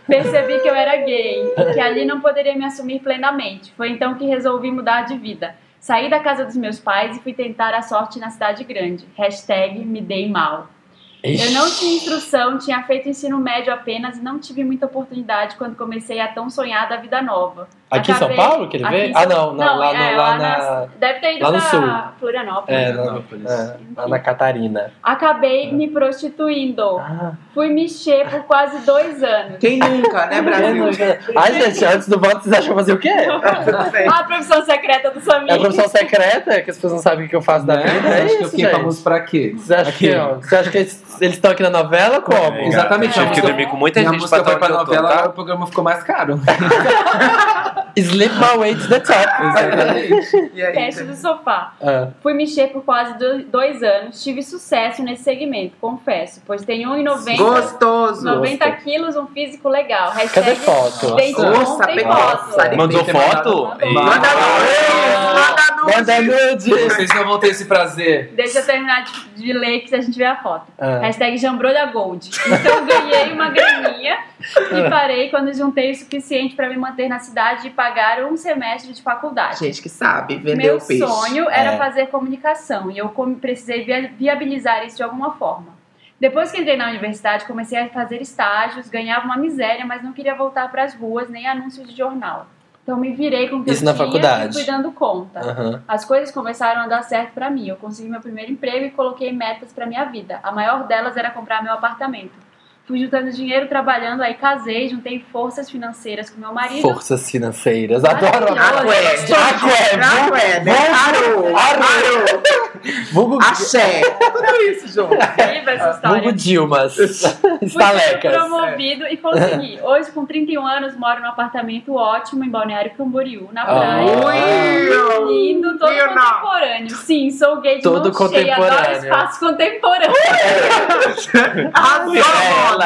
Speaker 2: percebi que eu era gay e que ali não poderia me assumir plenamente. Foi então que resolvi mudar de vida. Saí da casa dos meus pais e fui tentar a sorte na cidade grande. Hashtag me dei mal. Eu não tinha instrução, tinha feito ensino médio apenas e não tive muita oportunidade quando comecei a tão sonhada vida nova.
Speaker 1: Aqui em São
Speaker 2: Acabei-
Speaker 1: Paulo que ele
Speaker 2: Aqui em
Speaker 1: veio?
Speaker 2: São-
Speaker 1: Ah, não, não, lá,
Speaker 2: é,
Speaker 1: no, lá na.
Speaker 2: Deve ter ido
Speaker 1: lá no
Speaker 2: pra
Speaker 1: sul.
Speaker 2: Florianópolis.
Speaker 1: É, lá, é, lá na Catarina.
Speaker 2: Acabei me prostituindo.
Speaker 1: Ah.
Speaker 2: Fui mexer por quase dois anos.
Speaker 3: Quem nunca, né, Brasil?
Speaker 1: Ai, gente, antes do voto, vocês acham que eu fazer o quê?
Speaker 2: A profissão secreta do
Speaker 1: É a
Speaker 2: Samir.
Speaker 1: profissão secreta, que as pessoas não sabem o que eu faço da
Speaker 4: Né?
Speaker 1: vida.
Speaker 4: Você
Speaker 1: É
Speaker 4: acha que eu
Speaker 1: isso,
Speaker 4: fiquei
Speaker 1: gente.
Speaker 4: famoso pra quê?
Speaker 1: Você acha que,
Speaker 4: Aqui.
Speaker 1: ó, você acha que eles eles estão aqui na novela como?
Speaker 7: É,
Speaker 4: Exatamente.
Speaker 7: Tive que dormir com muita
Speaker 4: Minha
Speaker 7: gente pra
Speaker 4: música
Speaker 7: estar
Speaker 4: foi
Speaker 7: onde
Speaker 4: pra
Speaker 7: eu tô,
Speaker 4: novela,
Speaker 7: tá?
Speaker 4: o programa ficou mais caro.
Speaker 1: Slip my way to the top.
Speaker 4: Exatamente.
Speaker 3: E aí,
Speaker 2: Teste do sofá.
Speaker 1: Ah,
Speaker 2: Fui mexer por quase do- dois anos. Tive sucesso nesse segmento, confesso. Pois um tenho 1,90
Speaker 3: Gostoso.
Speaker 2: 90 quilos, um físico legal.
Speaker 1: cadê
Speaker 2: Hashtag
Speaker 1: foto?
Speaker 2: dente bom,
Speaker 3: Nossa,
Speaker 2: tem
Speaker 3: bem
Speaker 2: foto.
Speaker 3: gostoso.
Speaker 7: Mandou foto?
Speaker 3: Manda nude! Manda
Speaker 1: Manda
Speaker 3: nude!
Speaker 1: nude!
Speaker 4: Vocês não vão ter esse prazer.
Speaker 2: Deixa eu terminar de, de ler que se a gente vê a foto.
Speaker 1: Ah.
Speaker 2: Hashtag jambrolha gold. Então ganhei uma graninha
Speaker 1: Ah.
Speaker 2: e parei quando juntei o suficiente pra me manter na cidade e pagar um semestre de faculdade.
Speaker 3: Ah, Gente que sabe vender
Speaker 2: Meu
Speaker 3: o peixe.
Speaker 2: sonho era
Speaker 1: É.
Speaker 2: fazer comunicação e eu com- precisei via- viabilizar isso de alguma forma. Depois que entrei na universidade, comecei a fazer estágios, ganhava uma miséria, mas não queria voltar pras ruas nem anúncios de jornal. Então me virei com o que
Speaker 1: Isso
Speaker 2: eu
Speaker 1: na
Speaker 2: tinha
Speaker 1: faculdade.
Speaker 2: e fui dando conta.
Speaker 1: Aham.
Speaker 2: As coisas começaram a dar certo pra mim. Eu consegui meu primeiro emprego e coloquei metas pra minha vida. A maior delas era comprar meu apartamento. Fui juntando dinheiro, trabalhando, aí casei, juntei forças financeiras com meu marido.
Speaker 1: Forças financeiras. Adoro
Speaker 3: é, Maravilhosa. Aqué, né? Arô, arô.
Speaker 1: Vulgo,
Speaker 3: Axé. É Tudo isso, João.
Speaker 2: Viva
Speaker 1: Ah,
Speaker 2: essa história.
Speaker 1: vulgo Dilmas.
Speaker 2: Fui
Speaker 1: Estalecas.
Speaker 2: promovido e consegui.
Speaker 1: É.
Speaker 2: Hoje, com 31 anos, moro num apartamento ótimo em Balneário Camboriú, na
Speaker 1: Ah.
Speaker 2: praia.
Speaker 3: Ui,
Speaker 2: Lindo, todo
Speaker 3: Lindo.
Speaker 2: contemporâneo. Sim, sou gay de
Speaker 1: Todo
Speaker 2: mão cheia, adoro
Speaker 1: contemporâneo.
Speaker 2: espaço contemporâneo.
Speaker 3: Arrasou,
Speaker 1: Ela.
Speaker 3: Mona.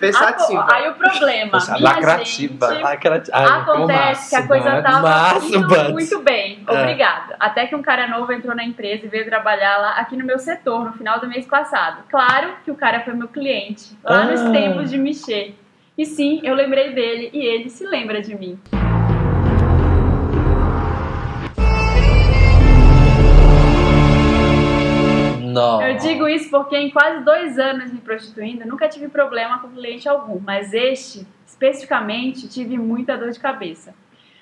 Speaker 3: Fechativa.
Speaker 2: Aí o problema,
Speaker 4: Poxa,
Speaker 2: minha
Speaker 4: lacrativa.
Speaker 2: gente,
Speaker 1: Aquela- Ai, o
Speaker 2: Acontece
Speaker 1: máximo.
Speaker 2: que a coisa
Speaker 4: né?
Speaker 2: tava
Speaker 1: Mas,
Speaker 2: indo
Speaker 1: mas-
Speaker 2: muito bem.
Speaker 1: É.
Speaker 2: Obrigada. Até que um cara novo entrou na empresa e veio trabalhar lá aqui no meu setor no final do mês passado. Claro que o cara foi meu cliente, lá nos
Speaker 1: Ah.
Speaker 2: tempos de Michê. E sim, eu lembrei dele e ele se lembra de mim.
Speaker 1: Não.
Speaker 2: Eu digo isso porque em quase dois anos me prostituindo, nunca tive problema com cliente algum, mas este, especificamente, tive muita dor de cabeça.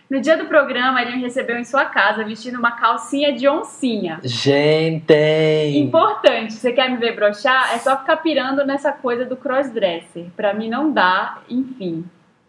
Speaker 2: No dia do programa, ele me recebeu em sua casa vestindo uma calcinha de oncinha.
Speaker 1: Gente.
Speaker 2: Importante, você quer me ver broxar? É só ficar pirando nessa coisa do crossdresser. Pra mim não dá, enfim.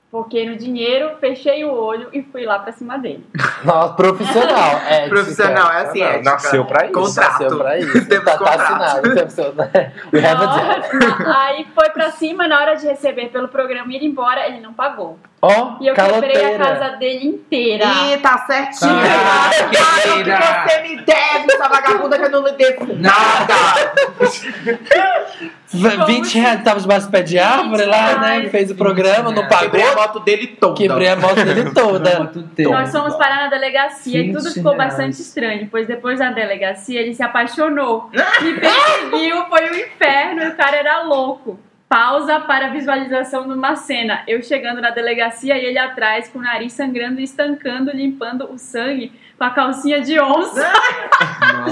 Speaker 2: Porque no dinheiro, fechei o olho e fui lá pra cima dele.
Speaker 1: Nossa, profissional. ética.
Speaker 3: Profissional, é assim,
Speaker 4: Não,
Speaker 3: ética.
Speaker 4: nasceu pra isso.
Speaker 3: Contrato.
Speaker 1: Nasceu pra isso.
Speaker 3: Temos
Speaker 1: tá, tá
Speaker 3: contrato.
Speaker 1: assinado. temos- We have a deal.
Speaker 2: Na- Aí foi pra cima, na hora de receber pelo programa e ir embora, ele não pagou.
Speaker 1: Ó,
Speaker 2: E eu quebrei a
Speaker 1: caloteira.
Speaker 2: casa dele inteira.
Speaker 3: Ih, tá certinho.
Speaker 4: Ah,
Speaker 3: Claro que
Speaker 4: querida.
Speaker 3: você me deve, essa vagabunda que eu não lhe devo nada.
Speaker 1: V- 20 reais, é, tava debaixo do pé de árvore
Speaker 2: 20
Speaker 1: lá, né?
Speaker 2: reais.
Speaker 1: Fez o programa, não pagou.
Speaker 3: Quebrei a moto dele toda.
Speaker 1: Quebrei a moto dele toda.
Speaker 2: Nós fomos parar na delegacia e tudo
Speaker 4: 20
Speaker 1: é.
Speaker 2: ficou
Speaker 4: reais.
Speaker 2: bastante estranho, pois depois da delegacia ele se apaixonou, me perseguiu, foi um inferno e o cara era louco. Pausa para visualização de uma cena. Eu chegando na delegacia e ele atrás com o nariz sangrando e estancando, limpando o sangue com a calcinha de onça.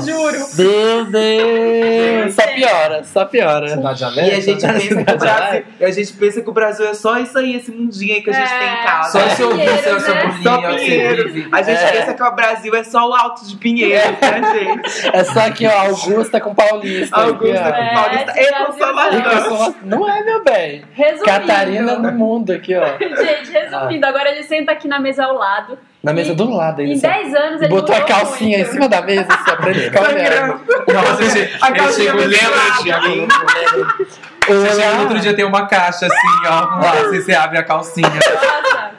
Speaker 2: Juro.
Speaker 1: Meu Deus! Só piora, só piora.
Speaker 4: Cidade
Speaker 3: E
Speaker 4: Alerta?
Speaker 3: a gente, pensa que o
Speaker 1: Cidade
Speaker 3: Brasil,
Speaker 1: Alerta.
Speaker 3: a gente pensa que o Brasil é só isso aí, esse mundinho aí que a gente
Speaker 2: É.
Speaker 3: tem em casa.
Speaker 4: Só se ouvir
Speaker 2: Pinheiro,
Speaker 4: seu
Speaker 2: né?
Speaker 3: Só
Speaker 4: sobrinho,
Speaker 3: Pinheiro.
Speaker 4: você vive.
Speaker 3: A gente
Speaker 1: É.
Speaker 3: pensa que o Brasil é só o alto de Pinheiro, né, gente?
Speaker 1: É só aqui, ó, Augusta com Paulista.
Speaker 3: Augusta
Speaker 1: aqui,
Speaker 3: com
Speaker 2: É,
Speaker 3: Paulista.
Speaker 2: esse
Speaker 3: Eu não sou
Speaker 1: ó.
Speaker 2: Brasil
Speaker 3: malandro.
Speaker 1: Nicolas- Não é, meu bem.
Speaker 2: Resumindo.
Speaker 1: Catarina no mundo aqui, ó.
Speaker 2: Gente, resumindo, agora ele senta aqui na mesa ao lado.
Speaker 1: Na mesa
Speaker 2: E-
Speaker 1: do lado
Speaker 2: Em
Speaker 1: ainda. só.
Speaker 2: 10 anos
Speaker 1: E
Speaker 2: ele
Speaker 1: botou a
Speaker 2: mudou
Speaker 1: calcinha
Speaker 2: muito.
Speaker 1: em cima da mesa, só pra ele ficar olhando.
Speaker 7: assim,
Speaker 4: Nossa, gente,
Speaker 3: A
Speaker 4: eu
Speaker 3: calcinha
Speaker 4: chego,
Speaker 3: do
Speaker 4: lembra,
Speaker 3: lado.
Speaker 4: Tiago? Você chega no outro
Speaker 1: Olá.
Speaker 4: dia tem uma caixa assim, ó. com lá, Você você abre a calcinha.
Speaker 2: Nossa.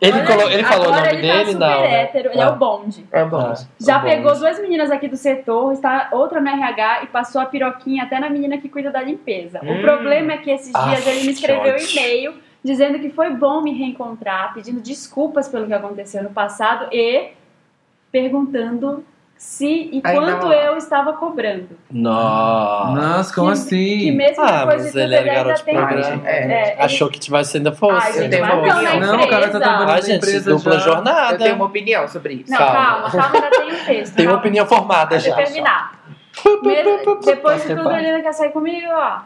Speaker 1: Ele,
Speaker 2: Olha
Speaker 1: colo-
Speaker 2: aí,
Speaker 1: ele falou o
Speaker 2: agora
Speaker 1: nome
Speaker 2: ele tá
Speaker 1: dele?
Speaker 2: super
Speaker 1: Não. né?
Speaker 2: hétero, ele é o bonde.
Speaker 3: É bom.
Speaker 2: Já
Speaker 1: Tá bom.
Speaker 2: pegou duas meninas aqui do setor, está outra no RH e passou a piroquinha até na menina que cuida da limpeza. O
Speaker 3: Hum.
Speaker 2: problema é que esses dias
Speaker 1: Ah,
Speaker 2: ele me escreveu um
Speaker 1: que ódio.
Speaker 2: e-mail dizendo que foi bom me reencontrar, pedindo desculpas pelo que aconteceu no passado e perguntando se e
Speaker 3: Ai,
Speaker 2: quanto
Speaker 3: não.
Speaker 2: eu estava cobrando.
Speaker 1: Nossa.
Speaker 4: Nossa, como
Speaker 2: Que- Que
Speaker 4: assim?
Speaker 2: mesmo
Speaker 1: Ah,
Speaker 2: depois de
Speaker 1: mas
Speaker 2: tudo
Speaker 1: ele era
Speaker 2: ainda
Speaker 1: garoto de
Speaker 2: tem...
Speaker 1: programa.
Speaker 2: É, ele-
Speaker 1: Achou que tivesse ainda fosse.
Speaker 2: Ai, gente,
Speaker 1: ainda
Speaker 2: mas não,
Speaker 1: fosse.
Speaker 2: né?
Speaker 4: Não, o cara tá trabalhando
Speaker 1: Ah,
Speaker 4: na
Speaker 1: gente,
Speaker 4: empresa
Speaker 1: dupla
Speaker 4: já.
Speaker 1: jornada.
Speaker 3: Eu tenho uma opinião sobre isso.
Speaker 2: Não,
Speaker 1: Calma.
Speaker 2: calma, calma, ainda tem um texto.
Speaker 1: Tem uma
Speaker 2: calma.
Speaker 1: opinião formada
Speaker 2: Deixa
Speaker 1: já.
Speaker 2: eu terminar. Mesmo- depois de tudo, ele ainda quer sair comigo, ó.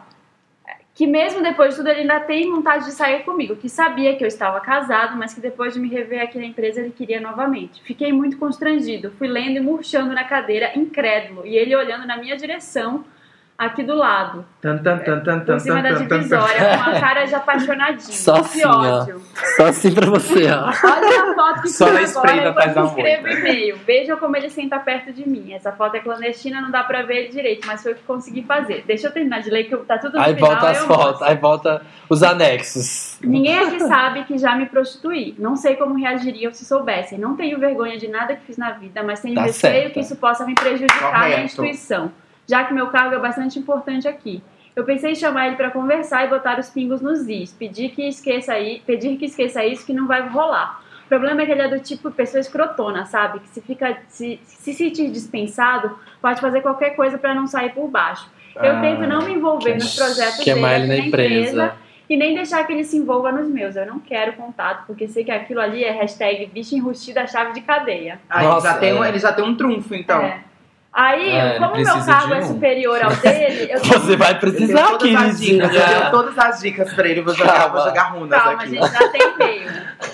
Speaker 2: Que mesmo depois de tudo, ele ainda tem vontade de sair comigo. Que sabia que eu estava casado, mas que depois de me rever aqui na empresa, ele queria novamente. Fiquei muito constrangido. Fui lendo e murchando na cadeira, incrédulo. E ele olhando na minha direção, aqui do lado.
Speaker 3: Tan, tan, tan, tan,
Speaker 2: Por
Speaker 3: tan,
Speaker 2: cima da
Speaker 3: tan, tan, tan.
Speaker 2: divisória, com a cara de apaixonadinho.
Speaker 1: Só assim,
Speaker 2: que
Speaker 1: ó.
Speaker 2: ódio.
Speaker 1: Só assim pra você, ó.
Speaker 2: Olha a foto que
Speaker 4: Só
Speaker 2: tirou
Speaker 4: na espreita
Speaker 2: agora
Speaker 4: faz
Speaker 2: enquanto
Speaker 4: amor.
Speaker 2: escrevo o e-mail. Vejam como ele senta perto de mim. Essa foto é clandestina, não dá pra ver ele direito, mas foi o que consegui fazer. Deixa eu terminar de ler que eu- tá tudo no
Speaker 1: Aí
Speaker 2: final.
Speaker 1: volta as
Speaker 2: eu
Speaker 1: fotos,
Speaker 2: mostro.
Speaker 1: aí volta os anexos.
Speaker 2: Ninguém aqui sabe que já me prostituí. Não sei como reagiriam se soubessem. Não tenho vergonha de nada que fiz na vida, mas tenho
Speaker 1: Tá
Speaker 2: receio
Speaker 1: certa.
Speaker 2: que isso possa me prejudicar na
Speaker 3: Correto.
Speaker 2: instituição, já que meu cargo é bastante importante aqui. Eu pensei em chamar ele pra conversar e botar os pingos nos is, pedir que esqueça aí, pedir que esqueça isso que não vai rolar. O problema é que ele é do tipo pessoa escrotona, sabe? Que se fica se, se sentir dispensado, pode fazer qualquer coisa pra não sair por baixo. Eu
Speaker 1: Ah,
Speaker 2: tento não me envolver nos projetos
Speaker 1: Que é
Speaker 2: dele
Speaker 1: mais
Speaker 2: aqui
Speaker 1: na empresa.
Speaker 2: e nem deixar que ele se envolva nos meus. Eu não quero contato, porque sei que aquilo ali é hashtag bicho enrustido a chave de cadeia.
Speaker 3: Aí
Speaker 1: Nossa,
Speaker 3: já tem um-
Speaker 1: é.
Speaker 3: ele já tem um trunfo, então.
Speaker 2: É. Aí,
Speaker 1: É,
Speaker 2: como meu
Speaker 4: precisa
Speaker 2: cargo
Speaker 4: de
Speaker 2: é
Speaker 4: um.
Speaker 2: superior ao dele, eu tenho
Speaker 1: Você vai
Speaker 3: Eu tenho
Speaker 1: precisar,
Speaker 3: todas as
Speaker 1: queridinha.
Speaker 3: dicas, eu tenho todas as dicas pra ele. Eu vou jogar,
Speaker 1: Calma.
Speaker 3: vou jogar runas
Speaker 2: Calma,
Speaker 3: aqui.
Speaker 2: gente, já tem e-mail.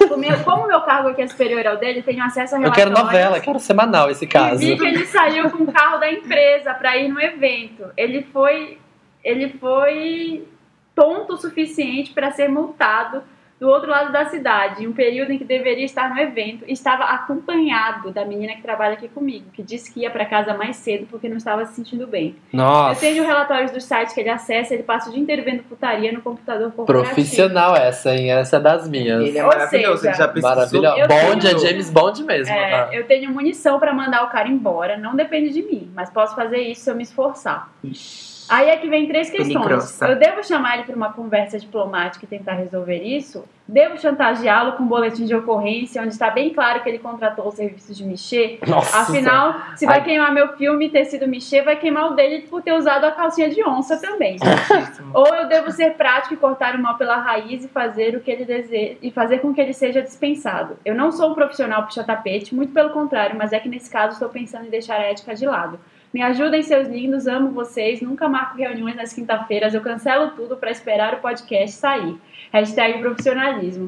Speaker 2: O meu- Como meu cargo aqui é superior ao dele, tenho acesso a
Speaker 1: Eu
Speaker 2: relatórios.
Speaker 1: quero novela, quero semanal esse
Speaker 2: E
Speaker 1: caso.
Speaker 2: vi que ele saiu com o carro da empresa pra ir no evento. Ele foi. Ele foi tonto o suficiente para ser multado do outro lado da cidade, em um período em que deveria estar no evento, estava acompanhado da menina que trabalha aqui comigo, que disse que ia para casa mais cedo porque não estava se sentindo bem.
Speaker 1: Nossa.
Speaker 2: Eu tenho relatórios dos sites que ele acessa, ele passa o dia inteiro vendo putaria no computador corporativo.
Speaker 1: Profissional essa, hein? Essa é das minhas.
Speaker 3: Ele é
Speaker 2: Ou
Speaker 3: maravilhoso,
Speaker 2: seja,
Speaker 3: ele já pesquisou.
Speaker 1: Maravilhosa.
Speaker 2: Eu
Speaker 1: Bond é
Speaker 2: tenho-
Speaker 1: James Bond mesmo.
Speaker 2: É,
Speaker 1: né?
Speaker 2: eu tenho munição pra mandar o cara embora, não depende de mim, mas posso fazer isso se eu me esforçar. Aí é que vem três questões.
Speaker 3: Peligrosa.
Speaker 2: Eu devo chamar ele pra uma conversa diplomática e tentar resolver isso? Devo chantageá-lo com um boletim de ocorrência, onde está bem claro que ele contratou os serviços de Michê?
Speaker 1: Nossa.
Speaker 2: Afinal, se vai
Speaker 1: Ai.
Speaker 2: queimar meu filme e ter sido Michê, vai queimar o dele por ter usado a calcinha de onça também.
Speaker 1: É
Speaker 2: Ou eu devo ser prático e cortar o mal pela raiz e fazer o que ele deseja e fazer com que ele seja dispensado. Eu não sou um profissional puxa tapete, muito pelo contrário, mas é que nesse caso estou pensando em deixar a ética de lado. Me ajudem, seus lindos, amo vocês, nunca marco reuniões nas quinta-feiras, eu cancelo tudo para esperar o podcast sair. Hashtag profissionalismo. Envio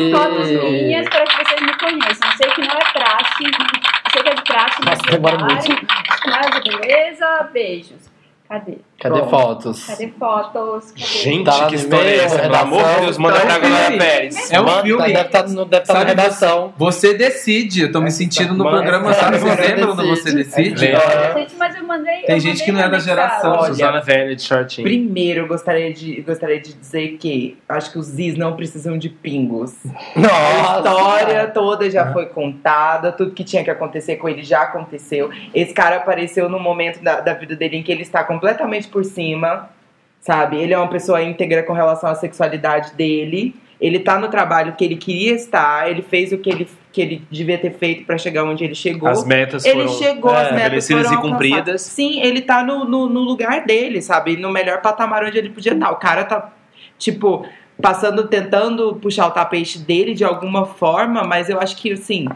Speaker 1: Aí.
Speaker 2: fotos minhas para que vocês me conheçam. Sei que não é praxe, não- sei que é de praxe, mas
Speaker 1: Nossa, demora
Speaker 2: mas é beleza, beijos. Cadê?
Speaker 1: Cadê
Speaker 7: Bom.
Speaker 1: fotos?
Speaker 2: Cadê fotos? Cadê?
Speaker 7: Gente,
Speaker 1: Tá lá
Speaker 7: que
Speaker 1: no
Speaker 7: história é
Speaker 1: e-mail,
Speaker 7: essa? Pelo
Speaker 1: redação.
Speaker 7: amor de Deus, manda
Speaker 4: Tá
Speaker 7: pra
Speaker 4: um
Speaker 7: Glória
Speaker 4: filme.
Speaker 7: Pérez.
Speaker 4: É um
Speaker 1: Manda,
Speaker 4: filme.
Speaker 1: Deve estar deve tá na
Speaker 4: Sabe,
Speaker 1: redação.
Speaker 4: Você decide. Eu tô me sentindo no
Speaker 7: Mano,
Speaker 4: programa, sabe?
Speaker 1: você
Speaker 4: Você lembra quando
Speaker 1: decide.
Speaker 4: você decide?
Speaker 7: É.
Speaker 2: Gente, mas eu mandei. eu
Speaker 4: Tem gente
Speaker 2: mandei
Speaker 4: que não é
Speaker 2: uma
Speaker 4: da geração.
Speaker 2: mensagem.
Speaker 7: Susana Velha de shortinho.
Speaker 3: Primeiro, eu gostaria de, eu gostaria de dizer que acho que os is não precisam de pingos. A história toda já foi contada, tudo que tinha que acontecer com ele já aconteceu. Esse cara apareceu num momento da, da vida dele em que ele está completamente por cima, sabe? Ele é uma pessoa íntegra com relação à sexualidade dele. Ele tá no trabalho que ele queria estar, ele fez o que ele, que ele devia ter feito pra chegar onde ele chegou.
Speaker 7: As metas
Speaker 3: Ele
Speaker 7: foram
Speaker 3: chegou, às metas
Speaker 7: estabelecidas
Speaker 3: foram
Speaker 7: e cumpridas.
Speaker 3: alcançadas. Sim, ele tá no, no, no lugar dele, sabe? No melhor patamar onde ele podia estar. O cara tá, tipo, passando, tentando puxar o tapete dele de alguma forma, mas eu acho que, assim,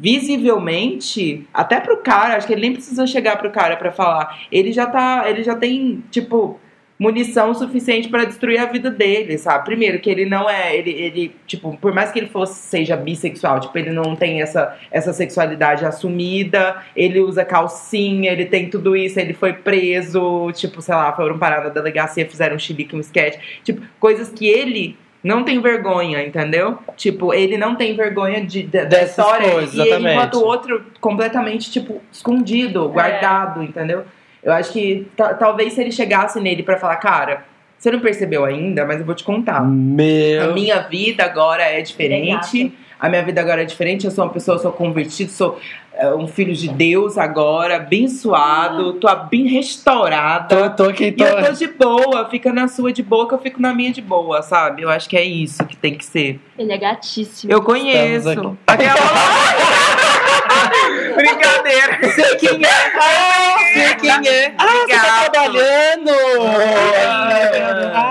Speaker 3: visivelmente, até pro cara, acho que ele nem precisa chegar pro cara pra falar. Ele já tá, ele já tem, tipo, munição suficiente pra destruir a vida dele, sabe? Primeiro que ele não é, ele, ele, tipo, por mais que ele fosse seja bissexual, tipo, ele não tem essa essa sexualidade assumida, ele usa calcinha, ele tem tudo isso, ele foi preso, tipo, sei lá, foram parar na delegacia, fizeram um chilique, um sketch, tipo, coisas que ele não tem vergonha, entendeu? Tipo, ele não tem vergonha de, de- da
Speaker 1: Dessas
Speaker 3: história.
Speaker 1: coisas,
Speaker 3: e ele
Speaker 1: exatamente.
Speaker 3: enquanto o outro completamente, tipo, escondido, guardado, entendeu? Eu acho que ta- talvez se ele chegasse nele pra falar, cara, você não percebeu ainda, mas eu vou te contar. A
Speaker 1: Meu.
Speaker 3: minha vida agora é diferente. A minha vida agora é diferente. Eu sou uma pessoa, eu sou convertido, sou é, um filho de Deus agora,
Speaker 2: Ah.
Speaker 3: abençoado, tô bem restaurada.
Speaker 1: Tô, tô aqui,
Speaker 3: E
Speaker 1: tô.
Speaker 3: eu tô de boa, fica na sua de boa, que eu fico na minha de boa, sabe? Eu acho que é isso que tem que ser.
Speaker 2: Ele é gatíssimo.
Speaker 3: Eu conheço.
Speaker 1: Estamos
Speaker 3: Até a Brincadeira. Sei quem é. sei quem é.
Speaker 1: Ah, tá
Speaker 3: Obrigada.
Speaker 1: trabalhando!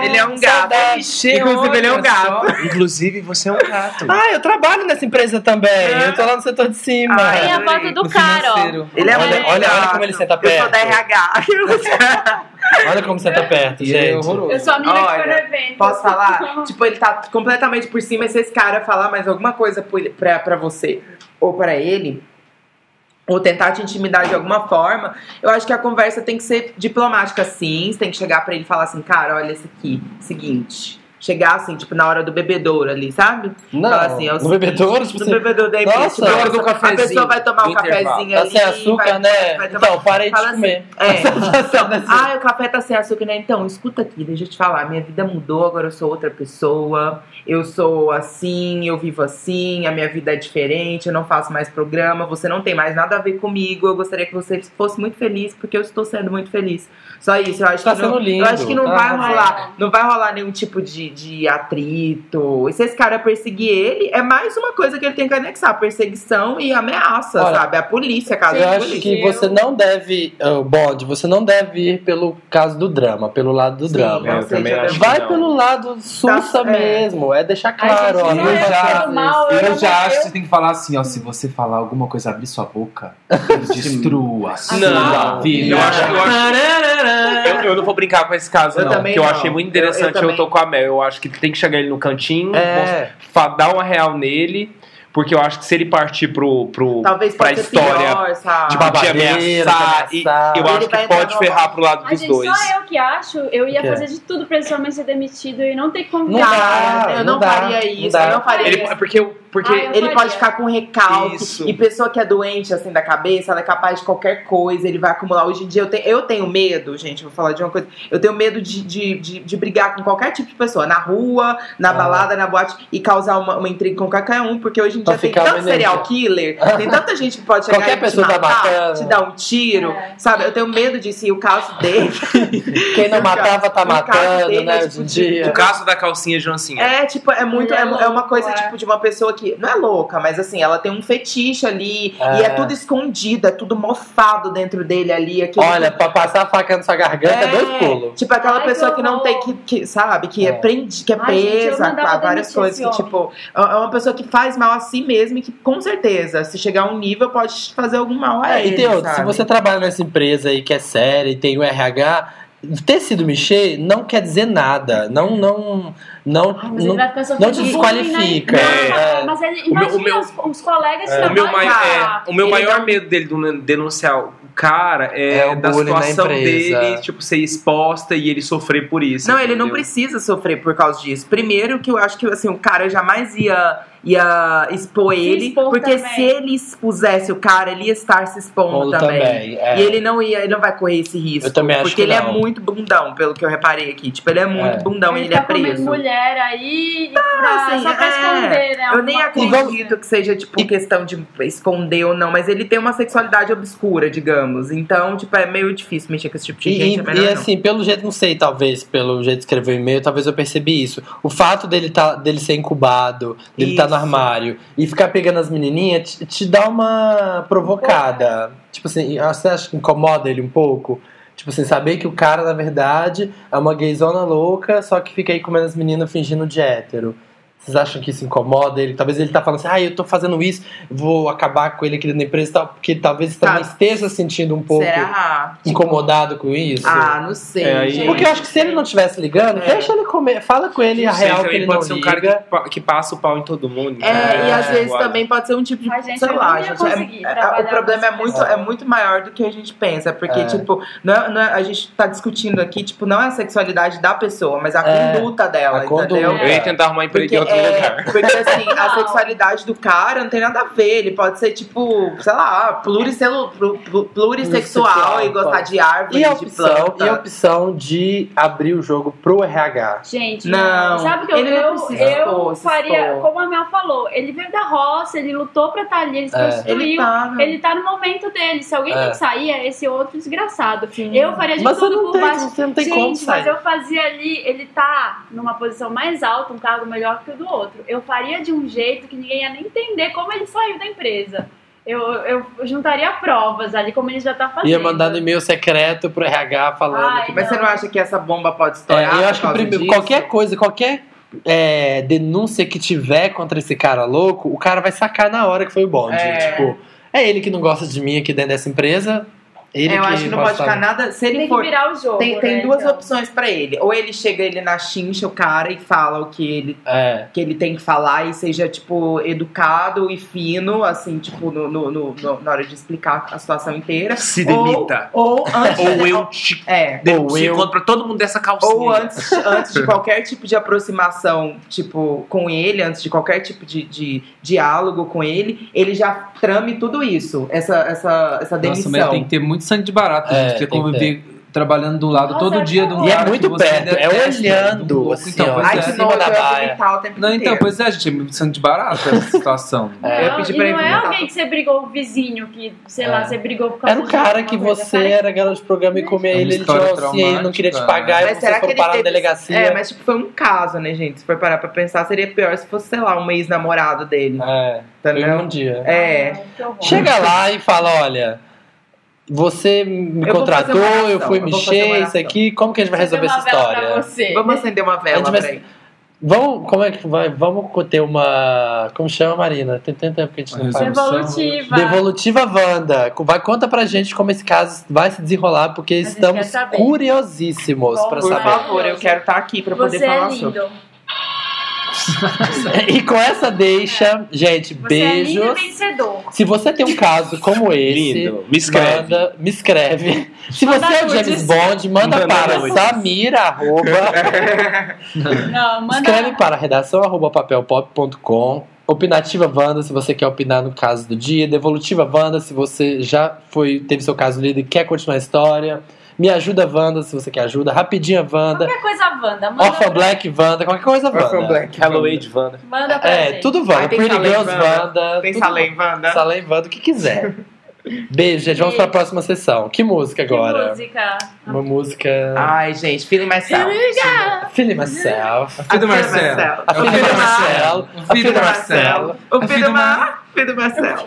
Speaker 3: Ele é um gato. Inclusive, ele é um gato.
Speaker 7: Inclusive, você é um gato.
Speaker 1: Ah, eu trabalho nessa empresa também. Eu tô lá no setor de cima.
Speaker 3: Ai,
Speaker 2: Tem a foto do cara, ó.
Speaker 3: Ele é um
Speaker 1: Olha-
Speaker 3: gato.
Speaker 1: olha- olha como ele senta
Speaker 3: Eu
Speaker 1: perto.
Speaker 3: sou da RH.
Speaker 1: Olha como você tá perto,
Speaker 4: E ele é
Speaker 1: gente.
Speaker 4: horroroso.
Speaker 2: Eu sou a menina que foi no
Speaker 3: Olha,
Speaker 2: evento.
Speaker 3: Posso falar? tipo, ele tá completamente por cima. E se esse cara falar mais alguma coisa pro ele- pra, pra você ou pra ele, ou tentar te intimidar de alguma forma, eu acho que a conversa tem que ser diplomática, sim. Você tem que chegar pra ele e falar assim, cara, olha esse aqui, seguinte. Chegar assim, tipo, na hora do bebedouro ali, sabe?
Speaker 1: Não,
Speaker 3: Falar assim, é o
Speaker 1: no
Speaker 3: seguinte,
Speaker 1: bebedouro, tipo
Speaker 3: No
Speaker 1: assim,
Speaker 3: bebedouro daí,
Speaker 1: nossa,
Speaker 3: tipo,
Speaker 1: na hora do
Speaker 3: a pessoa vai tomar um
Speaker 4: do intervalo.
Speaker 3: cafezinho
Speaker 1: Tá
Speaker 3: ali.
Speaker 1: sem açúcar,
Speaker 3: vai-
Speaker 1: né?
Speaker 3: vai tomar-
Speaker 1: então, parei de
Speaker 3: Fala assim,
Speaker 1: comer.
Speaker 3: é.
Speaker 1: Então,
Speaker 3: Ah, o café tá sem açúcar, né? Então, escuta aqui, deixa eu te falar. Minha vida mudou, agora eu sou outra pessoa. Eu sou assim, eu vivo assim, a minha vida é diferente, eu não faço mais programa, você não tem mais nada a ver comigo. Eu gostaria que você fosse muito feliz, porque eu estou sendo muito feliz. Só isso, eu acho
Speaker 1: Tá
Speaker 3: que. não,
Speaker 1: sendo lindo.
Speaker 3: Eu acho que não
Speaker 1: Tá
Speaker 3: vai
Speaker 1: arrasando.
Speaker 3: rolar. Não vai rolar nenhum tipo de, de atrito. E se esse cara perseguir ele, é mais uma coisa que ele tem que anexar: perseguição e ameaça,
Speaker 1: Olha,
Speaker 3: sabe? A polícia, a casa
Speaker 1: Eu
Speaker 3: da
Speaker 1: acho
Speaker 3: polícia.
Speaker 1: que
Speaker 2: eu-
Speaker 1: você não deve, ah, Bond, você não deve ir pelo caso do drama, pelo lado do
Speaker 3: eu
Speaker 1: drama.
Speaker 7: Eu também
Speaker 3: sei,
Speaker 7: acho.
Speaker 1: Vai
Speaker 7: não.
Speaker 1: pelo lado sussa
Speaker 3: é.
Speaker 1: mesmo, é deixar
Speaker 2: Ai,
Speaker 1: claro, ó,
Speaker 2: gente,
Speaker 1: não
Speaker 2: eu
Speaker 1: já.
Speaker 2: quero mal, eu,
Speaker 4: Eu
Speaker 2: não
Speaker 4: já acho que
Speaker 2: quero-
Speaker 4: você tem que falar assim, ó. Se você falar alguma coisa, abrir sua boca, eu destruo a sua
Speaker 7: Não.
Speaker 4: vida.
Speaker 7: Eu acho, eu acho. Eu, eu não vou brincar com esse caso,
Speaker 3: Eu
Speaker 7: não.
Speaker 3: também
Speaker 7: Porque eu
Speaker 3: não.
Speaker 7: achei muito
Speaker 3: Eu- eu
Speaker 7: interessante. Eu,
Speaker 3: também.
Speaker 7: tô com a Mel. Eu acho que tem que chegar ele no cantinho, mostrar-
Speaker 3: É,
Speaker 7: fa- dar uma real nele. Porque eu acho que se ele partir pro, pro,
Speaker 3: talvez
Speaker 7: pra
Speaker 3: pode ser
Speaker 7: história
Speaker 3: pior, sabe?
Speaker 7: de babadeira,
Speaker 1: Babadeira,
Speaker 7: ameaçar, e-
Speaker 1: ameaçar.
Speaker 7: eu
Speaker 3: Ele
Speaker 7: acho
Speaker 3: vai
Speaker 7: que
Speaker 3: entrar
Speaker 7: pode
Speaker 3: numa
Speaker 7: ferrar pro lado
Speaker 2: Ai,
Speaker 7: dos
Speaker 2: gente,
Speaker 7: dois.
Speaker 2: só eu que acho, eu ia
Speaker 1: O quê?
Speaker 2: fazer de tudo pra esse homem ser demitido e não ter como
Speaker 1: Não
Speaker 3: Cara,
Speaker 1: dá,
Speaker 3: eu
Speaker 1: não
Speaker 3: não,
Speaker 1: dá,
Speaker 3: faria
Speaker 1: não
Speaker 3: isso,
Speaker 1: dá.
Speaker 3: eu não faria
Speaker 2: Ele-
Speaker 3: isso.
Speaker 2: é
Speaker 3: Porque, porque
Speaker 2: Ah, eu
Speaker 3: ele
Speaker 2: faria.
Speaker 3: pode ficar com recalque.
Speaker 7: Isso.
Speaker 3: E pessoa que é doente, assim, da cabeça, ela é capaz de qualquer coisa, ele vai acumular. Hoje em dia, eu, tenho eu tenho medo, gente, vou falar de uma coisa. Eu tenho medo de, de, de, de brigar com qualquer tipo de pessoa, na rua, na
Speaker 1: Ah.
Speaker 3: balada, na boate, e causar uma, uma intriga com qualquer um, porque hoje em
Speaker 1: Pra
Speaker 3: dia tem
Speaker 1: ficar
Speaker 3: tanto
Speaker 1: uma
Speaker 3: serial
Speaker 1: energia.
Speaker 3: killer, tem tanta gente que pode chegar
Speaker 1: Qualquer
Speaker 3: e
Speaker 1: pessoa
Speaker 3: te
Speaker 1: tá
Speaker 3: matar,
Speaker 1: matando.
Speaker 3: te dar um tiro,
Speaker 2: É.
Speaker 3: sabe? Eu tenho medo disso, e o caso dele...
Speaker 1: Quem não
Speaker 3: o caso-
Speaker 1: matava tá
Speaker 3: o caso dele
Speaker 1: matando,
Speaker 3: é
Speaker 1: né?
Speaker 3: tipo
Speaker 1: Hoje em
Speaker 3: de-
Speaker 1: dia.
Speaker 7: O caso da calcinha de oncinha.
Speaker 3: É, tipo, é muito. É,
Speaker 2: Mulher
Speaker 3: é uma coisa,
Speaker 2: louca.
Speaker 3: tipo, de uma pessoa que. Não é louca, mas assim, ela tem um fetiche ali. E
Speaker 1: É.
Speaker 3: é tudo escondido, é tudo mofado dentro dele ali. Aquele
Speaker 1: Olha, pra passar a faca na sua garganta,
Speaker 3: É,
Speaker 1: dois pulos.
Speaker 3: Tipo, aquela
Speaker 2: Ai,
Speaker 3: pessoa
Speaker 2: que
Speaker 3: que não tem que,
Speaker 2: horror.
Speaker 3: que, sabe, que é,
Speaker 1: É.
Speaker 3: prendi, que é
Speaker 2: Ai, gente, eu
Speaker 3: presa,
Speaker 2: mandava
Speaker 3: há várias
Speaker 2: demitir
Speaker 3: coisas que,
Speaker 2: esse
Speaker 3: tipo, é é uma pessoa que faz mal a si mesma e que com certeza, se chegar a um nível, pode fazer algum mal a
Speaker 1: É,
Speaker 3: ele.
Speaker 1: e tem outro, se
Speaker 3: sabe?
Speaker 1: você trabalha nessa empresa aí que é séria e tem o RH, ter sido mexer não quer dizer nada. Não, não, não,
Speaker 3: Ah,
Speaker 2: Ai, mas ele
Speaker 1: não,
Speaker 3: é
Speaker 2: vai ficar
Speaker 1: não
Speaker 2: sofrendo
Speaker 1: te
Speaker 2: bullying, né?
Speaker 1: desqualifica.
Speaker 2: Não,
Speaker 1: É.
Speaker 2: Mas ele,
Speaker 7: O meu-
Speaker 2: imagina
Speaker 7: o meu- É,
Speaker 2: os, os colegas de
Speaker 7: O meu,
Speaker 2: trabalho,
Speaker 7: mai-
Speaker 2: É, cara.
Speaker 7: é, o meu
Speaker 2: Ele tá
Speaker 7: maior medo dele do- denunciar o cara é,
Speaker 1: É o
Speaker 7: da
Speaker 1: bullying na
Speaker 7: situação
Speaker 1: empresa.
Speaker 7: dele, tipo, ser exposta e ele sofrer por isso.
Speaker 3: Não, ele não
Speaker 7: entendeu?
Speaker 3: precisa sofrer por causa disso. Primeiro que eu acho que assim, o cara jamais ia, ia expor
Speaker 2: Se
Speaker 3: ele.
Speaker 2: expor
Speaker 3: Porque
Speaker 2: também.
Speaker 3: se ele expusesse o cara, ele ia estar se expondo
Speaker 1: Ou
Speaker 3: também.
Speaker 1: é.
Speaker 3: E ele não ia, ele não vai correr esse risco.
Speaker 1: Eu também acho
Speaker 3: porque
Speaker 1: que
Speaker 3: ele
Speaker 1: não.
Speaker 3: é muito bundão, pelo que eu reparei aqui. Tipo, ele é muito
Speaker 1: É.
Speaker 3: bundão e
Speaker 2: ele
Speaker 3: ele
Speaker 2: tá
Speaker 3: é
Speaker 2: comendo
Speaker 3: preso.
Speaker 2: mulher aí, e pra-
Speaker 3: assim,
Speaker 2: só pra
Speaker 3: é.
Speaker 2: esconder, né?
Speaker 3: Eu nem
Speaker 2: alguma coisa.
Speaker 3: acredito que seja, tipo, questão de esconder ou não, mas ele tem uma sexualidade obscura, digamos. Então, tipo, é meio difícil mexer com esse tipo de
Speaker 1: E,
Speaker 3: gente.
Speaker 1: e-
Speaker 3: é melhor
Speaker 1: e,
Speaker 3: não.
Speaker 1: assim, pelo jeito, não sei, talvez, pelo jeito de escrever o e-mail, talvez eu percebi isso. O fato dele, tá, dele ser incubado, dele estar
Speaker 3: Isso.
Speaker 1: no armário e ficar pegando as menininhas, te, te dá uma provocada. Tipo assim, você acha que incomoda ele um pouco? Tipo assim, saber que o cara, na verdade, é uma gayzona louca, só que fica aí comendo as meninas fingindo de hétero. Vocês acham que isso incomoda ele? Talvez ele tá falando assim, ah, eu tô fazendo isso, vou acabar com ele aqui dentro da empresa e tal, porque talvez ele
Speaker 3: Tá.
Speaker 1: também esteja sentindo um pouco
Speaker 3: Será?
Speaker 1: incomodado com isso.
Speaker 3: Ah, não sei.
Speaker 7: É, aí-
Speaker 3: gente.
Speaker 1: Porque eu acho que se ele não estivesse ligando,
Speaker 3: É.
Speaker 1: deixa ele comer. Fala com ele a
Speaker 7: Não sei,
Speaker 1: real
Speaker 7: também
Speaker 1: que ele não
Speaker 7: pode ser um
Speaker 1: liga.
Speaker 7: cara que, pa- que passa o pau em todo mundo.
Speaker 3: É,
Speaker 7: né?
Speaker 3: e às vezes
Speaker 7: Guarda.
Speaker 3: também pode ser um tipo de.
Speaker 2: A gente
Speaker 3: sei
Speaker 2: não
Speaker 3: lá,
Speaker 2: ia
Speaker 3: gente.
Speaker 2: conseguir
Speaker 3: é- é-
Speaker 2: trabalhar
Speaker 3: o problema
Speaker 2: com
Speaker 3: é
Speaker 2: essa
Speaker 3: muito,
Speaker 2: pessoa.
Speaker 3: é muito maior do que a gente pensa. Porque,
Speaker 1: É.
Speaker 3: tipo, não é- não é- a gente tá discutindo aqui, tipo, não é a sexualidade da pessoa, mas a
Speaker 1: É,
Speaker 3: conduta dela,
Speaker 1: a
Speaker 3: entendeu?
Speaker 1: conduta.
Speaker 7: Eu ia tentar arrumar emprego
Speaker 3: Porque,
Speaker 7: em outro
Speaker 3: é,
Speaker 7: lugar.
Speaker 3: porque assim, a
Speaker 2: Não.
Speaker 3: sexualidade do cara não tem nada a ver. Ele pode ser, tipo, sei lá, pluricelu, plu- plu- plurissexual
Speaker 1: Plurissexual,
Speaker 3: e gostar
Speaker 1: pode.
Speaker 3: de árvores,
Speaker 1: E a,
Speaker 3: de
Speaker 1: opção, tá.
Speaker 3: planta.
Speaker 1: e a opção de abrir o jogo pro RH.
Speaker 2: Gente,
Speaker 3: Não,
Speaker 2: sabe o que eu,
Speaker 3: ele não
Speaker 2: eu,
Speaker 3: precisa
Speaker 2: eu
Speaker 3: expor, se
Speaker 2: faria,
Speaker 3: expor.
Speaker 2: como a Mel falou, ele veio da roça, ele lutou pra estar ali, ele se
Speaker 1: É.
Speaker 2: construiu.
Speaker 3: Ele
Speaker 2: Ele
Speaker 3: tá, né?
Speaker 2: tá, no momento dele. Se alguém
Speaker 1: É.
Speaker 2: tem que sair, é esse outro desgraçado. Eu faria de
Speaker 1: Mas você
Speaker 2: tudo
Speaker 1: não
Speaker 2: por
Speaker 1: tem,
Speaker 2: baixo.
Speaker 1: você não tem
Speaker 2: Gente,
Speaker 1: como
Speaker 2: mas
Speaker 1: sair.
Speaker 2: eu fazia ali, ele tá numa posição mais alta, um cargo melhor que o do outro. Eu faria de um jeito que ninguém ia nem entender como ele saiu da empresa. Eu, eu juntaria provas ali, como ele já tá fazendo.
Speaker 1: Ia mandar um e-mail secreto pro RH falando.
Speaker 2: Ai,
Speaker 1: que-
Speaker 3: Mas você não acha que essa bomba pode
Speaker 1: É,
Speaker 3: estourar?
Speaker 1: eu
Speaker 3: por
Speaker 1: acho que
Speaker 3: causa
Speaker 1: primeiro,
Speaker 3: disso?
Speaker 1: qualquer coisa, qualquer é, denúncia que tiver contra esse cara louco, o cara vai sacar na hora que foi o bonde.
Speaker 3: É.
Speaker 1: Tipo, é ele que não gosta de mim aqui dentro dessa empresa. Ele
Speaker 3: É, eu
Speaker 1: que
Speaker 3: acho que não
Speaker 1: gosta
Speaker 3: pode ficar nada. Se ele
Speaker 2: Tem
Speaker 3: for
Speaker 2: que virar o jogo.
Speaker 3: Tem,
Speaker 2: né,
Speaker 3: tem duas
Speaker 2: então.
Speaker 3: opções pra ele. Ou ele chega ele na chincha, o cara, e fala o que ele,
Speaker 1: É.
Speaker 3: que ele tem que falar e seja, tipo, educado e fino, assim, tipo, no, no- no- no- na hora de explicar a situação inteira.
Speaker 7: Se
Speaker 3: Ou-
Speaker 7: demita.
Speaker 3: Ou, antes.
Speaker 7: Ou eu te
Speaker 3: É.
Speaker 7: denuncio
Speaker 1: eu-
Speaker 7: contra todo mundo dessa calcinha.
Speaker 3: Ou antes, antes de qualquer tipo de aproximação, tipo, com ele, antes de qualquer tipo de, de diálogo com ele, ele já trame tudo isso, essa, essa, essa
Speaker 4: Nossa,
Speaker 3: demissão.
Speaker 4: mas tem que ter muito sangue de barata,
Speaker 1: É,
Speaker 4: gente. Ter
Speaker 1: tem que
Speaker 4: conviver trabalhando do lado
Speaker 2: Nossa,
Speaker 4: todo dia de um
Speaker 1: E é
Speaker 4: cara que
Speaker 1: muito
Speaker 4: você
Speaker 1: perto, é
Speaker 4: detesta,
Speaker 1: olhando,
Speaker 4: de um louco.
Speaker 1: assim,
Speaker 4: então,
Speaker 1: ó.
Speaker 4: pois
Speaker 3: Ai,
Speaker 4: é.
Speaker 3: que
Speaker 1: em cima
Speaker 3: nojo,
Speaker 1: da
Speaker 3: eu ia
Speaker 1: baia.
Speaker 3: vomitar o tempo
Speaker 4: Não, então,
Speaker 3: inteiro.
Speaker 4: pois é, gente, é muito sangue de barata essa situação.
Speaker 2: Não,
Speaker 3: É, eu pedi
Speaker 2: e
Speaker 3: pra ele
Speaker 2: não é
Speaker 3: voltar.
Speaker 2: alguém que você brigou, o vizinho que, sei
Speaker 1: É.
Speaker 2: lá, você brigou por causa
Speaker 1: Era o
Speaker 2: de
Speaker 1: cara
Speaker 2: alguma
Speaker 1: que
Speaker 2: coisa.
Speaker 1: você
Speaker 2: Cara,
Speaker 1: era garoto de programa e comia
Speaker 4: É uma
Speaker 1: ele, ele
Speaker 4: história
Speaker 1: tinha e ele não queria te
Speaker 4: traumática.
Speaker 1: pagar, e
Speaker 3: Mas
Speaker 1: você
Speaker 3: será que
Speaker 1: foi
Speaker 3: ele
Speaker 1: parar na
Speaker 3: teve...
Speaker 1: delegacia.
Speaker 3: É, mas tipo, foi um caso, né, gente? Se for parar pra pensar, seria pior se fosse, sei lá, um ex-namorado dele,
Speaker 1: É, foi
Speaker 3: entendeu?
Speaker 1: um dia.
Speaker 3: É.
Speaker 2: que horror.
Speaker 1: Chega lá e fala, olha, você me
Speaker 3: Eu vou
Speaker 1: contratou,
Speaker 3: fazer uma
Speaker 1: eu fui
Speaker 3: oração, eu vou fazer uma
Speaker 1: mexer, isso
Speaker 3: oração.
Speaker 1: aqui, como que a gente vai
Speaker 2: Deixa eu
Speaker 1: resolver essa
Speaker 2: ver uma vela Pra
Speaker 1: história?
Speaker 2: você.
Speaker 3: Vamos acender uma
Speaker 1: A gente
Speaker 3: vela
Speaker 1: vai-
Speaker 3: peraí.
Speaker 1: Vamos, como é que vai? Vamos ter uma. Como chama, Marina? Tem tanto tempo que a gente não
Speaker 4: Uma
Speaker 1: faz.
Speaker 2: Evolutiva.
Speaker 1: Devolutiva Wanda, vai, conta pra gente como esse caso vai se desenrolar, porque
Speaker 2: gente
Speaker 1: estamos
Speaker 2: quer saber.
Speaker 1: curiosíssimos pra
Speaker 2: Vamos
Speaker 3: Por
Speaker 1: saber.
Speaker 3: favor, eu quero estar tá aqui pra poder
Speaker 2: Você é
Speaker 3: falar
Speaker 2: lindo.
Speaker 3: sobre.
Speaker 1: e com essa deixa, gente,
Speaker 2: É. Você
Speaker 1: beijos.
Speaker 2: é lindo e vencedor.
Speaker 1: Se você tem um caso como esse,
Speaker 7: Lindo. Me escreve.
Speaker 1: manda- me escreve. Se
Speaker 2: Manda
Speaker 1: você é o
Speaker 2: nudes.
Speaker 1: James Bond, manda
Speaker 7: Manda
Speaker 1: para
Speaker 7: nudes.
Speaker 1: Samira, arroba,
Speaker 2: Não, manda.
Speaker 1: escreve para redação, arroba papelpop.com. Opinativa Wanda, se você quer opinar no caso do dia. Devolutiva Wanda, se você já foi teve seu caso lido e quer continuar a história. Me ajuda, Wanda, se você quer ajuda. Rapidinha, Wanda.
Speaker 2: Qualquer coisa, Wanda. Manda
Speaker 1: Orphan
Speaker 2: pra,
Speaker 1: Black, Wanda. Qualquer coisa, Wanda.
Speaker 4: Orphan Black.
Speaker 7: Hello, Age Wanda.
Speaker 2: Manda pra
Speaker 1: É,
Speaker 2: gente.
Speaker 1: tudo Wanda.
Speaker 3: Ai, tem
Speaker 1: Pretty
Speaker 3: Salem
Speaker 1: Girls,
Speaker 3: Wanda.
Speaker 1: Wanda.
Speaker 3: Tem
Speaker 1: tudo
Speaker 3: Salem, Wanda?
Speaker 1: Salem Wanda o que quiser. Beijo, gente. Vamos
Speaker 2: Beijo.
Speaker 1: para a próxima sessão. Que música
Speaker 2: Que
Speaker 1: agora? Tá.
Speaker 2: música.
Speaker 1: Uma música.
Speaker 3: Ai, gente, feeling myself.
Speaker 1: Feeling Myself.
Speaker 4: Filho do
Speaker 3: Filho do
Speaker 4: Marcelo. É
Speaker 3: Marcelo.
Speaker 1: A filha
Speaker 4: filho
Speaker 1: do
Speaker 4: do
Speaker 1: Marcelo. A filha do Marcelo.
Speaker 3: O
Speaker 4: filho do
Speaker 3: filho Mar. O filho do Marcel. O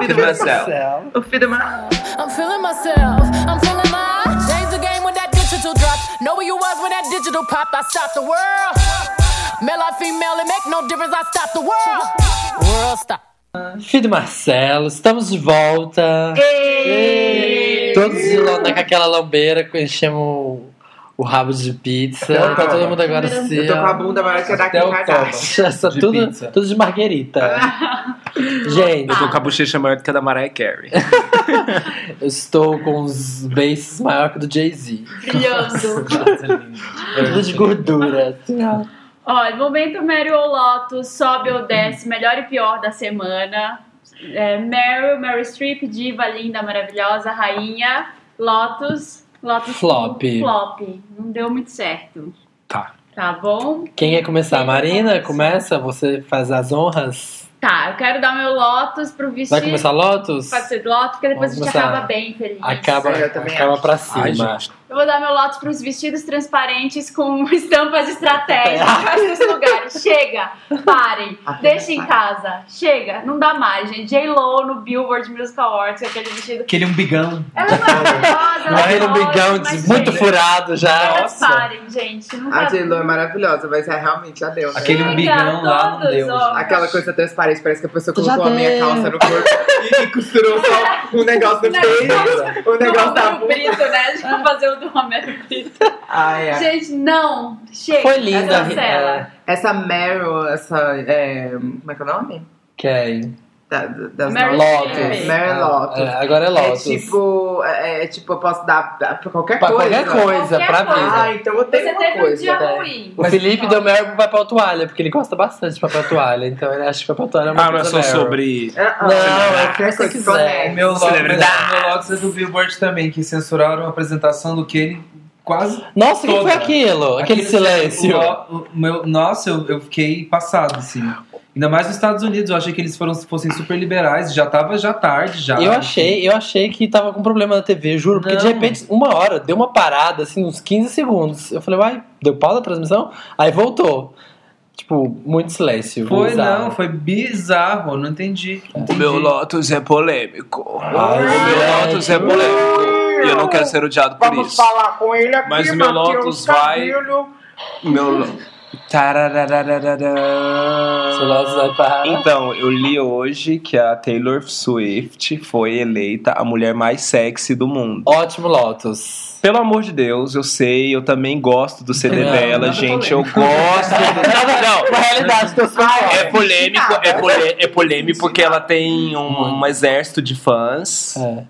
Speaker 3: filho do Marcel.
Speaker 1: Marcelo.
Speaker 3: O filho do Mar.
Speaker 10: I'm feeling myself, I'm feeling my Change the game with that digital drop. Know where you was when that digital pop. I stopped the world. Male or female, it make no difference. I stopped the world. World stop.
Speaker 1: Filho do Marcelo. Estamos de volta.
Speaker 2: Ei!
Speaker 1: Todos de lo- com aquela lambeira que enchemos o- o rabo de pizza. Tá todo mundo agora assim.
Speaker 3: Eu tô com a
Speaker 1: ó.
Speaker 3: bunda maior que a da
Speaker 4: Até
Speaker 3: Kim
Speaker 4: o
Speaker 3: Kardashian.
Speaker 1: Essa-
Speaker 4: de
Speaker 1: tudo,
Speaker 4: pizza.
Speaker 1: tudo de marguerita. Gente,
Speaker 7: Eu tô com a bochecha maior do que a da Mariah Carey.
Speaker 1: eu estou com os bases maior que o do Jay-Z.
Speaker 2: Brilhando. É
Speaker 1: Tudo de gordura. assim, ó.
Speaker 2: Olha, momento Meryl ou Lotus, sobe ou desce, melhor e pior da semana. É, Meryl, Meryl Streep, diva linda, maravilhosa, rainha. Lotus, Lotus
Speaker 1: Flop.
Speaker 2: flop. Não deu muito certo.
Speaker 7: Tá.
Speaker 2: Tá bom?
Speaker 1: Quem quer começar?
Speaker 2: Quem
Speaker 1: Marina, começa.
Speaker 2: começa?
Speaker 1: Você faz as honras.
Speaker 2: Tá, eu quero dar meu Lotus pro vestido.
Speaker 1: Vai começar Lotus?
Speaker 2: Pode ser Lotus, porque depois a
Speaker 1: Vamos
Speaker 2: gente
Speaker 1: começar.
Speaker 2: acaba bem, feliz.
Speaker 1: Acaba,
Speaker 3: Eu também
Speaker 1: acaba
Speaker 3: acho.
Speaker 1: pra cima.
Speaker 7: Ai, gente.
Speaker 2: Eu vou dar meu lote para os vestidos transparentes com estampas estratégicas
Speaker 3: É.
Speaker 2: nos lugares. Chega, parem, deixa em casa. Chega, não dá mais, gente. J-Lo no Billboard Music Awards, com aquele vestido.
Speaker 4: Aquele umbigão.
Speaker 2: Ela é maravilhosa, ela
Speaker 1: Marina,
Speaker 2: é
Speaker 1: um
Speaker 2: ótima, tá
Speaker 1: bigão
Speaker 2: mas,
Speaker 1: muito
Speaker 2: gente,
Speaker 1: furado já.
Speaker 2: agora Parem, gente. Não
Speaker 3: A
Speaker 2: dá-
Speaker 3: J-Lo é maravilhosa, mas é realmente já deu. né?
Speaker 4: Aquele
Speaker 2: Chega,
Speaker 4: umbigão lá não
Speaker 2: todos,
Speaker 4: deu.
Speaker 2: ó.
Speaker 4: gente.
Speaker 3: Aquela coisa transparente, parece que a pessoa
Speaker 1: Já
Speaker 3: colocou a minha
Speaker 1: deu.
Speaker 3: calça no corpo e- e costurou só um negócio no peito, um
Speaker 2: Do
Speaker 3: negócio da
Speaker 2: Romero
Speaker 3: bunda.
Speaker 2: Brito, né? De fazer o do Romero Brito.
Speaker 3: Ai, é.
Speaker 2: Gente, não. Chega.
Speaker 1: Foi linda.
Speaker 2: tá
Speaker 1: É,
Speaker 2: Cancela.
Speaker 3: Essa Meryl, essa. é, como é que é o nome?
Speaker 1: Quem?
Speaker 3: Da, das
Speaker 2: Meryl
Speaker 3: nossas-
Speaker 1: Lotus.
Speaker 3: É, Meryl Lotus.
Speaker 1: É, agora é Lotus.
Speaker 3: É tipo, é, é tipo, eu posso dar dar pra qualquer
Speaker 1: pra
Speaker 3: coisa.
Speaker 1: qualquer coisa,
Speaker 2: Qualquer
Speaker 1: pra vida.
Speaker 3: Ah, então eu tenho
Speaker 2: Você
Speaker 3: uma
Speaker 2: teve um
Speaker 3: coisa.
Speaker 2: dia
Speaker 1: né?
Speaker 2: ruim.
Speaker 1: O Felipe deu Meryl pro papel toalha, porque ele gosta bastante de papel toalha, então ele acha que papel toalha é uma
Speaker 7: Ah,
Speaker 1: coisa
Speaker 7: mas sou
Speaker 1: Meryl.
Speaker 7: sobre.
Speaker 3: Ah, ah,
Speaker 1: Não, é o que
Speaker 3: qualquer
Speaker 1: você
Speaker 3: coisa.
Speaker 1: quiser.
Speaker 4: O meu Lotus,
Speaker 7: Celebridade.
Speaker 4: meu Lotus é do Billboard também, que censuraram a apresentação do Kenny quase
Speaker 1: Nossa, o que foi
Speaker 4: Toda.
Speaker 1: aquilo? Aquele silêncio.
Speaker 4: o- o meu- nossa, eu, eu fiquei passado, assim. Ainda mais nos Estados Unidos, eu achei que eles foram, fossem super liberais, já tava já tarde, já.
Speaker 1: Eu achei, eu achei que tava com problema na TV, juro, porque de
Speaker 4: Tá. Não.
Speaker 1: repente, uma hora, deu uma parada, assim, uns 15 segundos. Eu falei, uai, deu pau na transmissão? Aí voltou. Tipo, muito silêncio.
Speaker 4: Foi,
Speaker 1: bizarro.
Speaker 4: não, foi bizarro, não entendi.
Speaker 7: O meu Lotus é polêmico.
Speaker 1: Ai,
Speaker 7: o meu Lotus é polêmico. E eu não quero ser odiado por isso.
Speaker 3: falar com ele aqui,
Speaker 7: Mas o meu
Speaker 3: bater
Speaker 7: Lotus
Speaker 3: os
Speaker 7: vai-
Speaker 3: cabelos.
Speaker 7: Meu lo- Tararararararã.
Speaker 1: Seu Lotus vai parar.
Speaker 7: Então, eu li hoje que a Taylor Swift foi eleita a mulher mais sexy do mundo.
Speaker 1: Ótimo Lotus.
Speaker 7: Pelo amor de Deus, eu sei, eu também gosto do CD
Speaker 1: Não,
Speaker 7: dela,
Speaker 4: nada
Speaker 7: gente. Eu gosto. do-
Speaker 1: Na
Speaker 7: Não,
Speaker 1: realidade, teus fãs.
Speaker 7: é polêmico, é, polê- é polêmico porque ela tem um, um exército de fãs.
Speaker 1: É.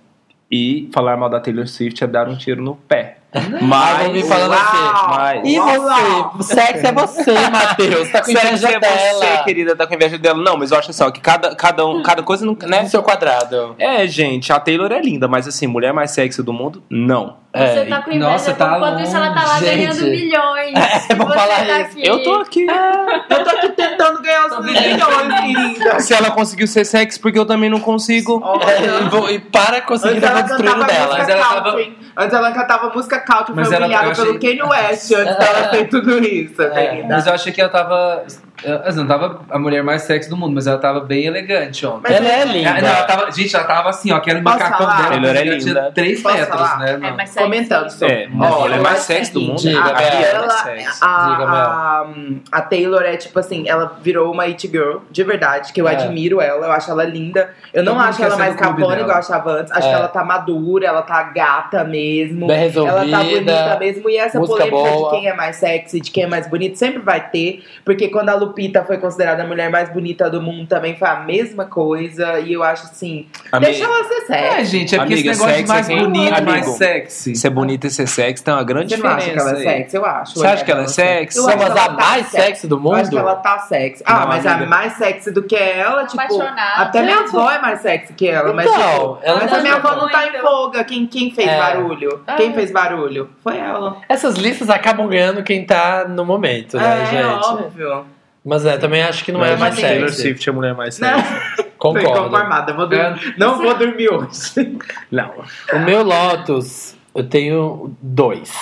Speaker 7: E falar mal da Taylor Swift é dar um tiro no pé.
Speaker 1: Mas vão Ah, vir
Speaker 7: Mas.
Speaker 1: falando assim.
Speaker 7: mas
Speaker 1: E
Speaker 3: Uau!
Speaker 1: você? Sexo é você, Matheus. Tá com
Speaker 7: Sério que
Speaker 1: inveja
Speaker 7: é
Speaker 1: dela.
Speaker 7: você, querida, tá com inveja dela? Não, mas eu acho assim, ó, que cada, cada um, cada coisa não.
Speaker 1: Né?
Speaker 7: Né?
Speaker 1: No seu quadrado.
Speaker 7: É, gente, a Taylor é linda, mas assim, mulher mais sexy do mundo, não.
Speaker 2: Você
Speaker 1: É.
Speaker 2: tá com inveja,
Speaker 4: Nossa, tá
Speaker 2: enquanto isso ela tá lá
Speaker 1: longe,
Speaker 2: ganhando
Speaker 1: gente.
Speaker 2: milhões.
Speaker 1: É, vou
Speaker 2: E você
Speaker 1: falar
Speaker 2: tá
Speaker 1: isso.
Speaker 2: aqui.
Speaker 7: Eu tô aqui.
Speaker 1: Ah.
Speaker 3: Eu tô aqui tentando ganhar os milhões, linda.
Speaker 7: Se ela conseguiu ser sexy, porque eu também não consigo.
Speaker 1: É, e, vou- e para conseguir,
Speaker 3: Antes
Speaker 1: tá
Speaker 3: ela
Speaker 1: destruindo
Speaker 3: cantava
Speaker 1: dela.
Speaker 3: música country. Antes ela cantava música country,
Speaker 4: Mas
Speaker 3: foi
Speaker 4: ela-
Speaker 3: humilhada
Speaker 4: eu achei-
Speaker 3: pelo Kanye West antes dela ter tudo isso. querida.
Speaker 4: Mas eu achei que ela tava. ela não tava a mulher mais sexy do mundo, mas ela tava bem elegante ontem.
Speaker 3: Mas
Speaker 1: Ela é
Speaker 4: Ah, não, ela
Speaker 1: linda.
Speaker 4: tava, gente, ela tava assim, ó, que era o
Speaker 3: Posso
Speaker 4: macacão
Speaker 3: falar?
Speaker 4: dela.
Speaker 7: Taylor é
Speaker 4: ela tinha
Speaker 7: linda.
Speaker 4: 3
Speaker 3: Posso
Speaker 4: metros,
Speaker 3: falar?
Speaker 4: né?
Speaker 2: É,
Speaker 4: não.
Speaker 2: mas sexy.
Speaker 3: Comentando sobre.
Speaker 7: É, a mulher
Speaker 3: Olha,
Speaker 7: mais sexy do mundo.
Speaker 1: Diga,
Speaker 7: a
Speaker 1: Bel.
Speaker 7: Rihanna é
Speaker 3: Ela-
Speaker 7: sexy.
Speaker 1: Diga,
Speaker 3: A, a, a Taylor é tipo assim, ela virou uma it girl, de verdade, que eu
Speaker 1: É.
Speaker 3: admiro ela, eu acho ela linda. Eu não
Speaker 4: Todo mundo
Speaker 3: acho
Speaker 4: quer
Speaker 3: ela
Speaker 4: ser
Speaker 3: mais
Speaker 4: do clube
Speaker 3: cafona
Speaker 4: dela.
Speaker 3: igual eu achava antes. Acho
Speaker 1: É.
Speaker 3: que ela tá madura, ela tá gata mesmo.
Speaker 1: Bem
Speaker 3: Ela tá bonita
Speaker 1: resolvida.
Speaker 3: mesmo. E essa
Speaker 1: música
Speaker 3: polêmica
Speaker 1: boa.
Speaker 3: de quem é mais sexy, de quem é mais bonito, sempre vai ter. Porque quando a, Lu- Lupita foi considerada a mulher mais bonita do mundo, também foi a mesma coisa. E eu acho assim.
Speaker 7: Ami-
Speaker 3: Deixa ela ser séria.
Speaker 4: É, gente, é porque
Speaker 7: Amiga,
Speaker 4: esse negócio de
Speaker 7: sexo é
Speaker 4: mais
Speaker 7: quem-
Speaker 4: bonito,
Speaker 7: Amigo.
Speaker 4: mais sexy.
Speaker 7: Ser bonita é e ser sexy tem uma grande
Speaker 3: Você não
Speaker 7: diferença.
Speaker 3: acha que ela é
Speaker 7: aí.
Speaker 3: sexy? Eu acho.
Speaker 7: Você acha que ela é
Speaker 3: Eu
Speaker 7: sexy?
Speaker 3: acho que
Speaker 1: mas
Speaker 3: ela
Speaker 1: a
Speaker 3: tá
Speaker 1: mais
Speaker 3: sexy.
Speaker 1: sexy do
Speaker 3: Eu acho que
Speaker 1: mundo?
Speaker 3: ela tá sexy. Ah,
Speaker 7: Não,
Speaker 3: mas
Speaker 7: amiga.
Speaker 3: a mais sexy do que ela, tipo.
Speaker 2: Apaixonada.
Speaker 3: Até minha avó é mais sexy que ela, mas. tipo,
Speaker 1: Então, ela
Speaker 3: mas
Speaker 1: tá
Speaker 3: a minha
Speaker 1: muito
Speaker 3: avó não tá em
Speaker 2: Então.
Speaker 3: folga. Quem, quem fez
Speaker 1: É.
Speaker 3: barulho?
Speaker 1: Ah.
Speaker 3: Quem fez barulho? Foi ela.
Speaker 1: Essas listas acabam ganhando quem tá no momento, né,
Speaker 3: é,
Speaker 1: gente?
Speaker 3: óbvio.
Speaker 1: Mas é, também acho que não é
Speaker 7: Mas
Speaker 1: mais
Speaker 7: Taylor
Speaker 1: sexy.
Speaker 7: Swift é a mulher mais
Speaker 3: Não.
Speaker 7: sexy.
Speaker 3: Tô
Speaker 1: Concordo.
Speaker 3: inconformada. Vou dormir. Não vou dormir hoje.
Speaker 7: Não.
Speaker 1: O meu Lotus, eu tenho dois.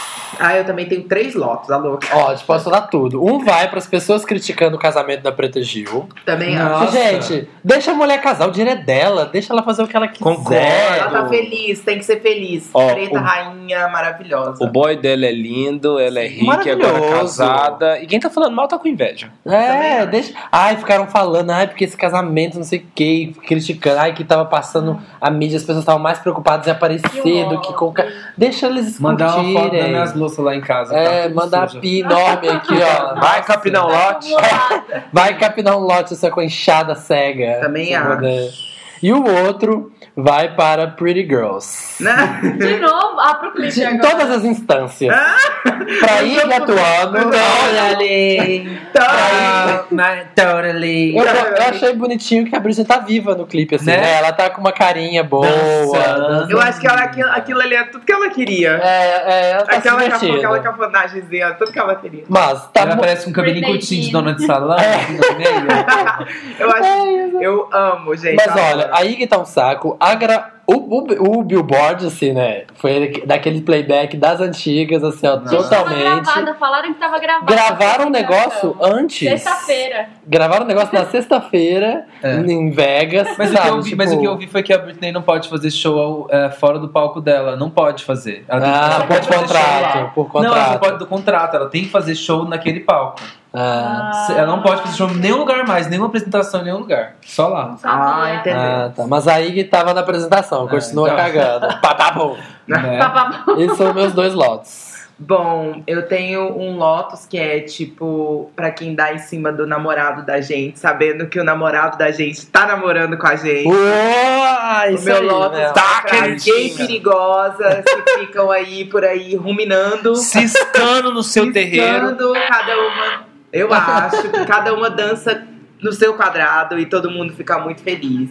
Speaker 3: Ah, eu também tenho três lotos, a louca.
Speaker 1: Ó, te posso dar tudo. Um vai pras pessoas criticando o casamento da Preta Gil.
Speaker 3: Também
Speaker 4: Não.
Speaker 3: acho.
Speaker 4: Nossa.
Speaker 1: Gente, deixa a mulher casar, o dinheiro é dela, deixa ela fazer o que ela quiser.
Speaker 7: Concordo.
Speaker 3: Ela tá feliz, tem que ser feliz.
Speaker 7: Ó,
Speaker 3: Preta,
Speaker 7: o-
Speaker 3: rainha maravilhosa.
Speaker 7: O boy dela é lindo, ela é rica, e agora
Speaker 1: Maravilhoso.
Speaker 7: é casada. E quem tá falando mal tá com inveja.
Speaker 3: Também
Speaker 1: É,
Speaker 3: acho.
Speaker 1: deixa. Ai, ficaram falando, ai, porque esse casamento, não sei o que, criticando, ai, que tava passando a mídia, as pessoas estavam mais preocupadas em aparecer do que com. o ca- Deixa eles escondirem.
Speaker 4: Mandar uma foto das minhas louças lá em casa.
Speaker 1: É,
Speaker 4: tá tudo
Speaker 1: mandar
Speaker 4: suja.
Speaker 1: pi enorme aqui, ó.
Speaker 7: Vai, Capitão Lote.
Speaker 1: Vai capinar um lote essa conchada cega.
Speaker 3: Também
Speaker 1: Essa
Speaker 3: acho.
Speaker 1: roda- E o outro vai para Pretty Girls.
Speaker 3: Né?
Speaker 2: De novo, ah, pro clipe
Speaker 1: De- Em
Speaker 2: agora.
Speaker 1: todas as instâncias.
Speaker 3: Ah!
Speaker 1: pra ir atuando.
Speaker 6: Totally.
Speaker 3: Então,
Speaker 7: Tá
Speaker 6: my, totally.
Speaker 1: Eu, eu achei bonitinho que a Bridget tá viva no clipe, assim, né?
Speaker 4: Né?
Speaker 1: Ela tá com uma carinha boa.
Speaker 4: Dançando.
Speaker 3: eu acho que ela, aquilo, aquilo ali é tudo que ela queria.
Speaker 1: É, é, ela tá
Speaker 3: aquela,
Speaker 1: se
Speaker 3: cafo-
Speaker 1: divertindo.
Speaker 3: aquela cafonagem dela, tudo que ela queria.
Speaker 1: Mas tá
Speaker 4: Ela
Speaker 1: mu-
Speaker 4: parece um cabelinho
Speaker 2: Britney
Speaker 4: curtinho de
Speaker 2: Jean.
Speaker 4: dona de salão.
Speaker 1: É.
Speaker 3: Eu acho. Eu amo, gente.
Speaker 1: Mas
Speaker 3: adoro.
Speaker 1: olha, aí que tá um saco. A gra- o, o- o Billboard, assim, né? Foi ele- daquele playback das antigas, assim, ó,
Speaker 2: Gente, tava
Speaker 1: totalmente.
Speaker 2: gravada, falaram que tava gravada.
Speaker 1: Gravaram um negócio
Speaker 2: Então,
Speaker 1: antes.
Speaker 2: Sexta-feira.
Speaker 1: Gravaram um negócio na sexta-feira,
Speaker 4: É.
Speaker 1: em Vegas.
Speaker 4: Mas, o que
Speaker 1: sabe?
Speaker 4: eu vi, mas o
Speaker 1: Tipo,
Speaker 4: que eu vi foi que a Britney não pode fazer show eh, fora do palco dela. Não pode fazer. Ela tem que-
Speaker 1: Ah,
Speaker 4: ela
Speaker 1: por
Speaker 4: pode fazer show lá.
Speaker 1: contrato. Por contrato.
Speaker 4: Não, ela só pode do contrato. Ela tem que fazer show naquele palco.
Speaker 1: Ah,
Speaker 4: Se- Ela não pode fazer show em nenhum lugar mais, nenhuma apresentação em nenhum lugar. Só lá.
Speaker 3: Ah,
Speaker 2: Sabia.
Speaker 3: entendi.
Speaker 1: ah, tá. Mas aí que tava na apresentação, continua
Speaker 4: então.
Speaker 1: cagando. Papapum.
Speaker 4: né?
Speaker 2: Pá, pá, pá.
Speaker 1: Esses são meus dois lotes.
Speaker 3: Bom, eu tenho um Lotus que é tipo pra quem dá em cima do namorado da gente, sabendo que o namorado da gente tá namorando com a gente.
Speaker 1: Uou,
Speaker 3: o meu Lotus
Speaker 1: né?
Speaker 3: tá pra
Speaker 7: queridinha.
Speaker 3: gay perigosas que ficam aí por aí ruminando,
Speaker 7: Ciscando no seu terreiro.
Speaker 3: piscando, cada uma. Eu acho que cada uma dança no seu quadrado e todo mundo fica muito feliz.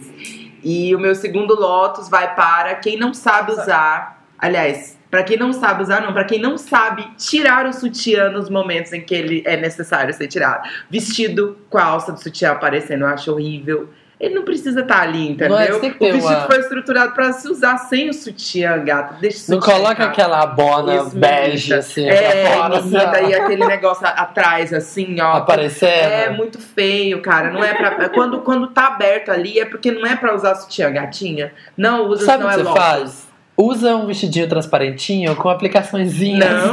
Speaker 3: E o meu segundo Lotus vai para quem não sabe usar. Aliás, para quem não sabe usar, não, para quem não sabe tirar o sutiã nos momentos em que ele é necessário ser tirado. Vestido com a alça do sutiã aparecendo, eu acho horrível. Ele não precisa estar ali, entendeu?
Speaker 1: Não é, tem que ter
Speaker 3: o vestido
Speaker 1: uma-
Speaker 3: foi estruturado para se usar sem o sutiã, gato. Deixa o sutiã.
Speaker 1: Não coloca
Speaker 3: gato.
Speaker 1: aquela abona
Speaker 3: Isso,
Speaker 1: bege
Speaker 3: menina.
Speaker 1: assim,
Speaker 3: É,
Speaker 1: pra fora, assim,
Speaker 3: menina,
Speaker 1: ó,
Speaker 3: e aquele negócio a- atrás, assim, ó. É
Speaker 1: aparecendo.
Speaker 3: muito feio, cara. Não é pra. quando, quando tá aberto ali, é porque não é pra usar sutiã, gatinha. Não usa,
Speaker 1: Sabe o
Speaker 3: senão
Speaker 1: que
Speaker 3: é
Speaker 1: você
Speaker 3: longo.
Speaker 1: faz? Usa um vestidinho transparentinho com aplicaçõezinhas.
Speaker 3: Não.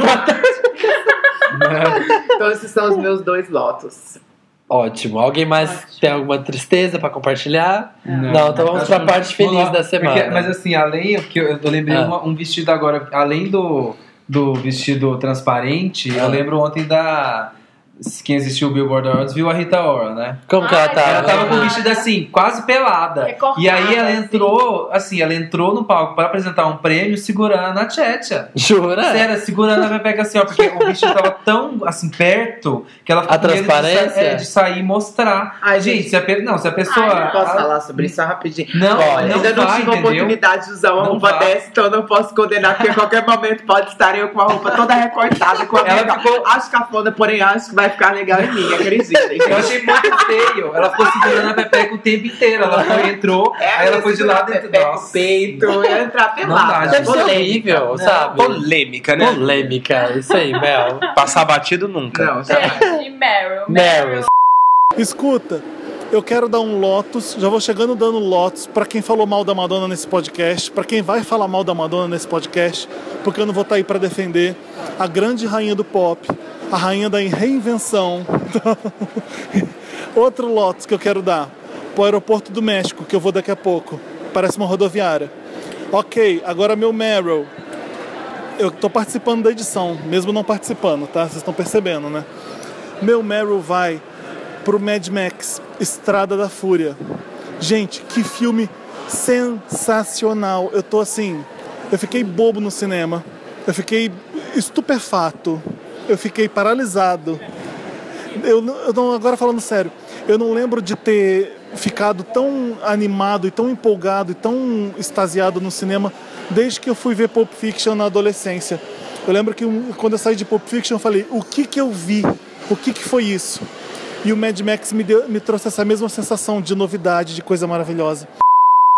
Speaker 4: Né?
Speaker 3: Então esses são os meus dois lotos.
Speaker 1: Ótimo. Alguém mais
Speaker 2: Ótimo.
Speaker 1: tem alguma tristeza pra compartilhar? Não,
Speaker 4: Não.
Speaker 1: então vamos
Speaker 4: Acho
Speaker 1: pra
Speaker 4: que-
Speaker 1: parte feliz
Speaker 4: Vamos lá.
Speaker 1: da semana.
Speaker 4: Porque- mas assim, além, porque eu, eu lembrei
Speaker 1: Ah.
Speaker 4: uma- um vestido agora, além do, do vestido transparente,
Speaker 1: Ah.
Speaker 4: eu lembro ontem da. Quem assistiu o Billboard Awards viu a Rita Ora, né?
Speaker 1: Como que ela
Speaker 2: Ai,
Speaker 1: tá?
Speaker 4: Ela tava com o
Speaker 2: Pelada.
Speaker 4: vestido assim, quase pelada.
Speaker 2: Recortada,
Speaker 4: e aí ela
Speaker 2: assim.
Speaker 4: entrou, assim, ela entrou no palco pra apresentar um prêmio segurando a Tchetcha.
Speaker 1: Jura?
Speaker 4: Sério, segurando a Rebeca assim, ó, porque o vestido tava tão assim perto que ela ficou
Speaker 1: A
Speaker 4: com medo de sa-
Speaker 1: transparência?
Speaker 4: é, de, sair e mostrar.
Speaker 3: Ai,
Speaker 4: gente, se a, pe- não, se a pessoa.
Speaker 2: Ai, não
Speaker 1: ah,
Speaker 3: Posso
Speaker 4: a-
Speaker 3: falar sobre isso rapidinho?
Speaker 4: Não,
Speaker 1: Olha,
Speaker 4: não
Speaker 3: Ainda não
Speaker 4: vai,
Speaker 3: tive a
Speaker 4: entendeu?
Speaker 3: oportunidade de usar uma
Speaker 4: Não
Speaker 3: roupa
Speaker 4: vai.
Speaker 3: dessa, então eu não posso condenar, porque a qualquer momento pode estar eu com a roupa toda recortada, com a
Speaker 4: Ela
Speaker 3: minha
Speaker 4: ficou-
Speaker 3: Acho cafona, porém acho que vai ficar legal em mim, acreditem.
Speaker 4: Eu achei muito feio. Ela ficou segurando a Pepeca o tempo inteiro. Ela foi, entrou,
Speaker 3: É
Speaker 4: aí ela foi de
Speaker 3: segurar
Speaker 4: lado e
Speaker 3: né, pepeca,
Speaker 4: entrou.
Speaker 3: o peito, ia entrar pelada.
Speaker 4: dá,
Speaker 1: Deve ser
Speaker 3: Polêmica.
Speaker 1: horrível, sabe?
Speaker 7: Polêmica, né?
Speaker 1: Polêmica. Isso aí, Mel.
Speaker 7: Passar batido nunca.
Speaker 3: Não, já
Speaker 2: Gente, e Meryl.
Speaker 1: Meryl.
Speaker 5: Escuta, eu quero dar um lotus, já vou chegando dando lotus pra quem falou mal da Madonna nesse podcast, pra quem vai falar mal da Madonna nesse podcast, porque eu não vou estar aí pra defender a grande rainha do pop, a rainha da reinvenção. Outro lotus que eu quero dar pro aeroporto do México, que eu vou daqui a pouco. Parece uma rodoviária. Ok, agora meu Meryl. Eu tô participando da edição, mesmo não participando, tá? Vocês estão percebendo, né? Meu Meryl vai pro Mad Max Estrada da Fúria. Gente, que filme sensacional. Eu tô assim, eu fiquei bobo no cinema. Eu fiquei estupefato. Eu fiquei paralisado. Eu, não- eu não, agora falando sério, eu não lembro de ter ficado tão animado e tão empolgado e tão extasiado no cinema desde que eu fui ver Pulp Fiction na adolescência. Eu lembro que um- quando eu saí de Pulp Fiction eu falei, o que que eu vi? O que que foi isso? E o Mad Max me, deu- me trouxe essa mesma sensação de novidade, de coisa maravilhosa.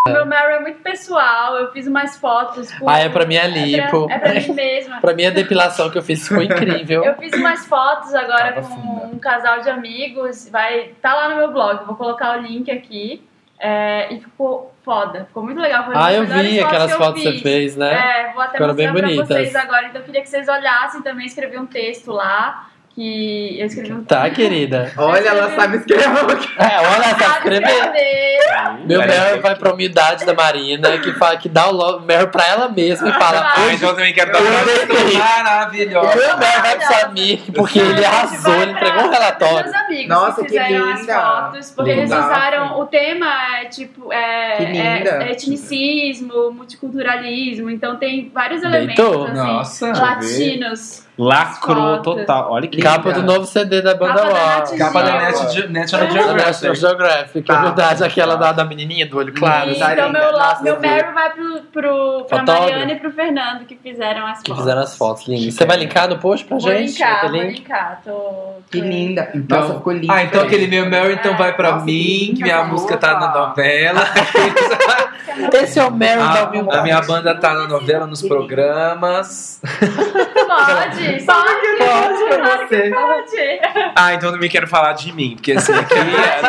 Speaker 2: Meu Meryl é muito pessoal, eu fiz umas fotos. com-
Speaker 1: Ah, é pra minha
Speaker 2: É
Speaker 1: lipo.
Speaker 2: pra, é pra mim mesma.
Speaker 1: Pra mim, a depilação que eu fiz ficou incrível.
Speaker 2: Eu fiz umas fotos agora
Speaker 1: Tava
Speaker 2: com um casal de amigos. Vai, tá lá no meu blog, vou colocar o link aqui. É, e ficou foda, ficou muito legal. Foi uma
Speaker 1: Ah,
Speaker 2: das
Speaker 1: eu
Speaker 2: melhores
Speaker 1: vi aquelas
Speaker 2: que eu
Speaker 1: fotos que
Speaker 2: fiz.
Speaker 1: você fez, né?
Speaker 2: É, vou até
Speaker 1: Ficaram bem
Speaker 2: mostrar pra
Speaker 1: bonitas.
Speaker 2: vocês agora. Então eu queria que vocês olhassem também, escrevi um texto lá. Que eu escrevi um
Speaker 1: Tá, querida?
Speaker 2: Olha, ela sabe
Speaker 3: escrever.
Speaker 1: É, olha, ela
Speaker 2: Ah,
Speaker 1: sabe escrever.
Speaker 2: escrever.
Speaker 1: Meu
Speaker 7: Parece
Speaker 1: Meryl vai pra umidade da Marina, que, fala, que dá o lo- Meryl pra ela mesma e fala.
Speaker 7: Ah,
Speaker 1: "Hoje
Speaker 7: então eu também quero dar
Speaker 1: Eu
Speaker 7: uma
Speaker 1: odeio. O
Speaker 7: maravilhosa.
Speaker 1: meu Meryl vai pro Samir, porque ele arrasou, ele entregou um relatório.
Speaker 2: Meus amigos
Speaker 3: Nossa,
Speaker 2: que
Speaker 3: que
Speaker 2: fizeram as
Speaker 3: linda.
Speaker 2: fotos, porque eles
Speaker 3: Linda.
Speaker 2: usaram o tema é tipo é,
Speaker 3: Que linda.
Speaker 2: é etnicismo, multiculturalismo, então tem vários elementos
Speaker 1: Deitou?
Speaker 2: assim,
Speaker 4: Nossa.
Speaker 2: latinos.
Speaker 7: Lacrou
Speaker 2: Fotos.
Speaker 7: total. Olha que
Speaker 1: Capa
Speaker 7: linda.
Speaker 1: do novo CD da banda
Speaker 2: Capa da
Speaker 1: War.
Speaker 2: Nat
Speaker 4: Capa da
Speaker 2: Geo.
Speaker 4: Nat- Ge- National
Speaker 1: Da National
Speaker 4: Geographic.
Speaker 1: Geographic, é
Speaker 3: Tá.
Speaker 1: verdade, aquela da, da menininha do olho claro,
Speaker 2: E,
Speaker 1: sabe?
Speaker 2: então meu, lo-
Speaker 1: Nossa,
Speaker 2: meu Meryl vai pro, pro pra
Speaker 1: Fotógrafo.
Speaker 2: Mariana e pro Fernando que fizeram as
Speaker 1: Que
Speaker 2: fotos.
Speaker 1: fizeram as fotos lindas. Você vai linkar no post pra
Speaker 2: Vou
Speaker 1: gente?
Speaker 2: linkar,
Speaker 1: Vai ter
Speaker 2: vou
Speaker 1: link?
Speaker 2: linkar. Tô,
Speaker 3: Que
Speaker 2: tô-
Speaker 3: linda.
Speaker 4: Então-
Speaker 3: Nossa, ficou linda.
Speaker 4: Ah, então aquele meu Mary então vai pra
Speaker 3: Nossa,
Speaker 4: mim,
Speaker 3: que
Speaker 4: minha
Speaker 3: louca.
Speaker 4: música tá na novela.
Speaker 1: Esse é o Meryl
Speaker 7: Ah,
Speaker 1: da
Speaker 4: a, a
Speaker 1: humildade.
Speaker 4: minha banda tá na novela, nos programas.
Speaker 2: Pode, pode,
Speaker 1: Pode pra
Speaker 2: claro que
Speaker 1: você.
Speaker 2: pode.
Speaker 7: Ah, então eu também quero falar de mim, porque assim, aqui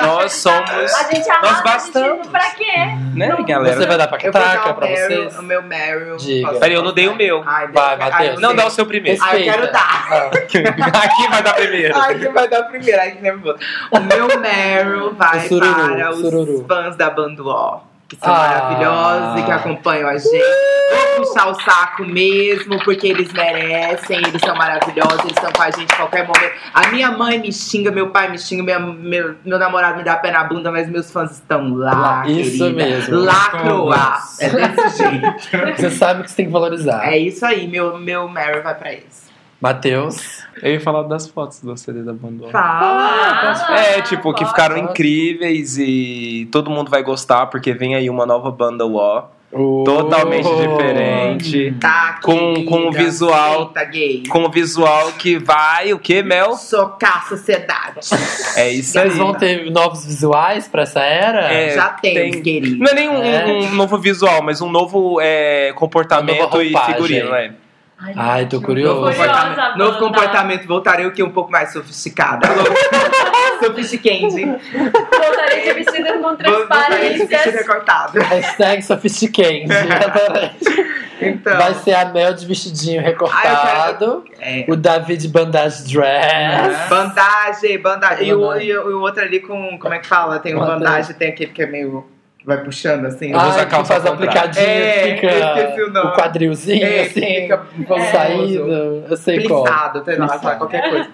Speaker 7: nós somos.
Speaker 2: A gente arrasa, a
Speaker 7: bastamos.
Speaker 2: gente, pra quê?
Speaker 7: Né, galera?
Speaker 1: Você vai dar pra
Speaker 3: Eu vou dar
Speaker 1: Cataca,
Speaker 3: o
Speaker 1: pra
Speaker 3: Meryl,
Speaker 1: vocês?
Speaker 3: o meu Meryl.
Speaker 1: Diga.
Speaker 3: Posso-
Speaker 7: Peraí, eu não dei o meu.
Speaker 3: Ai, Deus,
Speaker 1: Vai,
Speaker 3: ai,
Speaker 1: Matheus.
Speaker 3: eu
Speaker 7: Não,
Speaker 3: sei.
Speaker 7: dá o seu primeiro.
Speaker 1: Esse-
Speaker 3: Ai, eu quero
Speaker 1: Respeita.
Speaker 3: dar.
Speaker 7: Aqui vai dar primeiro.
Speaker 3: Ai, que vai dar primeiro. Ai, que nervoso. O meu Meryl vai
Speaker 1: O sururu,
Speaker 3: para os
Speaker 1: sururu.
Speaker 3: fãs da Bando O, que são
Speaker 1: Ah.
Speaker 3: maravilhosos e que acompanham a gente. Vou puxar o saco mesmo, porque eles merecem, eles são maravilhosos, eles estão com a gente a qualquer momento. A minha mãe me xinga, meu pai me xinga, minha- meu, meu namorado me dá pé na bunda, mas meus fãs estão lá.
Speaker 1: Isso
Speaker 3: querida.
Speaker 1: mesmo.
Speaker 3: Lá,
Speaker 4: Todos.
Speaker 3: croá. É desse jeito.
Speaker 1: Você sabe que você tem que valorizar.
Speaker 3: É isso aí, meu, meu Meryl vai pra eles.
Speaker 1: Matheus.
Speaker 7: Eu ia falar das fotos do CD da Bandora.
Speaker 3: Fala!
Speaker 2: Fala,
Speaker 7: É, tipo, que
Speaker 2: pode.
Speaker 7: ficaram incríveis e todo mundo vai gostar, porque vem aí uma nova banda UO, totalmente
Speaker 1: Oh.
Speaker 7: diferente,
Speaker 3: Tá,
Speaker 7: Com-
Speaker 1: um
Speaker 7: com o
Speaker 3: querida.
Speaker 7: visual.
Speaker 3: Eita, gay.
Speaker 7: com o visual que vai, o que, Mel?
Speaker 3: Socar a sociedade.
Speaker 7: É isso aí.
Speaker 1: Vocês vão ter novos visuais pra essa era?
Speaker 7: É,
Speaker 3: Já tem,
Speaker 7: tem.
Speaker 3: querido.
Speaker 7: Não é nem um,
Speaker 1: É.
Speaker 7: um novo visual, mas um novo é,
Speaker 1: Uma
Speaker 7: comportamento
Speaker 1: nova
Speaker 7: e
Speaker 1: roupagem.
Speaker 7: figurino, né?
Speaker 1: Ai, tô
Speaker 2: gente,
Speaker 1: curioso.
Speaker 2: tô curiosa, Wanda.
Speaker 3: Novo comportamento, voltarei o que? Um pouco mais sofisticada. Sofistiquente.
Speaker 2: Voltarei de vestido com
Speaker 3: Voltarei de vestido
Speaker 2: transparências.
Speaker 3: recortado.
Speaker 1: Hashtag sophisticated.
Speaker 3: Então,
Speaker 1: Vai ser a Mel de vestidinho recortado.
Speaker 3: é.
Speaker 1: O Davi de bandage dress.
Speaker 3: bandagem, bandagem. E o,
Speaker 1: Bandagem.
Speaker 3: e o e o outro ali com, como é que fala? Tem o
Speaker 1: Bandagem. Ah,
Speaker 3: bandagem, tem aquele que é meio... que Vai puxando, assim.
Speaker 7: vou usar
Speaker 1: Ai, que
Speaker 7: calça
Speaker 1: faz
Speaker 7: ao contrário.
Speaker 1: aplicadinho,
Speaker 3: É, eu esqueci o
Speaker 1: fica
Speaker 3: nome.
Speaker 1: o quadrilzinho,
Speaker 3: É,
Speaker 1: assim,
Speaker 3: fica
Speaker 1: vão
Speaker 3: famoso. Ah,
Speaker 1: saindo. Eu sei qual.
Speaker 3: Plissado, até lá,
Speaker 1: Plissado.
Speaker 3: qualquer coisa.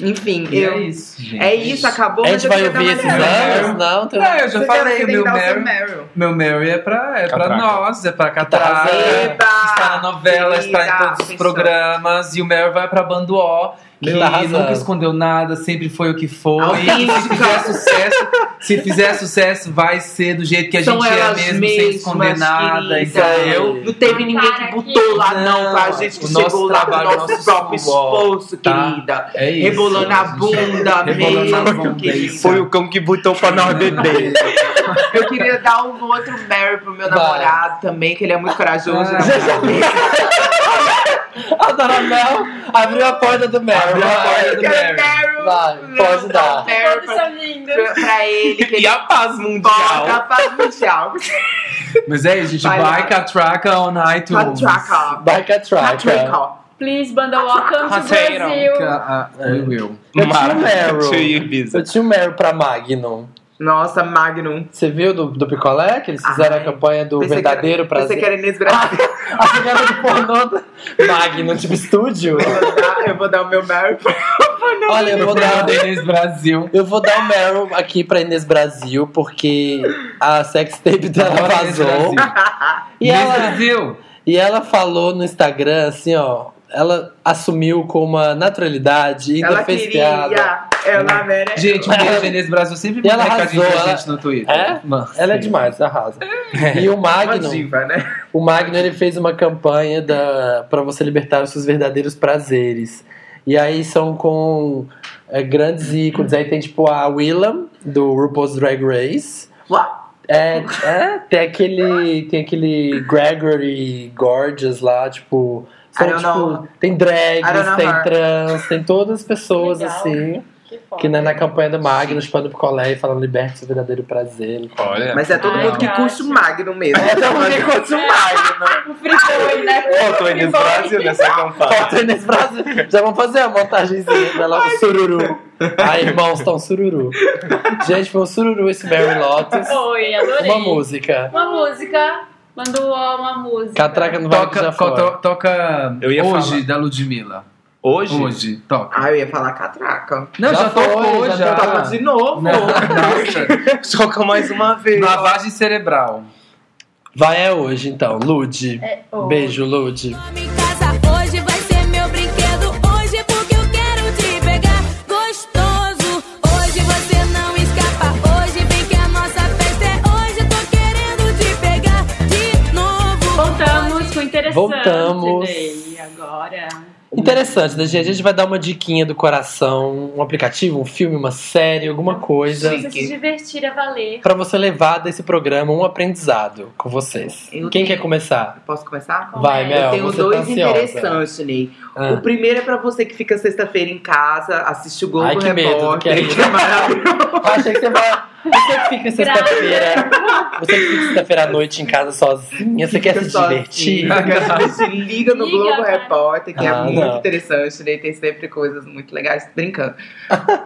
Speaker 3: Enfim,
Speaker 4: E
Speaker 3: eu...
Speaker 4: é isso, gente.
Speaker 3: É isso, acabou.
Speaker 1: A
Speaker 3: mas
Speaker 1: gente
Speaker 3: eu
Speaker 1: vai
Speaker 3: queria dar
Speaker 1: ouvir
Speaker 3: mais
Speaker 1: esses
Speaker 3: uma-
Speaker 1: anos? Não, então.
Speaker 4: Não, eu
Speaker 3: Você
Speaker 4: já
Speaker 3: tem
Speaker 4: falei,
Speaker 3: que
Speaker 4: meu
Speaker 3: dar o seu
Speaker 4: Mary, meu Mary é pra, é pra
Speaker 7: Catraca.
Speaker 4: nós, é pra
Speaker 1: Catraca.
Speaker 4: Catraca.
Speaker 3: Eba!
Speaker 4: Está na novela, está em
Speaker 3: Querida,
Speaker 4: todos os
Speaker 3: fechou.
Speaker 4: programas. E o Mary vai pra Bando O, que
Speaker 1: Tá arrasando.
Speaker 4: nunca escondeu nada, sempre foi o que foi.
Speaker 3: Autêntica.
Speaker 4: E se fizer sucesso, se fizer sucesso, vai ser do jeito que a
Speaker 3: São
Speaker 4: gente é
Speaker 3: elas
Speaker 4: mesmo, sem
Speaker 3: mesmas,
Speaker 4: esconder nada,
Speaker 3: queridas.
Speaker 4: entendeu?
Speaker 3: Não teve ninguém
Speaker 2: Cara,
Speaker 3: que botou lá, não.
Speaker 4: Não,
Speaker 3: Foi a gente que
Speaker 4: o nosso
Speaker 3: chegou lá com o
Speaker 4: trabalho,
Speaker 3: nosso
Speaker 4: nosso
Speaker 3: próprio
Speaker 4: suor,
Speaker 3: esforço,
Speaker 4: tá?
Speaker 3: querida.
Speaker 4: É isso.
Speaker 3: Rebolando a
Speaker 4: gente.
Speaker 3: bunda
Speaker 4: Rebolando a
Speaker 3: mesmo,
Speaker 4: bunda, é
Speaker 3: querida.
Speaker 4: isso.
Speaker 7: Foi o cão que botou pra nós beber.
Speaker 3: Eu queria dar um outro Mary pro meu
Speaker 1: Vai.
Speaker 3: namorado também, que ele é muito corajoso.
Speaker 4: Ah.
Speaker 1: A dona Mel Ah, abriu a porta do Mel.
Speaker 4: Abriu a porta do
Speaker 3: Eu quero um Mary.
Speaker 4: Mary.
Speaker 1: Vai,
Speaker 3: Meu,
Speaker 1: pode dar.
Speaker 3: um Mary
Speaker 2: Todos
Speaker 3: pra,
Speaker 2: são lindos.
Speaker 3: pra- pra ele, que
Speaker 7: e
Speaker 3: ele
Speaker 7: a paz mundial.
Speaker 3: bota pra mundial.
Speaker 4: Mas é isso, gente.
Speaker 3: Vai lá.
Speaker 4: Vai Catraca on iTunes.
Speaker 3: Patraca.
Speaker 1: Back a track. ó.
Speaker 3: Patraca.
Speaker 2: Please, banda Welcome to
Speaker 7: Rateiro.
Speaker 2: Brasil.
Speaker 4: Ah, ah, We will.
Speaker 1: Eu tinha
Speaker 7: Mara-
Speaker 1: um Meryl.
Speaker 7: to Ibiza.
Speaker 1: Eu tinha um Meryl pra Magnum.
Speaker 3: Nossa, Magnum.
Speaker 1: Você viu do, do picolé que eles fizeram a campanha do
Speaker 3: Pensei que era-
Speaker 1: verdadeiro prazer?
Speaker 3: Pensei que era Inês Brasil.
Speaker 1: A chegada de pornô Magnum, tipo estúdio.
Speaker 3: Eu vou dar o meu Mary
Speaker 1: Olha, eu vou dar
Speaker 4: Denise Brasil.
Speaker 1: Eu vou dar o Meryl aqui pra Inês Brasil, porque a sex tape dela
Speaker 4: Olha, Tá Inês
Speaker 1: vazou.
Speaker 4: Brasil.
Speaker 1: E
Speaker 4: Inês
Speaker 1: ela,
Speaker 4: Brasil.
Speaker 1: e ela falou no Instagram, assim, ó. Ela assumiu com uma naturalidade e ainda
Speaker 3: Ela
Speaker 1: fez piada.
Speaker 3: queria.
Speaker 1: Hum.
Speaker 3: Ela né? merece.
Speaker 4: Gente, um beijo, Inês Brasil. Sempre
Speaker 1: E ela
Speaker 4: manda recadinho
Speaker 1: arrasou,
Speaker 4: pra
Speaker 1: ela-
Speaker 4: gente no Twitter.
Speaker 1: É?
Speaker 4: Nossa.
Speaker 1: Ela é demais, arrasa.
Speaker 4: É.
Speaker 1: E o
Speaker 3: Uma
Speaker 1: Magnum,
Speaker 3: diva, né?
Speaker 1: o Magno ele fez uma campanha da para você libertar os seus verdadeiros prazeres. E aí são com é, grandes ícones. Aí tem tipo a Willam do RuPaul's Drag Race. É, é, tem aquele tem aquele Gregory Gorgeous lá, tipo, são,
Speaker 3: I don't
Speaker 1: tipo,
Speaker 3: know.
Speaker 1: tem
Speaker 3: I don't
Speaker 1: drags,
Speaker 3: know
Speaker 1: tem
Speaker 3: her.
Speaker 1: trans, tem todas as pessoas
Speaker 2: Legal.
Speaker 1: assim,
Speaker 2: Que,
Speaker 1: que
Speaker 2: foda.
Speaker 1: né, na campanha do Magno, chupando picolé e falando liberte seu verdadeiro prazer.
Speaker 7: Olha.
Speaker 3: Mas é todo
Speaker 2: Ai,
Speaker 3: mundo que
Speaker 2: eu
Speaker 3: curte o
Speaker 2: acho. É
Speaker 3: Magnum mesmo.
Speaker 2: O fricoi, né?
Speaker 7: Faltou Inês Brasil né? nessa campanha.
Speaker 1: Falta nesse Brasil. Já vamos fazer a montagenzinha dela, o sururu. Aí, irmãos, tá um sururu. Gente, foi um sururu esse Mary Lotus.
Speaker 2: Oi, adorei.
Speaker 1: Uma música.
Speaker 2: Uma música. Mandou uma música.
Speaker 1: Catraca no barco
Speaker 4: Toca,
Speaker 1: já foi.
Speaker 4: to- toca
Speaker 7: Eu ia
Speaker 4: hoje
Speaker 7: falar.
Speaker 4: da Ludmilla.
Speaker 7: Hoje?
Speaker 4: Hoje, toca.
Speaker 3: Ah, eu ia falar catraca.
Speaker 4: Não,
Speaker 1: Já
Speaker 4: já,
Speaker 1: foi,
Speaker 4: tocou,
Speaker 1: já tá
Speaker 4: já.
Speaker 1: tocou
Speaker 3: De novo.
Speaker 4: Não, nossa.
Speaker 7: Toca mais uma vez.
Speaker 4: Lavagem cerebral.
Speaker 1: Vai é hoje, então. Lude.
Speaker 3: É
Speaker 2: hoje.
Speaker 1: Beijo, Lude.
Speaker 10: Toma em casa hoje, vai ser meu brinquedo hoje, é porque eu quero te pegar gostoso. Hoje você não escapa, hoje vem que a nossa festa é hoje, tô querendo te pegar de novo.
Speaker 2: Voltamos com o interessante.
Speaker 1: Voltamos.
Speaker 2: Ney, agora.
Speaker 1: Interessante, né, gente? A gente vai dar uma diquinha do coração, um aplicativo, um filme, uma série, alguma coisa.
Speaker 2: Você se divertir a valer.
Speaker 1: Pra você levar desse programa um aprendizado com vocês.
Speaker 3: Eu
Speaker 1: Quem
Speaker 3: tenho.
Speaker 1: quer começar?
Speaker 3: Posso começar?
Speaker 1: Vai,
Speaker 2: Eu
Speaker 1: Mel.
Speaker 3: eu tenho
Speaker 1: você tá
Speaker 3: dois
Speaker 1: ansiosa.
Speaker 3: interessantes, Ney.
Speaker 1: Ah.
Speaker 3: O primeiro é pra você que fica sexta-feira em casa, assiste o Globo
Speaker 1: Ai, que medo, não
Speaker 3: Repórter.
Speaker 1: quero.
Speaker 3: que é maravilhoso.
Speaker 1: Achei que você vai. Você que fica sexta-feira. Você que fica sexta-feira à noite em casa sozinha, você quer se
Speaker 3: Fica sozinho,
Speaker 1: divertir?
Speaker 3: quer se divertir, Liga no
Speaker 2: Liga,
Speaker 3: Globo
Speaker 2: cara.
Speaker 3: Repórter, que
Speaker 1: Ah,
Speaker 3: é muito
Speaker 1: não.
Speaker 3: interessante, né? Tem sempre coisas muito legais brincando.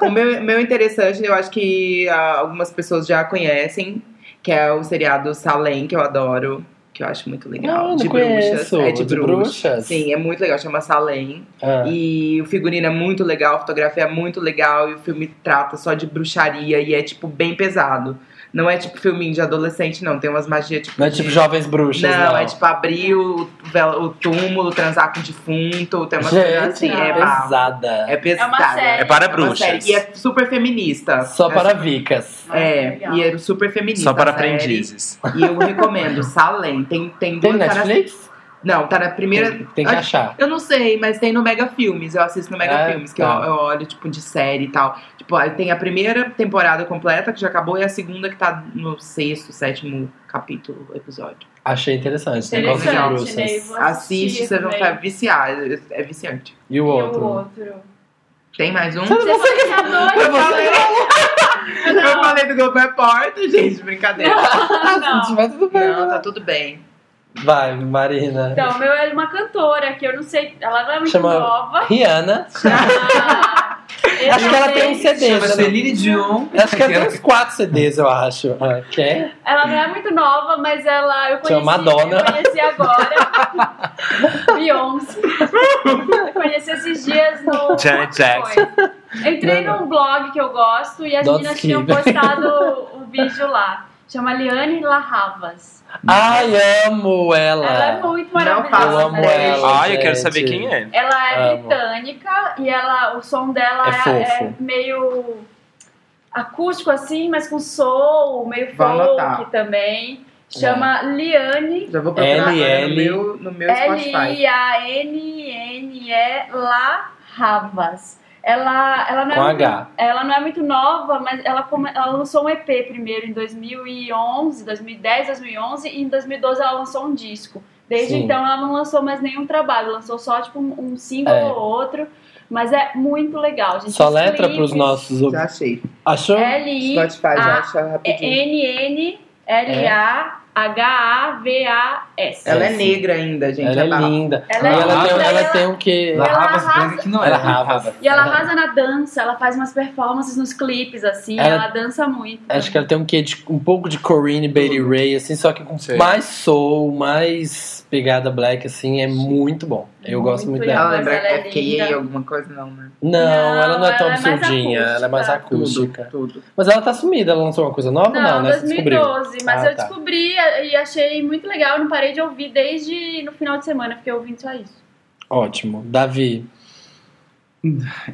Speaker 3: o meu, meu interessante, eu acho que ah, algumas pessoas já conhecem, que é o seriado Salem, que eu adoro, que eu acho muito legal.
Speaker 1: Ah, Não, não
Speaker 3: de
Speaker 1: conheço.
Speaker 3: bruxas. É de,
Speaker 1: De
Speaker 3: bruxas.
Speaker 1: bruxas?
Speaker 3: Sim, é muito legal, chama Salem.
Speaker 1: Ah.
Speaker 3: E o figurino é muito legal, a fotografia é muito legal e o filme trata só de bruxaria e é tipo bem pesado. Não é tipo filminho de adolescente, não. Tem umas magias tipo.
Speaker 1: Não é tipo
Speaker 3: de-
Speaker 1: jovens bruxas, não.
Speaker 3: Não, é tipo abrir o, vel- o túmulo, transar com o defunto, tem umas coisas
Speaker 1: Gente,
Speaker 3: assim.
Speaker 1: é,
Speaker 3: É, brabo.
Speaker 1: pesada.
Speaker 3: é pesada.
Speaker 2: É uma série.
Speaker 7: É para
Speaker 3: É uma
Speaker 7: bruxas.
Speaker 3: série. E é super feminista.
Speaker 1: Só
Speaker 3: É
Speaker 1: para vicas.
Speaker 3: É,
Speaker 2: Legal.
Speaker 3: e é super feminista.
Speaker 7: Só para
Speaker 3: a série.
Speaker 7: aprendizes.
Speaker 3: E eu recomendo, Salem. Tem, tem
Speaker 1: Tem
Speaker 3: duas- tá na-
Speaker 1: Netflix?
Speaker 3: Não, tá na primeira.
Speaker 1: Tem, tem que achar.
Speaker 3: Eu não sei, mas tem no Mega Filmes. Eu assisto no Mega
Speaker 1: É,
Speaker 3: Filmes, que
Speaker 1: tá.
Speaker 3: eu, eu olho, tipo, de série e tal. Tipo, aí tem a primeira temporada completa, que já acabou, e a segunda que tá no sexto, sétimo capítulo, episódio.
Speaker 1: Achei interessante. Tem gosto de
Speaker 2: Interessante, Ney.
Speaker 1: bruxas.
Speaker 2: Vou
Speaker 3: Assiste,
Speaker 2: assistir
Speaker 3: vocês vão
Speaker 2: também.
Speaker 3: ficar viciados. É viciante.
Speaker 1: E o
Speaker 2: E
Speaker 1: outro?
Speaker 2: o outro.
Speaker 3: Tem mais um?
Speaker 2: Você falou que tá doido,
Speaker 3: Eu falei,
Speaker 2: eu não.
Speaker 3: eu falei do Globo Repórter, gente, brincadeira. Tá
Speaker 2: Ah, não.
Speaker 1: Se tiver, tudo bem.
Speaker 3: Não, tá tudo bem.
Speaker 1: Vai, Marina.
Speaker 2: Então, o meu é uma cantora que eu não sei, ela não é muito
Speaker 1: Chama-
Speaker 2: nova.
Speaker 1: Rihanna.
Speaker 2: Ah, eu
Speaker 1: Acho que ela
Speaker 2: não
Speaker 1: tem um
Speaker 2: sei.
Speaker 1: CD.
Speaker 4: Chama
Speaker 1: né?
Speaker 4: Celine Dion.
Speaker 1: Acho que ela tem uns quatro CDs, eu acho. Ah, Quer?
Speaker 2: Ela não é muito nova, mas ela eu conheci,
Speaker 1: Chama Madonna.
Speaker 2: eu conheci agora. Beyoncé. Eu conheci esses dias no
Speaker 7: Janet Jackson.
Speaker 2: Entrei num blog que eu gosto e as
Speaker 1: Don't
Speaker 2: meninas
Speaker 1: skip.
Speaker 2: tinham postado o vídeo lá. Chama Liane Larravas.
Speaker 1: Ai, amo ela.
Speaker 2: Ela é muito maravilhosa.
Speaker 3: faço
Speaker 1: Eu amo
Speaker 2: né?
Speaker 1: ela.
Speaker 7: Ai, eu quero
Speaker 1: gente.
Speaker 7: saber quem é.
Speaker 2: Ela é
Speaker 1: Amo.
Speaker 2: britânica e ela, o som dela
Speaker 1: É
Speaker 2: é,
Speaker 1: fofo.
Speaker 2: é meio acústico assim, mas com soul, meio
Speaker 3: Vou
Speaker 2: folk
Speaker 3: anotar.
Speaker 2: também. Chama Liane
Speaker 3: Já vou procurar agora
Speaker 1: LL.
Speaker 3: no meu, no meu Spotify.
Speaker 2: L-I-A-N-N-E Larravas. Ela, ela, não
Speaker 1: Com
Speaker 2: é muito,
Speaker 1: H.
Speaker 2: ela não é muito nova, mas ela, come- ela lançou um EP primeiro em 2011, 2010, 2011 e em 2012 ela lançou um disco. Desde
Speaker 1: Sim.
Speaker 2: então ela não lançou mais nenhum trabalho, lançou só tipo um, um single
Speaker 1: É.
Speaker 2: ou outro, mas é muito legal, gente.
Speaker 1: Só
Speaker 2: Os
Speaker 1: letra
Speaker 2: clipes,
Speaker 1: pros nossos.
Speaker 3: Já
Speaker 1: ouvintes.
Speaker 2: É.
Speaker 3: achei.
Speaker 1: Achou?
Speaker 2: L I
Speaker 3: Spotify, já
Speaker 2: A
Speaker 3: acha rapidinho.
Speaker 2: N N L A H-A-V-A-S.
Speaker 3: Ela é negra ainda, gente. tá
Speaker 1: Ela é
Speaker 3: barra-
Speaker 1: linda.
Speaker 2: Ela
Speaker 1: e
Speaker 2: é
Speaker 1: ela, tem, um,
Speaker 2: linda,
Speaker 1: ela
Speaker 2: ela-
Speaker 1: tem o quê?
Speaker 4: Ela é
Speaker 2: Ela
Speaker 4: raba as
Speaker 2: arrasa.
Speaker 4: coisas que não
Speaker 1: Ela é
Speaker 4: era.
Speaker 1: raba.
Speaker 2: E ela arrasa na dança, ela faz umas performances nos clipes, assim,
Speaker 1: Ela-
Speaker 2: ela, dança muito.
Speaker 1: Acho que ela tem um quê de um pouco de Corinne Bailey Ray, assim, só que com
Speaker 4: Sei.
Speaker 1: mais soul, mais pegada black, assim, é muito bom. Eu
Speaker 2: Muito
Speaker 1: gosto muito
Speaker 2: legal.
Speaker 1: dela.
Speaker 3: Ela lembra
Speaker 2: Mas ela é
Speaker 3: FKA
Speaker 2: linda.
Speaker 3: alguma coisa, não, né?
Speaker 1: Não,
Speaker 2: Não,
Speaker 1: ela não é tão
Speaker 2: ela é mais
Speaker 1: absurdinha, ela é mais
Speaker 2: acústica.
Speaker 1: acústica.
Speaker 3: Tudo.
Speaker 1: Mas ela tá sumida, ela lançou uma coisa nova? Não,
Speaker 2: Não,
Speaker 1: né? Você descobriu.
Speaker 2: 2012, mas
Speaker 1: Ah,
Speaker 2: eu
Speaker 1: tá.
Speaker 2: descobri e achei muito legal, não parei de ouvir desde no final de semana, fiquei ouvindo só isso.
Speaker 1: Ótimo. Davi,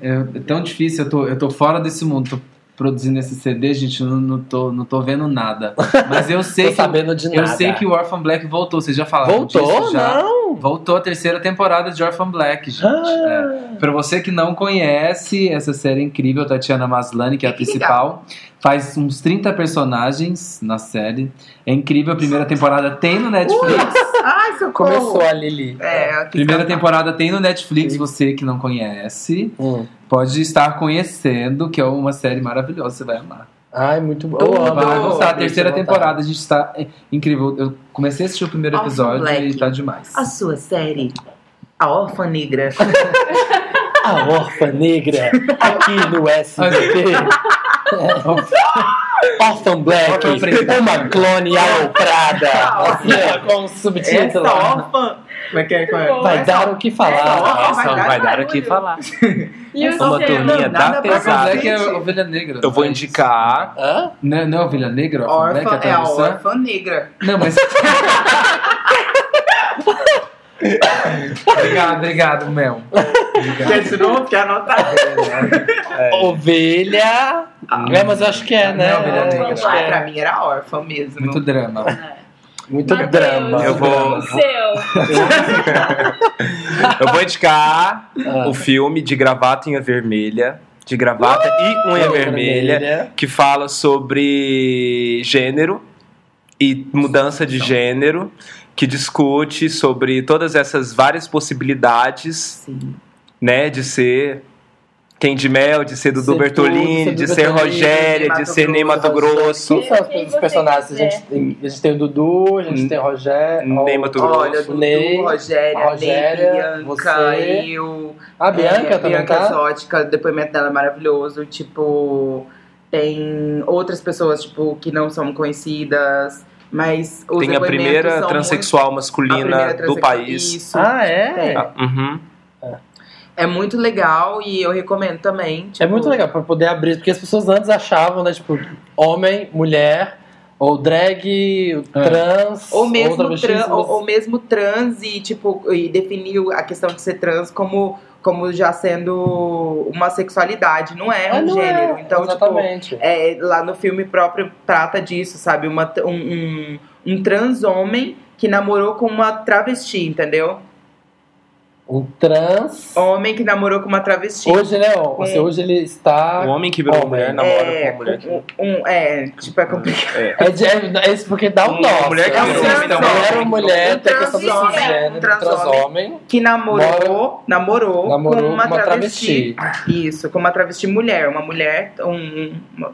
Speaker 4: É, é tão difícil, eu tô, eu tô fora desse mundo. Tô produzindo esse CD, gente, eu não, não, tô, não tô vendo nada. Mas eu sei
Speaker 1: tô
Speaker 4: que.
Speaker 1: sabendo de
Speaker 4: Eu
Speaker 1: nada.
Speaker 4: sei que o Orphan Black voltou, vocês já falaram
Speaker 1: Voltou?
Speaker 4: disso já.
Speaker 1: Não!
Speaker 4: Voltou a terceira temporada de Orphan Black, gente. É. Pra você que não conhece essa série incrível, Tatiana Maslany, que é a principal, faz uns 30 personagens na série. É incrível, a primeira temporada tem no
Speaker 3: Uh!
Speaker 4: Netflix.
Speaker 3: Ai, socorro!
Speaker 1: Começou a Lili.
Speaker 3: É, ela quis
Speaker 4: Primeira
Speaker 3: cantar.
Speaker 4: temporada tem no Netflix, você que não conhece,
Speaker 1: Hum.
Speaker 4: pode estar conhecendo, que é uma série maravilhosa, você vai amar.
Speaker 1: Ai, muito bom.
Speaker 3: Tudo.
Speaker 1: Eu amo,
Speaker 4: Vai
Speaker 1: eu amo.
Speaker 4: gostar, a terceira
Speaker 1: Vontade.
Speaker 4: temporada, a gente tá é, incrível. Eu comecei a assistir o primeiro
Speaker 3: Orphan
Speaker 4: episódio
Speaker 3: Black.
Speaker 4: e tá demais.
Speaker 3: A sua série, A Órfã Negra.
Speaker 1: A Orfa Negra, aqui no SBT. Orphan Black,
Speaker 4: Orphan Preta.
Speaker 1: uma clone aloprada. Assim, ó, com um
Speaker 3: Essa
Speaker 1: subtítulo.
Speaker 3: órfã. Como é que é? Como é?
Speaker 2: Muito
Speaker 1: Vai dar o que falar.
Speaker 3: Essa
Speaker 7: Essa vai dar o que falar.
Speaker 2: E o
Speaker 7: É Uma
Speaker 2: seu?
Speaker 7: turminha
Speaker 3: nada
Speaker 7: da
Speaker 3: pra
Speaker 4: Orphan
Speaker 7: pesada.
Speaker 3: fazer.
Speaker 4: Black é Ovelha Negra.
Speaker 7: Eu vou
Speaker 4: mas-
Speaker 7: indicar.
Speaker 1: Hã?
Speaker 4: Não, não é Ovelha Negra? Orphan Black
Speaker 3: Órfã, é a
Speaker 4: atravessar?
Speaker 3: órfã negra.
Speaker 4: Não, mas. obrigado, obrigado, Mel.
Speaker 3: Quer de novo? Quer anotar?
Speaker 7: É.
Speaker 1: Ovelha.
Speaker 7: Hum.
Speaker 1: É, mas eu acho que é, né?
Speaker 4: Não, Ovelha
Speaker 1: Eu
Speaker 4: Negra.
Speaker 1: acho que
Speaker 3: Ah,
Speaker 1: é.
Speaker 3: pra mim era órfã mesmo.
Speaker 4: É Muito drama.
Speaker 1: Muito
Speaker 2: Mateus.
Speaker 1: drama.
Speaker 7: Eu vou,
Speaker 2: O seu.
Speaker 7: eu vou indicar
Speaker 1: Ah.
Speaker 7: o filme de gravata e unha vermelha. De gravata e unha vermelha. que fala sobre gênero e mudança de gênero, que discute sobre todas essas várias possibilidades,
Speaker 3: Sim.
Speaker 7: né, de ser quem de mel, de ser Dudu
Speaker 1: Ser tudo, ser
Speaker 7: Bertolini, de
Speaker 1: Dudu
Speaker 7: ser
Speaker 1: Bertolini,
Speaker 7: Rogéria, de
Speaker 3: Mato
Speaker 7: ser Ney Mato Grosso.
Speaker 1: Quem são os- os personagens? A gente, tem- a gente tem o Dudu, a gente
Speaker 7: Hum.
Speaker 1: tem o Rogério.
Speaker 7: Ney Mato
Speaker 3: Olha,
Speaker 7: Grosso.
Speaker 3: Dudu,
Speaker 1: Ney,
Speaker 3: Rogéria,
Speaker 1: Rogéria,
Speaker 3: Ney, Bianca
Speaker 1: você.
Speaker 3: e o...
Speaker 1: A Bianca
Speaker 3: é,
Speaker 1: também
Speaker 3: Bianca
Speaker 1: tá?
Speaker 3: Exótica, o depoimento dela é maravilhoso. Tipo, tem outras pessoas, tipo, que não são conhecidas, mas os
Speaker 7: Tem a
Speaker 3: depoimentos
Speaker 7: primeira
Speaker 3: são
Speaker 7: transexual
Speaker 3: muito- a
Speaker 7: masculina
Speaker 3: primeira
Speaker 7: do
Speaker 3: transexual-
Speaker 7: país.
Speaker 3: Isso.
Speaker 1: Ah, é?
Speaker 3: Tem.
Speaker 7: Ah, uhum.
Speaker 3: É muito legal e eu recomendo também. tipo,
Speaker 1: É muito legal pra poder abrir, porque as pessoas antes achavam, né, tipo, homem, mulher, ou drag,
Speaker 7: É.
Speaker 1: trans,
Speaker 3: Ou mesmo,
Speaker 1: travesti,
Speaker 3: tran-
Speaker 1: mas-
Speaker 3: ou, ou mesmo trans e, tipo, e definir a questão de ser trans como, como já sendo uma sexualidade, não é
Speaker 1: Ah,
Speaker 3: um
Speaker 1: não
Speaker 3: gênero.
Speaker 1: é,
Speaker 3: Então, tipo,
Speaker 1: exatamente.
Speaker 3: É, lá no filme próprio trata disso, sabe? Uma, um, um, um trans homem que namorou com uma travesti, entendeu?
Speaker 1: Um trans.
Speaker 3: Homem que namorou com uma travesti.
Speaker 1: Hoje ele é homem. Assim, hoje ele está.
Speaker 7: O homem que virou
Speaker 1: Homem.
Speaker 7: mulher namora com
Speaker 3: é,
Speaker 7: uma mulher que...
Speaker 3: um, um- é, tipo, é complicado.
Speaker 7: É.
Speaker 1: É, de- é, é isso porque dá o
Speaker 7: Uma
Speaker 1: nó.
Speaker 7: Um mulher que
Speaker 1: é
Speaker 3: virou
Speaker 1: mulher,
Speaker 3: mulher,
Speaker 1: mulher,
Speaker 7: um
Speaker 1: mulher, tem a questão do
Speaker 3: transhomem,
Speaker 1: cisgênero,
Speaker 3: um
Speaker 1: um
Speaker 3: transhomem.
Speaker 1: transhomem,
Speaker 3: Que namorou, namorou,
Speaker 1: namorou
Speaker 3: com uma,
Speaker 1: travesti.
Speaker 3: Isso, com uma travesti mulher. Uma mulher, um... um- uma-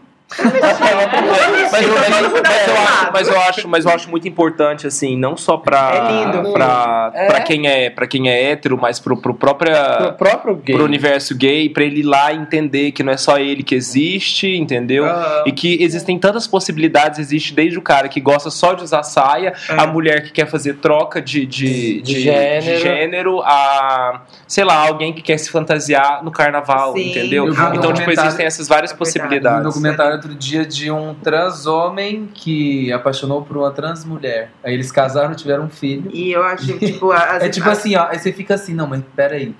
Speaker 7: Mas eu,
Speaker 1: Então
Speaker 7: mas
Speaker 1: é
Speaker 7: eu- mas eu
Speaker 3: errado.
Speaker 7: acho, mas eu acho, mas eu acho muito importante assim, não só pra
Speaker 3: É lindo.
Speaker 7: pra,
Speaker 1: É.
Speaker 7: pra quem é, para quem é hétero, mas pro,
Speaker 1: Pro
Speaker 7: pro própria
Speaker 1: próprio gay.
Speaker 7: pro universo gay, pra ele ir lá entender que não é só ele que existe, entendeu?
Speaker 3: Ah.
Speaker 7: E que existem tantas possibilidades, existe desde o cara que gosta só de usar saia,
Speaker 3: É.
Speaker 7: a mulher que quer fazer troca de, de,
Speaker 1: De gênero.
Speaker 7: de gênero, a sei lá, alguém que quer se fantasiar no carnaval,
Speaker 3: Sim.
Speaker 7: entendeu?
Speaker 4: Eu vi um
Speaker 7: Então, tipo,
Speaker 4: documentário-
Speaker 7: existem essas várias
Speaker 3: É verdade.
Speaker 4: Eu vi um
Speaker 7: possibilidades.
Speaker 4: documentário outro dia de um trans homem que apaixonou por uma trans mulher. Aí eles casaram, tiveram um filho.
Speaker 3: E eu acho, tipo... As,
Speaker 4: É tipo
Speaker 3: as-
Speaker 4: assim, ó. Aí você fica assim, não, mas peraí.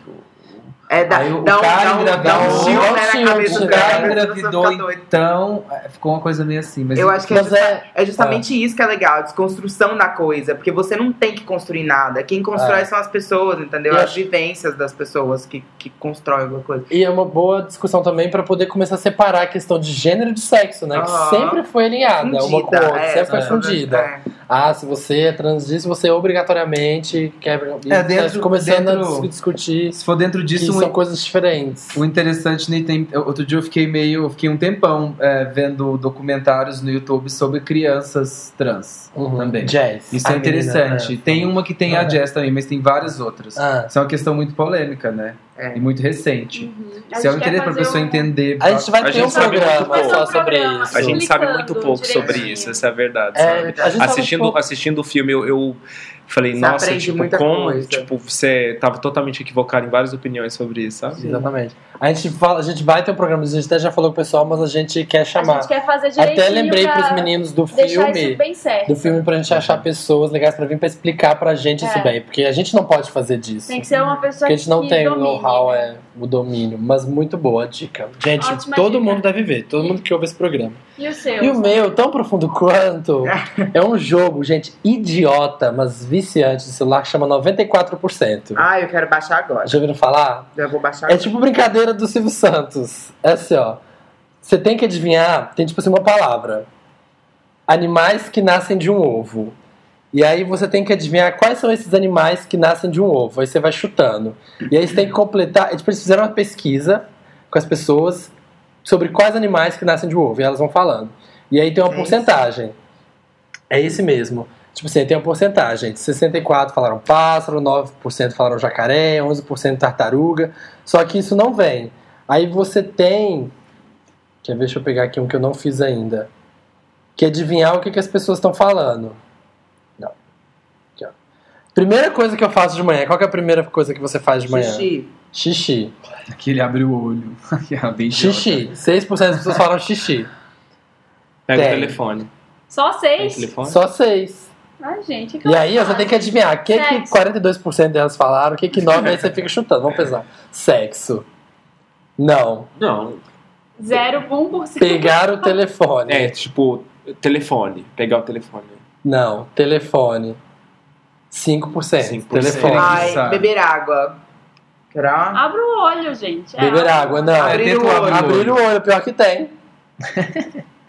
Speaker 3: É, dá,
Speaker 4: Aí o
Speaker 3: dá um,
Speaker 4: cara
Speaker 3: dá um,
Speaker 4: engravidou,
Speaker 3: dá um tilt,
Speaker 1: dá um
Speaker 3: né,
Speaker 1: tilt,
Speaker 3: na cabeça
Speaker 1: o
Speaker 3: do
Speaker 4: O
Speaker 1: cara
Speaker 3: cara,
Speaker 4: cara
Speaker 3: a pessoa fica
Speaker 4: engravidou,
Speaker 3: doida.
Speaker 4: então é, ficou uma coisa meio assim. Mas
Speaker 3: Eu acho que é,
Speaker 1: Mas é.
Speaker 3: é justamente isso que é legal, a desconstrução da coisa, porque você não tem que construir nada. Quem constrói são as pessoas, entendeu?
Speaker 1: Eu
Speaker 3: As
Speaker 1: É. acho-
Speaker 3: vivências das pessoas que, que constroem alguma coisa.
Speaker 1: E é uma boa discussão também pra poder começar a separar a questão de gênero e de sexo, né?
Speaker 3: Aham.
Speaker 1: Que sempre foi alinhada uma com a
Speaker 3: Ah. Fundida,
Speaker 1: outra,
Speaker 3: é,
Speaker 1: sempre foi
Speaker 4: é.
Speaker 1: fundida.
Speaker 3: É.
Speaker 1: Ah, se você é trans disso, você obrigatoriamente quebra. e
Speaker 4: É, dentro-
Speaker 1: tá começando
Speaker 4: dentro-
Speaker 1: a dis- discutir.
Speaker 4: Se for dentro disso,
Speaker 1: Que
Speaker 4: um
Speaker 1: isso são coisas diferentes.
Speaker 4: O interessante, né, tem, outro dia eu fiquei meio, eu fiquei um tempão é, vendo documentários no YouTube sobre crianças trans
Speaker 1: Uhum.
Speaker 4: também.
Speaker 1: Jazz.
Speaker 4: Isso é
Speaker 1: A menina,
Speaker 4: interessante.
Speaker 1: né?
Speaker 4: Tem uma que tem a
Speaker 1: Uhum.
Speaker 4: Jess também, mas tem várias outras.
Speaker 1: Ah.
Speaker 4: Isso é uma questão muito polêmica, né?
Speaker 3: É.
Speaker 4: E muito recente.
Speaker 2: Uhum. A
Speaker 4: Isso é um
Speaker 2: gente quer
Speaker 4: interesse pra
Speaker 2: fazer
Speaker 4: pessoa
Speaker 2: um-
Speaker 4: entender.
Speaker 1: A gente vai
Speaker 7: A
Speaker 1: ter
Speaker 7: gente
Speaker 1: um
Speaker 7: sabe
Speaker 1: programa
Speaker 7: muito pouco.
Speaker 1: só sobre
Speaker 2: Programa.
Speaker 1: isso.
Speaker 7: A gente sabe muito
Speaker 2: Explicando
Speaker 7: pouco sobre
Speaker 2: direitinho.
Speaker 7: isso, essa é a verdade.
Speaker 1: É,
Speaker 7: sabe?
Speaker 1: a gente sabe
Speaker 7: assistindo,
Speaker 1: pouco.
Speaker 7: assistindo o filme, eu, eu falei,
Speaker 3: Você
Speaker 7: nossa,
Speaker 3: aprende
Speaker 7: tipo,
Speaker 3: muita
Speaker 7: como
Speaker 3: coisa.
Speaker 7: tipo, você tava totalmente equivocado em várias opiniões sobre isso, sabe?
Speaker 1: Exatamente. A gente, fala, a gente vai ter um programa, a gente até já falou com o pessoal, mas a gente quer
Speaker 2: A
Speaker 1: chamar.
Speaker 2: gente quer fazer direitinho
Speaker 1: Até lembrei
Speaker 2: pra
Speaker 1: pros meninos do
Speaker 2: deixar
Speaker 1: filme.
Speaker 2: isso bem certo.
Speaker 1: Do filme pra gente achar pessoas legais pra vir pra explicar pra gente isso
Speaker 2: É.
Speaker 1: bem. Porque a gente não pode fazer disso.
Speaker 2: Tem que ser uma pessoa
Speaker 1: Porque a gente não
Speaker 2: que
Speaker 1: tem o
Speaker 2: domine,
Speaker 1: know-how,
Speaker 2: né?
Speaker 1: é, o domínio. Mas muito boa a dica. Gente,
Speaker 2: Ótima
Speaker 1: todo
Speaker 2: dica.
Speaker 1: mundo deve ver. Todo mundo que ouve esse programa.
Speaker 2: E o seu?
Speaker 1: E o meu, tão profundo quanto, é um jogo, gente, idiota, mas viciante de celular, que chama 94%.
Speaker 3: Ah, eu quero baixar agora.
Speaker 1: Já ouviram falar?
Speaker 3: Já vou
Speaker 1: É
Speaker 3: baixar agora.
Speaker 1: tipo brincadeira do Silvio Santos. É assim, ó. Você tem que adivinhar, tem tipo assim uma palavra. Animais que nascem de um ovo. E aí você tem que adivinhar quais são esses animais que nascem de um ovo. Aí você vai chutando. E aí você tem que completar. é Tipo, eles fizeram uma pesquisa com as pessoas sobre quais animais que nascem de um ovo. E elas vão falando. E aí tem uma porcentagem. É esse mesmo. Tipo assim, tem uma porcentagem. 64% falaram pássaro, 9% falaram jacaré, 11% tartaruga. Só que isso não vem. Aí você tem. Quer ver? Deixa eu pegar aqui um que eu não fiz ainda. Que é adivinhar o que, que as pessoas estão falando. Não. Aqui, ó. Primeira coisa que eu faço de manhã. Qual que é a primeira coisa que você faz de manhã?
Speaker 3: Xixi.
Speaker 1: Xixi.
Speaker 4: Que ele abriu o olho. Que é bem idiota.
Speaker 1: Xixi. 6% das pessoas falam xixi.
Speaker 7: Pega
Speaker 1: Tem.
Speaker 7: o telefone.
Speaker 2: Só
Speaker 7: Tem
Speaker 2: seis?
Speaker 7: telefone?
Speaker 1: É. Só 6.
Speaker 2: Ai, gente, que
Speaker 1: E aí você
Speaker 2: lascada.
Speaker 1: tem que adivinhar. O que, que
Speaker 2: Sexo.
Speaker 1: 42% delas falaram? O que, que 9% aí você fica chutando? Vamos pensar. Sexo. Não.
Speaker 7: Não.
Speaker 2: 0,1%.
Speaker 1: Pegar o telefone.
Speaker 7: É, tipo, telefone. Pegar o telefone.
Speaker 1: Não, telefone. 5%.
Speaker 7: 5%.
Speaker 1: Telefone.
Speaker 4: Ah,
Speaker 3: Ai, beber água. Quero uma-
Speaker 2: Abre o olho, gente. É,
Speaker 1: Beber
Speaker 2: abre-
Speaker 1: água, não.
Speaker 4: É,
Speaker 3: Abrir
Speaker 4: tenta
Speaker 3: o olho.
Speaker 1: Abrir o olho, pior que tem.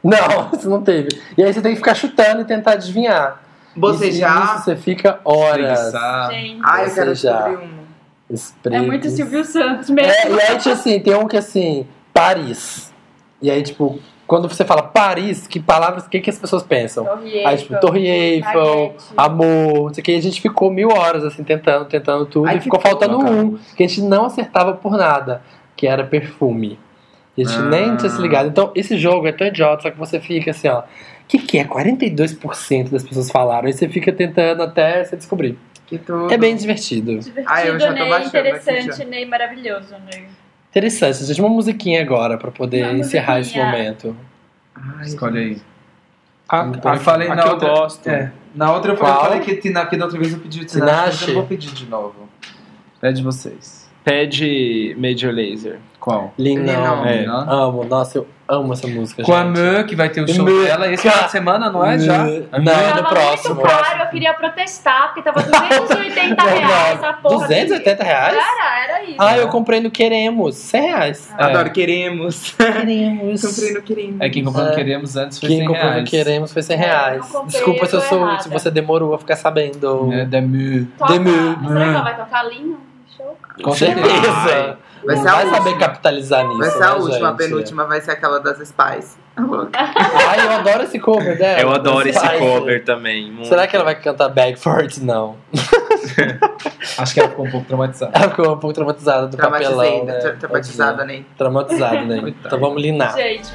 Speaker 1: não, isso não teve. E aí você tem que ficar chutando e tentar adivinhar. Isso, isso
Speaker 3: Bocejar.
Speaker 1: você fica horas.
Speaker 4: Preguiçar.
Speaker 2: Gente,
Speaker 1: Ah,
Speaker 3: Ai, eu quero
Speaker 1: Bocejar.
Speaker 3: descobrir uma.
Speaker 2: é
Speaker 1: Espreguiça.
Speaker 2: muito Silvio Santos mesmo.
Speaker 1: É, e aí, tipo assim, tem um que assim, Paris. E aí, tipo, quando você fala Paris, que palavras, o que, que as pessoas pensam?
Speaker 2: Torre Eiffel. Ah,
Speaker 1: Aí, tipo, Torre Eiffel,
Speaker 2: Baguete.
Speaker 1: amor, não sei o que. E a gente ficou mil horas, assim, tentando, tentando tudo.
Speaker 3: Ai,
Speaker 1: e ficou
Speaker 3: que
Speaker 1: faltando
Speaker 7: Colocar
Speaker 1: um, que a gente não acertava por nada, que era perfume. E a gente
Speaker 4: Ah.
Speaker 1: nem tinha se ligado. Então, esse jogo é tão idiota, só que você fica assim, ó. O que, que é? 42% das pessoas falaram. Aí você fica tentando até você descobrir.
Speaker 3: Que tudo.
Speaker 1: É bem divertido.
Speaker 2: Divertido,
Speaker 3: Ai, eu já tô
Speaker 2: né?
Speaker 3: baixando aqui
Speaker 2: Interessante,
Speaker 3: já.
Speaker 2: né? E Maravilhoso, né?
Speaker 1: Interessante, gente. Uma musiquinha agora pra poder
Speaker 2: Uma
Speaker 1: encerrar
Speaker 2: musiquinha.
Speaker 1: esse momento.
Speaker 3: Ai,
Speaker 4: Escolhe aí.
Speaker 1: Ah,
Speaker 4: eu falei
Speaker 7: a
Speaker 4: na
Speaker 7: que eu
Speaker 4: outra.
Speaker 7: gosto.
Speaker 4: É, na outra eu
Speaker 1: Qual?
Speaker 4: falei que, tina, que da outra vez eu pedi o Tinashe, mas
Speaker 1: Tinashe?
Speaker 4: eu vou pedir de novo. É de vocês.
Speaker 7: Pede Major Laser.
Speaker 4: Qual?
Speaker 1: Linão.
Speaker 3: Linão.
Speaker 7: É.
Speaker 4: Não?
Speaker 1: Amo. Nossa, Ah, eu amo essa música,
Speaker 4: Com a
Speaker 1: gente.
Speaker 4: Mö, que vai ter o
Speaker 1: O
Speaker 4: show
Speaker 1: Mö-
Speaker 4: dela esse final de semana, não é? Já?
Speaker 1: Mö-
Speaker 4: A Mö-
Speaker 1: Não,
Speaker 2: tava
Speaker 1: no próximo.
Speaker 2: muito caro, eu queria protestar, porque tava 280 reais essa porra. é
Speaker 1: 280 reais?
Speaker 2: Cara, era isso.
Speaker 1: Ah, eu comprei no Queremos. 100 reais.
Speaker 2: Ah,
Speaker 3: Adoro, queremos.
Speaker 1: Queremos.
Speaker 3: Comprei no queremos.
Speaker 4: É quem comprou o
Speaker 1: É. É.
Speaker 4: Queremos antes foi
Speaker 1: Quem
Speaker 4: 100
Speaker 1: comprou no
Speaker 4: reais.
Speaker 1: Queremos foi 100
Speaker 2: É, eu
Speaker 1: reais.
Speaker 2: não comprei,
Speaker 1: Desculpa
Speaker 2: eu
Speaker 1: se eu
Speaker 2: tô
Speaker 1: sou
Speaker 2: errada.
Speaker 1: se você demorou a ficar sabendo.
Speaker 4: Né, da Mö.
Speaker 2: Toca-
Speaker 1: Demil.
Speaker 2: Será que ela vai tocar Linho no show?
Speaker 1: Com certeza.
Speaker 3: Vai
Speaker 1: Não
Speaker 3: ser a
Speaker 1: vai
Speaker 3: última.
Speaker 1: saber capitalizar nisso.
Speaker 3: Vai ser
Speaker 1: né,
Speaker 3: a última, a
Speaker 1: gente?
Speaker 3: penúltima vai ser aquela das Spice.
Speaker 1: Ai, eu adoro esse cover dela.
Speaker 7: Eu adoro esse
Speaker 1: Ai,
Speaker 7: cover também. muito.
Speaker 1: É, Será que ela vai cantar Bag for It? Não.
Speaker 4: Acho que ela ficou um pouco traumatizada.
Speaker 1: Ela ficou um pouco traumatizada do papelão, né?
Speaker 3: Traumatizada, traumatizada, né?
Speaker 1: Traumatizada, né? Então vamos linar.
Speaker 2: Gente,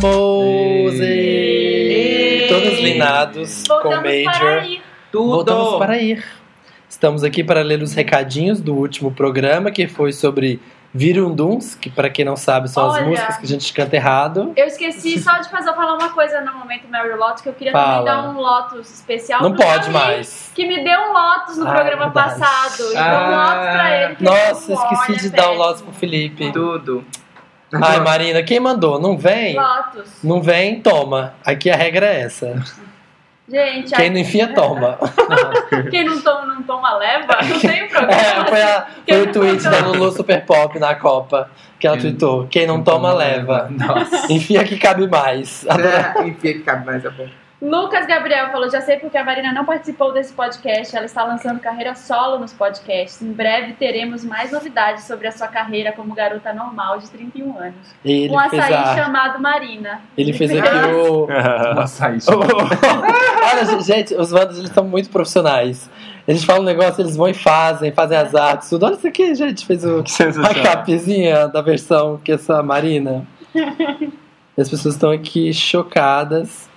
Speaker 1: Voltamos!
Speaker 2: E-
Speaker 1: E... Todos linados com
Speaker 2: voltamos para
Speaker 1: Major.
Speaker 2: aí.
Speaker 1: Voltamos para ir. Estamos aqui para ler os recadinhos do último programa, que foi sobre Virunduns, que para quem não sabe são
Speaker 2: Olha.
Speaker 1: as músicas que a gente canta errado.
Speaker 2: Eu esqueci só de fazer falar uma coisa no momento Mary Lotus, que eu queria
Speaker 1: Fala.
Speaker 2: também dar um Lotus especial.
Speaker 1: Não
Speaker 2: pro meu
Speaker 1: pode
Speaker 2: amigo,
Speaker 1: mais.
Speaker 2: Que me deu um Lotus no
Speaker 1: Ah,
Speaker 2: programa
Speaker 1: verdade.
Speaker 2: passado. Então,
Speaker 4: Ah.
Speaker 2: um Lotus pra ele. que
Speaker 1: Nossa,
Speaker 2: ele não
Speaker 1: esqueci
Speaker 2: olha,
Speaker 1: de dar o
Speaker 2: velho.
Speaker 1: Lotus pro Felipe.
Speaker 3: Tudo.
Speaker 1: Ai, Marina, quem mandou? Não vem?
Speaker 2: Lotus.
Speaker 1: Não vem, toma. Aqui a regra é essa.
Speaker 2: Gente,
Speaker 1: Quem
Speaker 2: a-
Speaker 1: não enfia, toma.
Speaker 2: quem não, to- não juntou uma leva? Não tem problema.
Speaker 1: É, foi, a-
Speaker 2: assim. Quem
Speaker 1: foi o
Speaker 2: não
Speaker 1: tweet
Speaker 2: contou-
Speaker 1: da Lulu Super Pop na Copa que ela tweetou: Quem não toma,
Speaker 4: Hum.
Speaker 1: leva. Enfia que cabe mais.
Speaker 3: É, Enfim, que cabe mais a boca.
Speaker 2: Lucas Gabriel falou: já sei porque a Marina não participou desse podcast, ela está lançando carreira solo nos podcasts. Em breve teremos mais novidades sobre a sua carreira como garota normal de 31 anos.
Speaker 1: Ele
Speaker 2: um
Speaker 1: fez
Speaker 2: açaí
Speaker 1: a.
Speaker 2: chamado Marina.
Speaker 1: Ele fez aqui o. Olha, gente, os Wandas eles são muito profissionais. Eles falam um negócio, eles vão e fazem, fazem as artes, tudo. Olha isso aqui, gente, fez o, a
Speaker 7: Sensacional.
Speaker 1: capezinha da versão que essa Marina. E As pessoas estão aqui chocadas.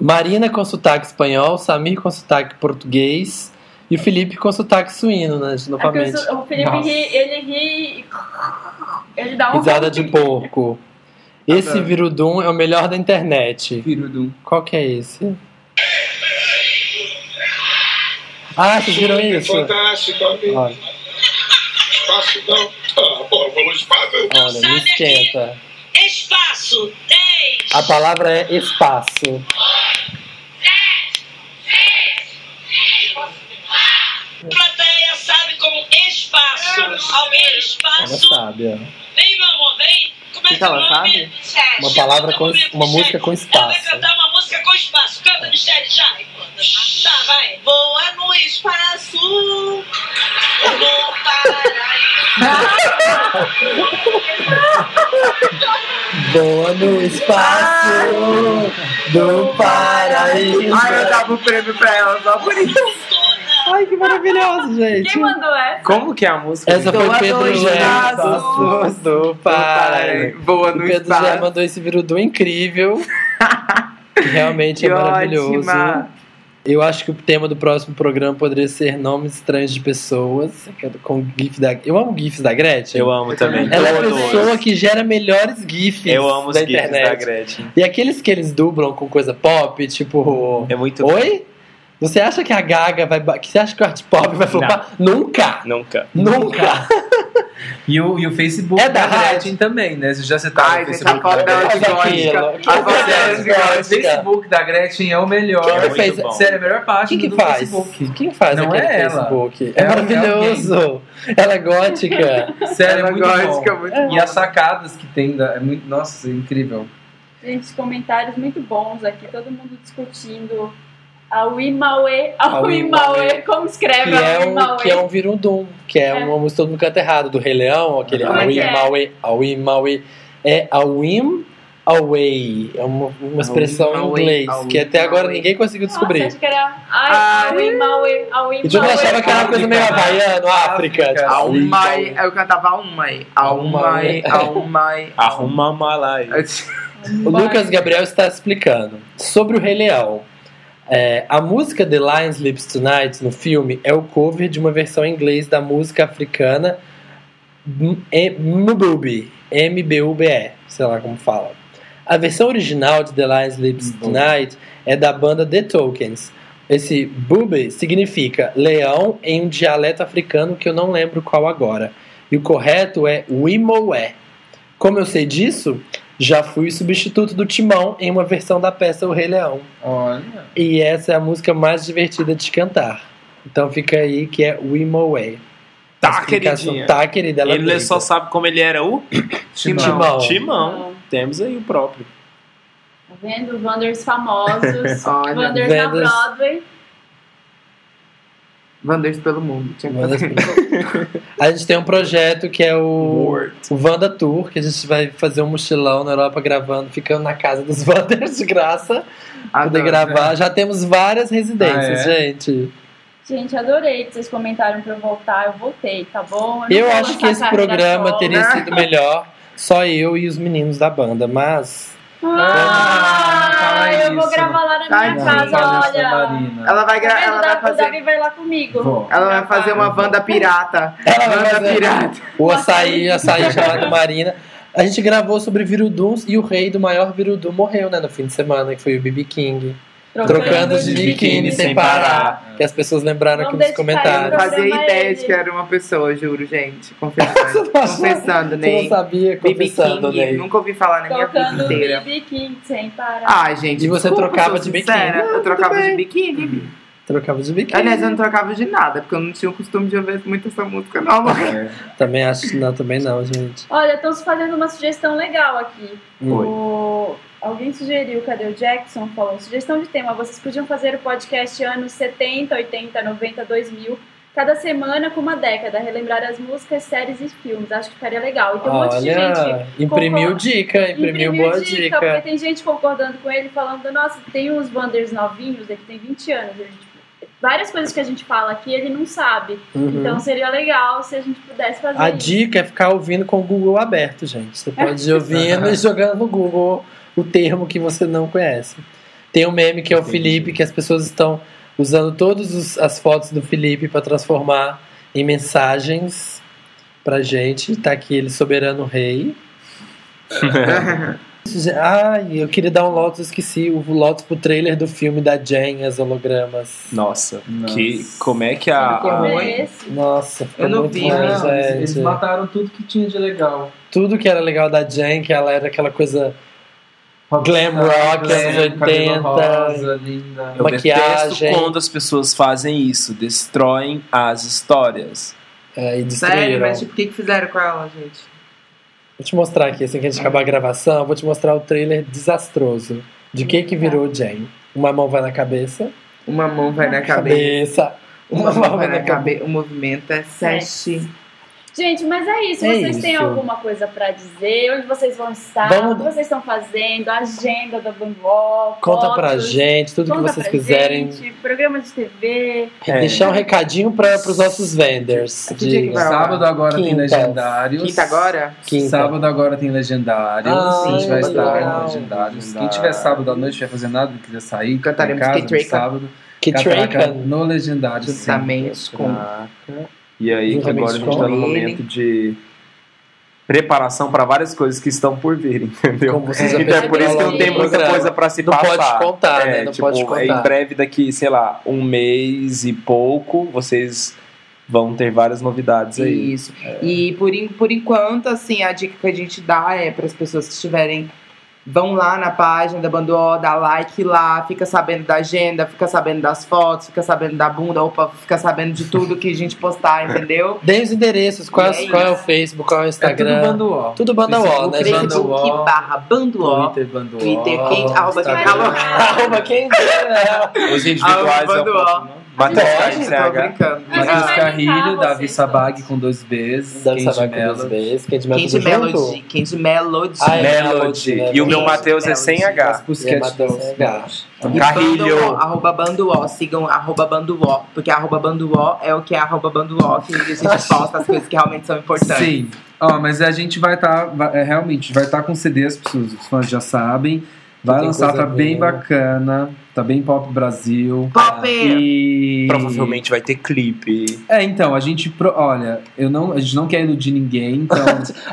Speaker 1: Marina com sotaque espanhol, Samir com sotaque português e o Felipe com sotaque suíno, né, gente,
Speaker 2: É porque
Speaker 1: novamente.
Speaker 2: o su- o Felipe
Speaker 1: Nossa.
Speaker 2: ri, ele ri. Ele dá um.
Speaker 1: Risada de porco. Esse
Speaker 3: Adoro.
Speaker 1: Virudum é o melhor da internet. Qual que é esse? Ah, vocês viram isso?
Speaker 12: Fantástico, amigo.
Speaker 1: Olha,
Speaker 12: Fácil não. Ah, bom, vamos para.
Speaker 1: olha, não esquenta.
Speaker 12: Espaço. Dez.
Speaker 1: A palavra é espaço.
Speaker 12: A plateia sabe como espaço.
Speaker 10: Ah.
Speaker 12: Alguém
Speaker 1: Ela
Speaker 12: espaço.
Speaker 1: sabe, ó.
Speaker 12: Vem, mamãe, vem. é Começa
Speaker 1: O que ela
Speaker 12: o nome.
Speaker 1: sabe? Uma palavra com uma música com
Speaker 12: Vai
Speaker 1: espaço.
Speaker 12: cantar uma música com espaço. Canta, Michelle, já. Tá, vai. Voa no espaço. Vou
Speaker 1: Boa no espaço do paraíso.
Speaker 3: Ai, eu dava o prêmio pra ela só por isso.
Speaker 1: Ai, que maravilhoso, gente.
Speaker 2: Quem mandou essa?
Speaker 7: Como que é a música?
Speaker 1: Essa foi o
Speaker 3: Doa
Speaker 1: Pedro
Speaker 3: dois
Speaker 1: Gé.
Speaker 3: braços
Speaker 1: do paraíso.
Speaker 3: Boa
Speaker 1: O
Speaker 3: no
Speaker 1: Pedro Gé
Speaker 3: espaço.
Speaker 1: mandou esse virudum incrível. que Realmente
Speaker 3: Que
Speaker 1: é maravilhoso.
Speaker 3: ótima.
Speaker 1: Eu acho que o tema do próximo programa poderia ser nomes estranhos de pessoas. que é Com GIF da. Eu amo GIFs da Gretchen.
Speaker 7: Eu amo também.
Speaker 1: Ela é a
Speaker 7: Todos.
Speaker 1: pessoa que gera melhores GIFs
Speaker 7: Eu amo os
Speaker 1: da
Speaker 7: gifs
Speaker 1: internet.
Speaker 7: da Gretchen.
Speaker 1: E aqueles que eles dublam com coisa pop, tipo.
Speaker 7: É muito bom.
Speaker 1: Oi? Você acha que a Gaga vai. ba- que Você acha que o Art Pop vai flopar? Nunca!
Speaker 7: Nunca.
Speaker 1: Nunca!
Speaker 4: E o, e o Facebook
Speaker 1: É da
Speaker 4: Gretchen também, né? Vocês já citaram
Speaker 3: Ai,
Speaker 4: o
Speaker 3: gente, a
Speaker 4: Facebook
Speaker 3: foto
Speaker 4: da Gretchen.
Speaker 3: dela de
Speaker 1: Aquilo.
Speaker 3: gótica. A foto dela de
Speaker 1: Aquilo.
Speaker 4: Cara, O
Speaker 1: Gótica.
Speaker 4: Facebook da Gretchen é o melhor.
Speaker 1: Quem que
Speaker 7: É muito
Speaker 1: fez-
Speaker 7: bom.
Speaker 4: Sério, a melhor página
Speaker 1: Quem que
Speaker 4: do
Speaker 1: faz?
Speaker 4: Tá Facebook.
Speaker 1: Quem faz
Speaker 4: Não
Speaker 1: aquele
Speaker 4: é ela.
Speaker 1: Facebook? É,
Speaker 4: É alguém,
Speaker 1: maravilhoso! Ela é gótica.
Speaker 4: Sério,
Speaker 3: Ela
Speaker 4: é muito
Speaker 3: gótica,
Speaker 4: bom.
Speaker 3: muito bom.
Speaker 4: E as sacadas que tem, da, é muito, nossa, é incrível.
Speaker 2: Gente, comentários muito bons aqui, todo mundo discutindo. A Wimawe, a
Speaker 1: A Wimawe.
Speaker 2: Wimawe, como escreve
Speaker 1: que, é
Speaker 2: a
Speaker 1: um,
Speaker 2: Wimawe?
Speaker 1: que é um virundum, que é,
Speaker 2: É.
Speaker 1: uma música todo mundo canta errado, do Rei Leão, aquele
Speaker 4: Como
Speaker 2: é que
Speaker 1: Awim,
Speaker 2: é?
Speaker 1: Away, Awim, Away. É Awim, Away. É uma, uma expressão em
Speaker 3: Away,
Speaker 1: inglês,
Speaker 3: Away,
Speaker 1: que até agora
Speaker 3: Away.
Speaker 1: ninguém conseguiu descobrir.
Speaker 2: Nossa, acho que era ai, a Wimawe, a Wimawe.
Speaker 1: E todo mundo achava que era uma coisa meio
Speaker 4: África, né?
Speaker 1: havaiano, África.
Speaker 4: África.
Speaker 1: tipo,
Speaker 3: A
Speaker 1: assim,
Speaker 3: uma, eu cantava a uma, a uma, a uma.
Speaker 7: Arruma a mala aí.
Speaker 1: O Lucas Gabriel está explicando. Sobre o Rei Leão. É, a música The Lion Sleeps Tonight no filme é o cover de uma versão em inglês da música africana hum, é, Mbubi, M-B-U-B-E, sei lá como fala. A versão original de The Lion Sleeps Tonight é da banda The Tokens. Esse Bubi significa leão em um dialeto africano que eu não lembro qual agora. E o correto é Wimoé. Como eu sei disso, já fui substituto do Timão em uma versão da peça O Rei Leão.
Speaker 4: Olha.
Speaker 1: E essa é a música mais divertida de cantar. Então fica aí que é Wimoway.
Speaker 7: Tá,
Speaker 1: Explicação-
Speaker 7: queridinha.
Speaker 1: Tá, querida. Ela
Speaker 7: Ele
Speaker 1: brinca.
Speaker 7: só sabe como ele era o
Speaker 4: Timão.
Speaker 1: Timão.
Speaker 7: Timão. Temos aí o próprio.
Speaker 2: Tá vendo? Wanders famosos.
Speaker 3: Olha,
Speaker 2: Wanders na
Speaker 1: Wanders.
Speaker 2: Broadway.
Speaker 3: Wanders pelo mundo. Tinha que
Speaker 1: Wanders
Speaker 3: fazer.
Speaker 1: A gente tem um projeto que é o, o Wanda Tour, que a gente vai fazer um mochilão na Europa gravando, ficando na casa dos Wanders de graça, poder
Speaker 3: Adoro.
Speaker 1: gravar. Já temos várias residências,
Speaker 4: Ah,
Speaker 1: gente.
Speaker 2: Gente, adorei que vocês comentaram pra eu voltar. Eu voltei, tá bom?
Speaker 1: Eu
Speaker 2: não vou
Speaker 1: acho
Speaker 2: lançar
Speaker 1: que esse
Speaker 2: carreira
Speaker 1: programa
Speaker 2: solo.
Speaker 1: teria sido melhor só eu e os meninos da banda, mas
Speaker 2: Ah,
Speaker 4: Ah, fala
Speaker 2: eu vou
Speaker 4: isso.
Speaker 2: gravar lá na minha
Speaker 3: Tadinha.
Speaker 2: casa,
Speaker 4: Fala isso da
Speaker 2: olha.
Speaker 4: Marina.
Speaker 3: Ela
Speaker 2: Tá
Speaker 3: vai, gra-
Speaker 2: vendo?
Speaker 3: ela
Speaker 2: Davi-
Speaker 3: vai
Speaker 2: O Davi
Speaker 3: fazer.
Speaker 2: vai lá comigo.
Speaker 4: Vou.
Speaker 3: Ela vai fazer uma Wanda pirata.
Speaker 1: Ela vai
Speaker 3: Wanda
Speaker 1: fazer.
Speaker 3: pirata.
Speaker 1: O açaí, açaí chamado Marina. A gente gravou sobre Viruduns e o rei do maior Virudum morreu, né, no fim de semana, que foi o BB King. Trocando de biquíni sem parar. Que as pessoas lembraram aqui
Speaker 2: Vamos
Speaker 1: nos
Speaker 2: dedicar
Speaker 3: Eu
Speaker 1: comentários.
Speaker 3: não
Speaker 2: Programa é
Speaker 3: fazia ideia
Speaker 2: ele.
Speaker 3: de que era uma pessoa, juro, gente. Confessando. Confessando,
Speaker 1: Você não
Speaker 3: Ney.
Speaker 1: sabia,
Speaker 3: BB
Speaker 1: confessando,
Speaker 3: King,
Speaker 1: Ney.
Speaker 3: nunca ouvi falar na minha vida
Speaker 2: Tocando
Speaker 3: inteira.
Speaker 2: BB King sem parar.
Speaker 3: Ai, gente.
Speaker 1: E você
Speaker 3: desculpa,
Speaker 1: trocava
Speaker 3: sou
Speaker 1: de
Speaker 3: sincera.
Speaker 1: biquíni. Ah,
Speaker 3: Eu trocava de biquíni.
Speaker 1: Trocava de biquíni.
Speaker 3: Aliás, eu não trocava de nada, porque eu não tinha o costume de ouvir muito essa música nova.
Speaker 1: Também acho que não, também não, gente.
Speaker 2: Olha, estão fazendo uma sugestão legal aqui.
Speaker 1: Oi.
Speaker 2: O- Alguém sugeriu, cadê o Jackson? Falou, sugestão de tema, vocês podiam fazer o podcast anos 70, 80, 90, 2000, cada semana com uma década, relembrar as músicas, séries e filmes, acho que ficaria legal. E tem um monte de gente...
Speaker 1: Olha, imprimiu
Speaker 2: concorda-
Speaker 1: dica, imprimiu, boa dica.
Speaker 2: Porque tem gente concordando com ele, falando, nossa, tem uns Wanders novinhos, ele tem 20 anos, ele, tipo, várias coisas que a gente fala aqui ele não sabe.
Speaker 1: Uhum.
Speaker 2: Então seria legal se a gente pudesse fazer
Speaker 1: A
Speaker 2: isso.
Speaker 1: dica é ficar ouvindo com o Google aberto, gente. Você pode ir ouvindo e jogando no Google o termo que você não conhece. Tem um meme que é o Felipe, que as pessoas estão usando todas as fotos do Felipe para transformar em mensagens pra gente. Tá aqui ele, soberano rei. Ai, eu queria dar um Lotus, esqueci o Lotus pro trailer do filme da Jen, as hologramas.
Speaker 7: Nossa, que como é que a,
Speaker 1: Como
Speaker 7: a-
Speaker 1: é Nossa, ficou
Speaker 7: Eu não
Speaker 1: muito é,
Speaker 7: vi,
Speaker 1: ruim,
Speaker 7: não.
Speaker 1: gente.
Speaker 4: Eles mataram tudo que tinha de legal.
Speaker 1: Tudo que era legal da Jen, que ela era aquela coisa glam rock, anos
Speaker 4: Glam, cabelo
Speaker 1: 80.
Speaker 4: rosa, linda.
Speaker 7: eu detesto
Speaker 1: maquiagem.
Speaker 7: quando as pessoas fazem isso, destroem as histórias.
Speaker 1: É, e
Speaker 3: Sério,
Speaker 1: destruíram.
Speaker 3: mas tipo, o que, que fizeram com ela, gente?
Speaker 1: Vou te mostrar aqui, assim que a gente acabar a gravação, eu vou te mostrar o trailer desastroso de que que virou Jen. Uma mão vai na cabeça.
Speaker 3: Uma mão vai na
Speaker 1: cabeça.
Speaker 3: Uma mão vai na cabeça. O movimento é sete.
Speaker 2: Gente, mas é isso.
Speaker 3: É
Speaker 2: vocês têm
Speaker 3: isso.
Speaker 2: alguma coisa pra dizer? Onde vocês vão estar?
Speaker 1: Vamos-
Speaker 2: O que vocês estão fazendo? A agenda da Bangkok?
Speaker 1: Conta pra
Speaker 2: fotos,
Speaker 1: gente, tudo que
Speaker 2: conta
Speaker 1: vocês
Speaker 2: pra
Speaker 1: quiserem.
Speaker 2: gente, programa de TV.
Speaker 7: É.
Speaker 1: E Deixar um recadinho para os nossos vendors.
Speaker 4: Que dia que vai ao ar? Sábado agora tem
Speaker 1: Quintas.
Speaker 4: Legendários. Quinta agora?
Speaker 1: Quinta.
Speaker 4: Sábado agora tem Legendários.
Speaker 1: Ah,
Speaker 4: a gente vai
Speaker 1: que
Speaker 4: estar
Speaker 1: legal.
Speaker 4: em Legendários. Quem tiver sábado à noite, não vai fazer nada, não quiser sair, cantaremos casa, no
Speaker 7: Ketraikan.
Speaker 4: sábado.
Speaker 7: Ketraikan.
Speaker 4: Catraca No Legendário.
Speaker 7: Juntamente
Speaker 4: sim. é
Speaker 7: com- E aí que agora a gente tá no momento de preparação para várias coisas que estão por vir, entendeu?
Speaker 1: Como vocês já
Speaker 7: então é por
Speaker 1: perceberam
Speaker 7: isso que
Speaker 1: ao
Speaker 7: não tem
Speaker 1: longo do
Speaker 7: muita
Speaker 1: programa.
Speaker 7: coisa para se
Speaker 1: Não
Speaker 7: passar.
Speaker 1: pode contar,
Speaker 7: é,
Speaker 1: né? Não
Speaker 7: tipo,
Speaker 1: pode contar.
Speaker 7: é Em breve, daqui, sei lá, um mês e pouco, vocês vão ter várias novidades aí.
Speaker 3: Isso. E por, en- por enquanto, assim, a dica que a gente dá é para as pessoas que estiverem. Vão lá na página da Banduó, dá like lá, fica sabendo da agenda, fica sabendo das fotos, fica sabendo da bunda, opa, fica sabendo de tudo que a gente postar, entendeu?
Speaker 1: Dê os endereços, qual,
Speaker 3: E é
Speaker 1: qual é o
Speaker 3: isso. Tá
Speaker 1: Facebook, qual é o Instagram.
Speaker 4: Banduó.
Speaker 1: Tudo Banduó, né, gente?
Speaker 3: Facebook barra Banduó.
Speaker 4: Twitter, Banduó.
Speaker 3: Twitter, quem? ah, Arroba quem?
Speaker 1: Instagram. Arroba quem? né?
Speaker 7: Os individuais
Speaker 3: Arroba
Speaker 7: é o
Speaker 3: Banduó.
Speaker 7: próximo. Matheus
Speaker 4: Pode, tô
Speaker 7: Carlos
Speaker 4: brincando.
Speaker 3: Ah.
Speaker 4: Matheus Carrilho, Davi Sabag com dois Bs.
Speaker 1: Davi
Speaker 4: Kenji
Speaker 1: Sabag com dois
Speaker 4: Mello.
Speaker 1: Bs, Kenji Mello
Speaker 3: Candy
Speaker 1: tudo junto?
Speaker 3: Melody. Candy Melody.
Speaker 1: Ah, é
Speaker 7: Melody. E o meu Matheus é sem H.
Speaker 1: Pusquete
Speaker 3: E
Speaker 7: Um Carrilho.
Speaker 3: Banduó, Arroba Banduó, sigam arroba Banduó, porque arroba Banduó é o que é arroba Banduó, que a gente posta as coisas que realmente são importantes.
Speaker 4: Sim. Ó, mas a gente vai estar, realmente, vai estar com CD, as pessoas, os fãs já sabem. Vai
Speaker 7: Tem
Speaker 4: lançar,
Speaker 7: coisa
Speaker 4: tá bem
Speaker 7: boa.
Speaker 4: bacana. Tá bem pop Brasil.
Speaker 3: Pop!
Speaker 4: E...
Speaker 7: Provavelmente vai ter clipe.
Speaker 4: É, então, a gente. pro- Olha, eu não, a gente não quer iludir ninguém, então.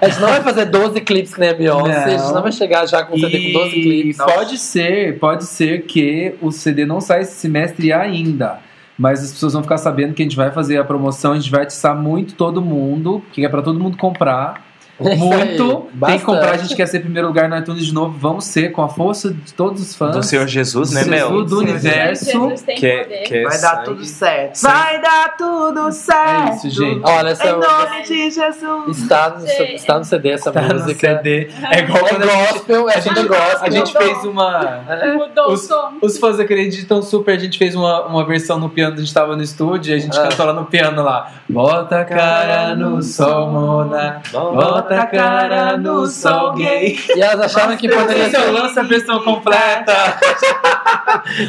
Speaker 1: A gente não vai fazer 12 clipes que nem a Beyoncé, a gente
Speaker 4: Não.
Speaker 1: não vai chegar já com um CD com 12 clipes.
Speaker 4: Pode ser, pode ser que o CD não saia esse semestre ainda. Mas as pessoas vão ficar sabendo que a gente vai fazer a promoção, a gente vai atiçar muito todo mundo, que é pra todo mundo comprar.
Speaker 1: É isso aí,
Speaker 4: Muito. Tem
Speaker 1: bastante.
Speaker 4: que comprar, a gente quer ser primeiro lugar no iTunes de novo. Vamos ser, com a força de todos os fãs.
Speaker 7: Do Senhor Jesus, né,
Speaker 4: Jesus
Speaker 7: Mel?
Speaker 4: do universo.
Speaker 2: Jesus tem
Speaker 7: Que é-
Speaker 2: poder.
Speaker 7: que é
Speaker 3: Vai dar
Speaker 7: sangue.
Speaker 3: tudo certo. Vai dar tudo certo.
Speaker 4: É isso, gente.
Speaker 1: Olha, essa
Speaker 3: Em nome de Jesus.
Speaker 1: Está no, está no CD essa
Speaker 4: Tá no
Speaker 1: música.
Speaker 4: CD. É igual quando a gente-
Speaker 1: gospel, é tudo gospel.
Speaker 4: A gente fez uma.
Speaker 1: É.
Speaker 2: Mudou o
Speaker 4: os,
Speaker 2: som.
Speaker 4: os fãs acreditam super. A gente fez uma, uma versão no piano, a gente tava no estúdio e a gente
Speaker 3: Ah.
Speaker 4: cantou lá no piano lá. Bota a cara no sol, Mona. Bota a cara no sol gay.
Speaker 1: E elas acharam que poderia
Speaker 4: Então,
Speaker 1: ser
Speaker 4: lança a versão completa.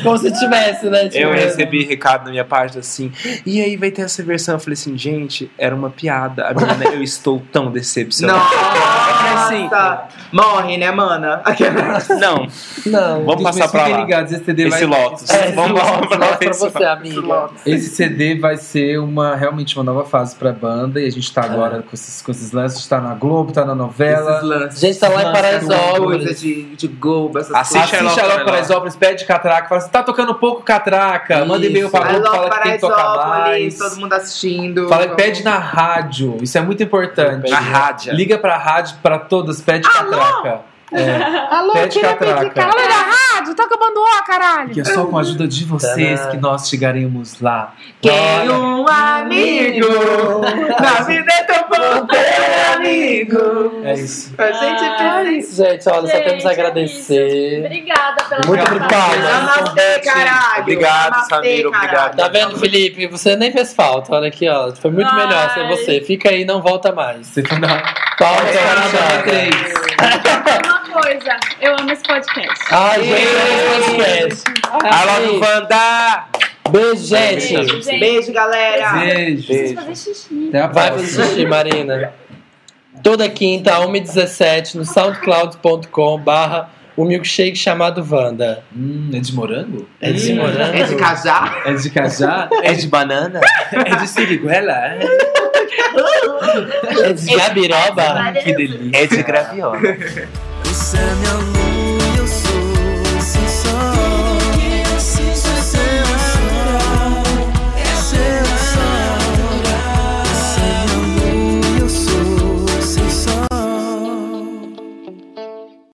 Speaker 1: como se tivesse, né? tipo,
Speaker 7: Eu recebi recado na minha página assim, e aí vai ter essa versão. Eu falei assim, gente, era uma piada. A menina, eu estou tão decepcionada.
Speaker 4: É assim,
Speaker 3: Nossa! Morre, né, mana?
Speaker 7: Não.
Speaker 1: Não. É,
Speaker 7: Vamos passar pra lá.
Speaker 4: ligados, esse CD
Speaker 7: Esse
Speaker 4: vai... É.
Speaker 7: Lotus. Vamos lá, vamos lá, esse Lotus.
Speaker 1: tá
Speaker 4: Esse CD vai ser uma realmente uma nova fase pra banda e a gente tá agora com, esses, com esses lances, tá na Globo, tá na novela.
Speaker 3: É. Esses lances.
Speaker 1: Gente, tá
Speaker 4: é
Speaker 1: lá em Paraisópolis.
Speaker 3: Coisa de, de Globo, essas
Speaker 4: Assiste,
Speaker 3: coisas.
Speaker 4: Assiste a Lopes Paraisópolis, pede catraca, fala assim, tá tocando pouco catraca, manda e-mail pra
Speaker 3: Alô,
Speaker 4: Globo, fala que tem que tocar
Speaker 3: Paraisópolis,
Speaker 4: mais.
Speaker 3: todo mundo assistindo.
Speaker 4: Fala, pede na rádio, isso é muito importante.
Speaker 7: Na rádio.
Speaker 4: Liga pra rádio, pra todas, pede catraca. Alô, É. Pede
Speaker 13: tira
Speaker 4: catraca.
Speaker 13: Olha da rádio, tá acabando ó, caralho.
Speaker 4: Que é só com a ajuda de vocês que nós chegaremos lá.
Speaker 3: Quem
Speaker 4: Bora.
Speaker 3: um amigo na vida é tão bom ter amigo. Ah.
Speaker 1: É isso.
Speaker 3: A gente precisa.
Speaker 1: Gente, olha, só
Speaker 3: Gente,
Speaker 1: temos a agradecer.
Speaker 2: Obrigada pela
Speaker 1: Muito
Speaker 2: sua
Speaker 1: obrigada.
Speaker 3: Namastê, caralho.
Speaker 1: Obrigado,
Speaker 3: Namastê,
Speaker 1: Samir. Obrigado. Tá vendo, Felipe? Você nem fez falta. Olha aqui, ó. Foi muito
Speaker 2: Ai.
Speaker 1: melhor ser você. Fica aí, não volta mais. Pausa para três.
Speaker 2: Uma coisa, eu amo esse podcast.
Speaker 1: Ai, gente, eu amo esse
Speaker 2: Ai,
Speaker 1: Alô,
Speaker 7: Wanda!
Speaker 1: Beijo, gente.
Speaker 2: gente.
Speaker 3: Beijo, galera.
Speaker 1: Beijo.
Speaker 2: Preciso fazer xixi.
Speaker 1: Vai fazer xixi, Marina. Toda quinta, 1h17, no soundcloud.com barra o milkshake chamado Wanda.
Speaker 4: Hum, é de morango?
Speaker 1: É de morango?
Speaker 3: É de cajá?
Speaker 4: É de cajá?
Speaker 7: É de banana?
Speaker 4: É de siriguela?
Speaker 1: É de gabiroba?
Speaker 7: Que delícia. É de graviola.
Speaker 12: Você é meu